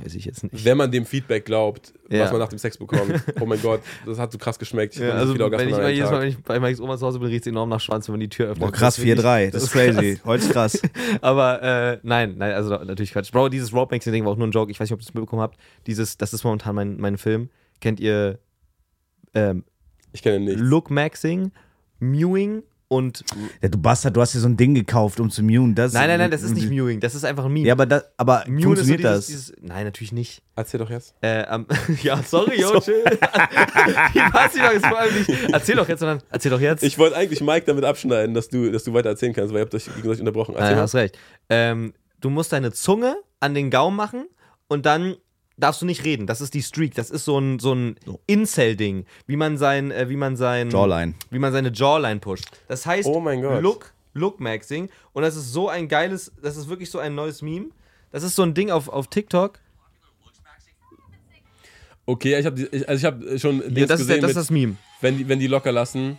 Speaker 2: Weiß ich jetzt nicht.
Speaker 3: Wenn man dem Feedback glaubt, was
Speaker 2: Ja.
Speaker 3: man nach dem Sex bekommt. Oh mein Gott, das hat so krass geschmeckt. Ich hab
Speaker 2: Ja,
Speaker 3: nicht
Speaker 2: also
Speaker 3: viel Orgasmen
Speaker 2: wenn ich
Speaker 3: an
Speaker 2: mal
Speaker 3: einem
Speaker 2: jedes Mal,
Speaker 3: Tag.
Speaker 2: wenn ich bei Mike's Oma zu Hause bin, riecht es enorm nach Schwanz, wenn man die Tür öffnet.
Speaker 1: Boah, krass,
Speaker 3: also,
Speaker 2: [laughs] Das ist
Speaker 1: 4-3.
Speaker 2: wirklich-
Speaker 1: Das ist
Speaker 2: krass.
Speaker 1: crazy. Heute ist krass.
Speaker 2: Aber äh, nein, nein, also natürlich Quatsch. Bro, dieses Roadmaxing-Ding war auch nur ein Joke. Ich weiß nicht, ob ihr das mitbekommen habt. Dieses, das ist momentan mein, mein Film. Kennt ihr ähm,
Speaker 3: Ich kenne nicht.
Speaker 2: Lookmaxing, Mewing und
Speaker 1: Ja, du Bastard, du hast dir so ein Ding gekauft, um zu muten. Das
Speaker 2: Nein, nein, nein, das ist nicht Mewing, das ist einfach ein Meme.
Speaker 1: Ja, aber, das, aber
Speaker 2: Mune
Speaker 1: funktioniert
Speaker 2: ist so
Speaker 1: das?
Speaker 2: dieses, Dieses, nein, natürlich nicht.
Speaker 3: Erzähl doch jetzt.
Speaker 2: Äh, am- [laughs] ja,
Speaker 3: [laughs]
Speaker 2: sorry, yo, chill. ich weiß nicht, ist vor allem [laughs] nicht. Erzähl doch jetzt, sondern erzähl doch jetzt.
Speaker 3: Ich wollte eigentlich Mike damit abschneiden, dass du, dass du weiter erzählen kannst, weil ihr habt euch gegenseitig unterbrochen.
Speaker 2: nein,
Speaker 3: Erzähl mal.
Speaker 2: hast recht. Ähm, du musst deine Zunge an den Gaumen machen und dann darfst du nicht reden. Das ist die Streak. Das ist so ein, so ein Incel-Ding, wie man sein, äh, wie man sein
Speaker 1: Jawline.
Speaker 2: wie man seine Jawline pusht. Das heißt
Speaker 3: Oh mein Gott.
Speaker 2: Look, Look Maxing. Und das ist so ein geiles, das ist wirklich so ein neues Meme. Das ist so ein Ding auf, auf TikTok.
Speaker 3: Okay, ich habe ich, also ich hab schon Dings
Speaker 2: Ja, das, ist, der- das
Speaker 3: gesehen, mit,
Speaker 2: ist das Meme.
Speaker 3: wenn, die, wenn die locker lassen.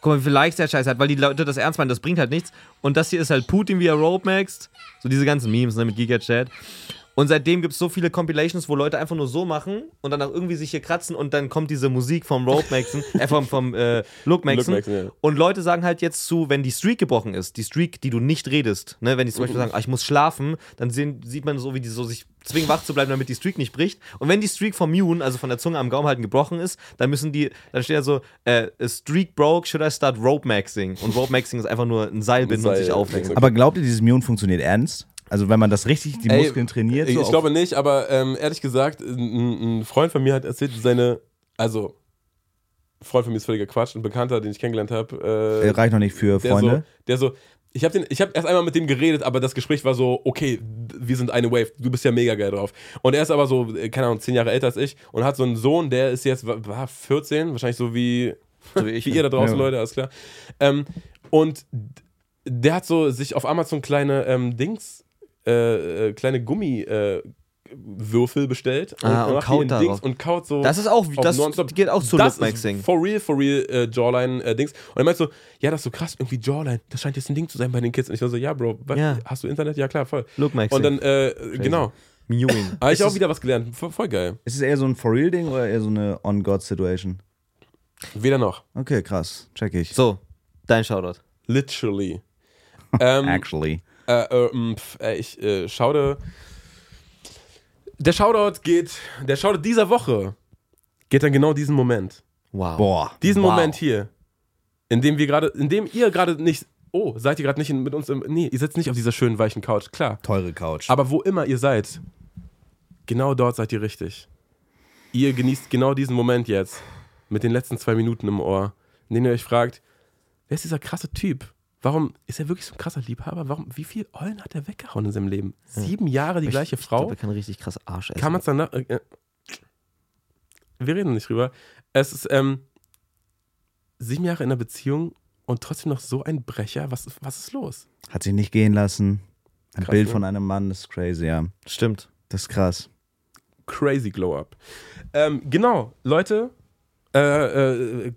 Speaker 2: Guck mal, wie viel Likes der Scheiß hat, weil die Leute das ernst meinen, das bringt halt nichts. Und das hier ist halt Putin, wie er Roadmaxt. So diese ganzen Memes ne, mit GigaChat. Und seitdem gibt es so viele Compilations, wo Leute einfach nur so machen und dann auch irgendwie sich hier kratzen und dann kommt diese Musik vom
Speaker 3: [laughs]
Speaker 2: Roadmaxen, äh, vom, vom äh, Lookmaxen.
Speaker 3: Lookmaxen, ja.
Speaker 2: Und Leute sagen halt jetzt zu, wenn die Streak gebrochen ist, die Streak, die du nicht redest, ne, wenn die zum
Speaker 3: Mhm.
Speaker 2: Beispiel sagen, ah, ich muss schlafen, dann sehen, sieht man so, wie die so sich zwingen, wach zu bleiben, damit die Streak nicht bricht. Und wenn die Streak vom Mune, also von der Zunge am Gaumen halten, gebrochen ist, dann müssen die, dann steht da so, äh, a Streak broke, should I start rope maxing? Und rope maxing ist einfach nur ein Seil binden und
Speaker 3: Seil,
Speaker 2: sich aufhängen.
Speaker 3: exakt.
Speaker 1: Aber glaubt ihr, dieses Mune funktioniert ernst? Also, wenn man das richtig, die
Speaker 3: Ey,
Speaker 1: Muskeln trainiert?
Speaker 3: Ich,
Speaker 1: so
Speaker 3: ich
Speaker 1: auf-
Speaker 3: glaube nicht, aber ähm, ehrlich gesagt, ein, ein Freund von mir hat erzählt, seine, also Freund von mir ist völliger Quatsch, ein Bekannter, den ich kennengelernt habe,
Speaker 1: Äh,
Speaker 3: äh,
Speaker 1: Reicht noch nicht für
Speaker 3: der, so,
Speaker 1: Freunde.
Speaker 3: der so, ich habe hab erst einmal mit dem geredet, aber das Gespräch war so, okay, d- wir sind eine Wave, du bist ja mega geil drauf. Und er ist aber so, äh, keine Ahnung, zehn Jahre älter als ich und hat so einen Sohn, der ist jetzt, wa- war 14, wahrscheinlich so wie
Speaker 2: So wie ich.
Speaker 3: wie ihr da draußen,
Speaker 1: Ja.
Speaker 3: Leute, alles klar. Ähm, und d- der hat so sich auf Amazon kleine ähm, Dings, äh, äh, kleine Gummi. Äh, Würfel bestellt
Speaker 2: Ah, und
Speaker 3: macht die
Speaker 2: kaut
Speaker 3: in
Speaker 2: darauf.
Speaker 3: Dings und kaut so.
Speaker 2: Das ist auch,
Speaker 3: genau. auf
Speaker 2: das
Speaker 3: Nonstop.
Speaker 2: geht auch zu
Speaker 3: das
Speaker 2: Look Maxing.
Speaker 3: ist for real, for real äh, Jawline-Dings. und er meint so, ja, das ist so krass, irgendwie Jawline, das scheint jetzt ein Ding zu sein bei den Kids. Und ich war so, ja, Bro, was,
Speaker 2: Ja.
Speaker 3: hast du Internet? Ja, klar, voll.
Speaker 2: Look Maxing.
Speaker 3: Und dann, äh, genau.
Speaker 2: Mewing.
Speaker 3: Aber ich
Speaker 2: Ist
Speaker 3: auch
Speaker 2: das-
Speaker 3: wieder was gelernt. Voll, voll geil.
Speaker 1: Ist es eher so ein For-Real-Ding oder eher so eine On-God-Situation?
Speaker 3: Weder noch.
Speaker 1: Okay, krass. Check ich.
Speaker 2: So, dein Shoutout.
Speaker 3: Literally.
Speaker 2: [laughs]
Speaker 3: ähm,
Speaker 1: Actually.
Speaker 3: Äh, äh, mh, pf, äh, ich äh, schaute. Der Shoutout geht, der Shoutout dieser Woche geht dann genau diesen Moment.
Speaker 2: Wow.
Speaker 1: Boah.
Speaker 3: Diesen
Speaker 2: Wow.
Speaker 3: Moment hier, in dem wir gerade, in dem ihr gerade nicht, oh, seid ihr gerade nicht in, mit uns im, nee, ihr sitzt nicht auf dieser schönen weichen Couch, klar.
Speaker 1: Teure Couch.
Speaker 3: Aber wo immer ihr seid, genau dort seid ihr richtig. Ihr genießt genau diesen Moment jetzt mit den letzten zwei Minuten im Ohr, in denen ihr euch fragt, wer ist dieser krasse Typ? Warum ist er wirklich so ein krasser Liebhaber? Warum, wie viel Eulen hat er weggehauen in seinem Leben? Sieben Jahre die gleiche
Speaker 2: Ich glaube,
Speaker 3: Frau?
Speaker 2: er kann richtig krass Arsch essen.
Speaker 3: Kann man es danach. Äh, äh, wir reden nicht drüber. Es ist ähm, sieben Jahre in einer Beziehung und trotzdem noch so ein Brecher. Was, was ist los?
Speaker 1: Hat sich nicht gehen lassen. Ein
Speaker 3: Krass,
Speaker 1: Bild
Speaker 3: ne?
Speaker 1: von einem Mann, das ist crazy, ja.
Speaker 2: Stimmt.
Speaker 1: Das ist krass.
Speaker 3: Crazy Glow Up. Ähm, genau, Leute, äh, äh, äh,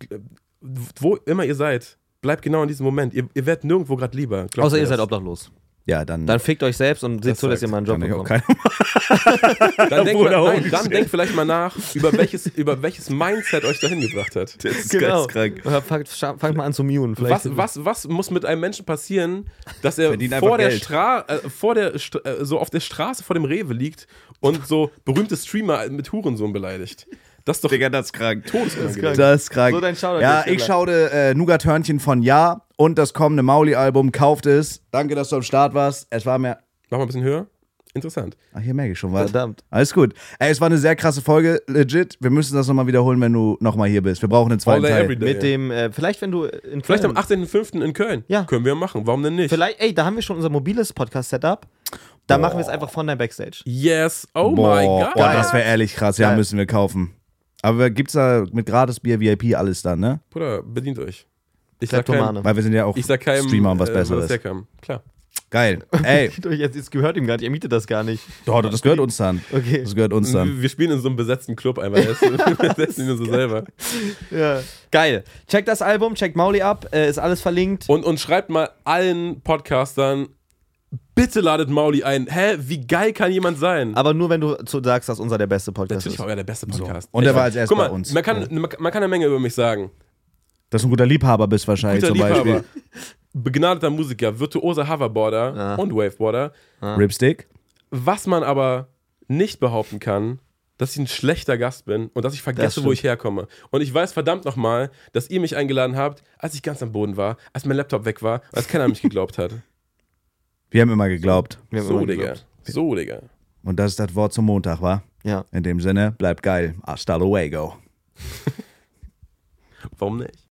Speaker 3: wo immer ihr seid, bleibt genau in diesem Moment. Ihr, ihr werdet nirgendwo gerade lieber. Glaubt
Speaker 2: Außer
Speaker 3: mir
Speaker 2: ihr
Speaker 3: das.
Speaker 2: seid obdachlos.
Speaker 1: Ja, dann.
Speaker 2: Dann fickt euch selbst und seht
Speaker 1: das
Speaker 2: zu, dass
Speaker 1: sagt-
Speaker 2: ihr mal einen Job
Speaker 1: kann ich auch
Speaker 2: bekommt.
Speaker 1: keiner
Speaker 3: Dann, denkt,
Speaker 1: Obwohl
Speaker 3: mal,
Speaker 1: er auch
Speaker 3: nein,
Speaker 1: nicht
Speaker 3: dann
Speaker 1: steht.
Speaker 3: denkt vielleicht mal nach, über welches, über welches Mindset euch dahin gebracht hat.
Speaker 1: Das ist
Speaker 2: [laughs] Genau.
Speaker 1: geisteskrank.
Speaker 2: Oder Fangt, fangt mal an zu muten. Vielleicht
Speaker 3: Was, was, was muss mit einem Menschen passieren, dass er
Speaker 1: Verdient
Speaker 3: vor
Speaker 1: einfach
Speaker 3: der,
Speaker 1: Geld.
Speaker 3: Stra äh, vor der St äh, so auf der Straße vor dem Rewe liegt und so berühmte Streamer mit Hurensohn beleidigt? Das ist
Speaker 1: [laughs]
Speaker 3: doch
Speaker 1: Digga, das ist krank.
Speaker 3: todesunangenehm.
Speaker 1: Das ist krank.
Speaker 2: So, dein Shoutout
Speaker 1: ja,
Speaker 2: jetzt,
Speaker 1: ich
Speaker 2: Stella.
Speaker 1: schaute äh, Nougat-Hörnchen von Ja und das kommende Mauli-Album. Kauft es. Danke, dass du am Start warst. Es war mir.
Speaker 3: Mach mal ein bisschen höher. Interessant.
Speaker 1: Ach, hier merke ich schon was.
Speaker 2: Verdammt.
Speaker 1: Alles gut. Ey, es war eine sehr krasse Folge. Legit. Wir müssen das nochmal wiederholen, wenn du nochmal hier bist. Wir brauchen einen
Speaker 3: All
Speaker 1: zweiten
Speaker 3: day,
Speaker 1: Teil.
Speaker 3: every day.
Speaker 2: Mit dem, äh, vielleicht wenn du in
Speaker 3: Vielleicht am
Speaker 2: Köln-
Speaker 3: 18.05. in Köln.
Speaker 2: Ja.
Speaker 3: Können wir machen. Warum denn nicht?
Speaker 2: Vielleicht, ey, da haben wir schon unser mobiles Podcast-Setup. Da machen wir es einfach von deinem Backstage.
Speaker 3: Yes. Oh
Speaker 1: Boah,
Speaker 3: my God.
Speaker 1: boah, das wäre ehrlich krass. Ja,
Speaker 2: Geil.
Speaker 1: müssen wir kaufen. Aber gibt's da mit gratis Bier, VIP alles dann, ne?
Speaker 3: Bruder, bedient euch. Ich sag keinem,
Speaker 2: Kleptomane. [laughs]
Speaker 1: Weil wir sind ja auch
Speaker 3: ich sag keinem
Speaker 1: Streamer und was
Speaker 3: äh,
Speaker 1: Besseres.
Speaker 3: der kam. Klar.
Speaker 1: Geil.
Speaker 3: [laughs]
Speaker 1: Ey,
Speaker 2: Jetzt, jetzt gehört ihm gar nicht, er mietet das gar nicht.
Speaker 1: doch, das gehört uns dann.
Speaker 2: Okay.
Speaker 1: Das gehört uns dann.
Speaker 3: Wir spielen in so einem besetzten Club einmal. [laughs] Wir
Speaker 1: [laughs]
Speaker 3: setzen ihn so selber.
Speaker 2: Ja. Geil. Checkt das Album, checkt Mauli ab, äh, ist alles verlinkt.
Speaker 3: Und, und schreibt mal allen Podcastern, bitte ladet Mauli ein. Hä, wie geil kann jemand sein?
Speaker 2: Aber nur wenn du zu sagst, dass unser der beste Podcast
Speaker 3: Natürlich
Speaker 2: ist.
Speaker 3: war er der beste Podcast.
Speaker 1: Und er war als erster
Speaker 3: Guck mal,
Speaker 1: bei uns.
Speaker 3: Man kann, man, man kann eine Menge über mich sagen.
Speaker 1: Dass du ein guter Liebhaber bist wahrscheinlich
Speaker 3: Guter
Speaker 1: zum Beispiel.
Speaker 3: Liebhaber, begnadeter Musiker, virtuoser Hoverboarder
Speaker 2: Ja.
Speaker 3: und Waveboarder.
Speaker 1: Ripstick.
Speaker 3: Was man aber nicht behaupten kann, dass ich ein schlechter Gast bin und dass ich
Speaker 2: Das
Speaker 3: vergesse,
Speaker 2: stimmt.
Speaker 3: wo ich herkomme. Und ich weiß verdammt nochmal, dass ihr mich eingeladen habt, als ich ganz am Boden war, als mein Laptop weg war, als keiner an mich geglaubt hat.
Speaker 1: Wir haben immer geglaubt.
Speaker 2: Wir haben
Speaker 3: So,
Speaker 2: immer
Speaker 3: Digga.
Speaker 2: geglaubt.
Speaker 3: So, Digga.
Speaker 1: Und das ist das Wort zum Montag, wa?
Speaker 2: Ja.
Speaker 1: In dem Sinne, bleibt geil. Hasta luego.
Speaker 3: Warum nicht?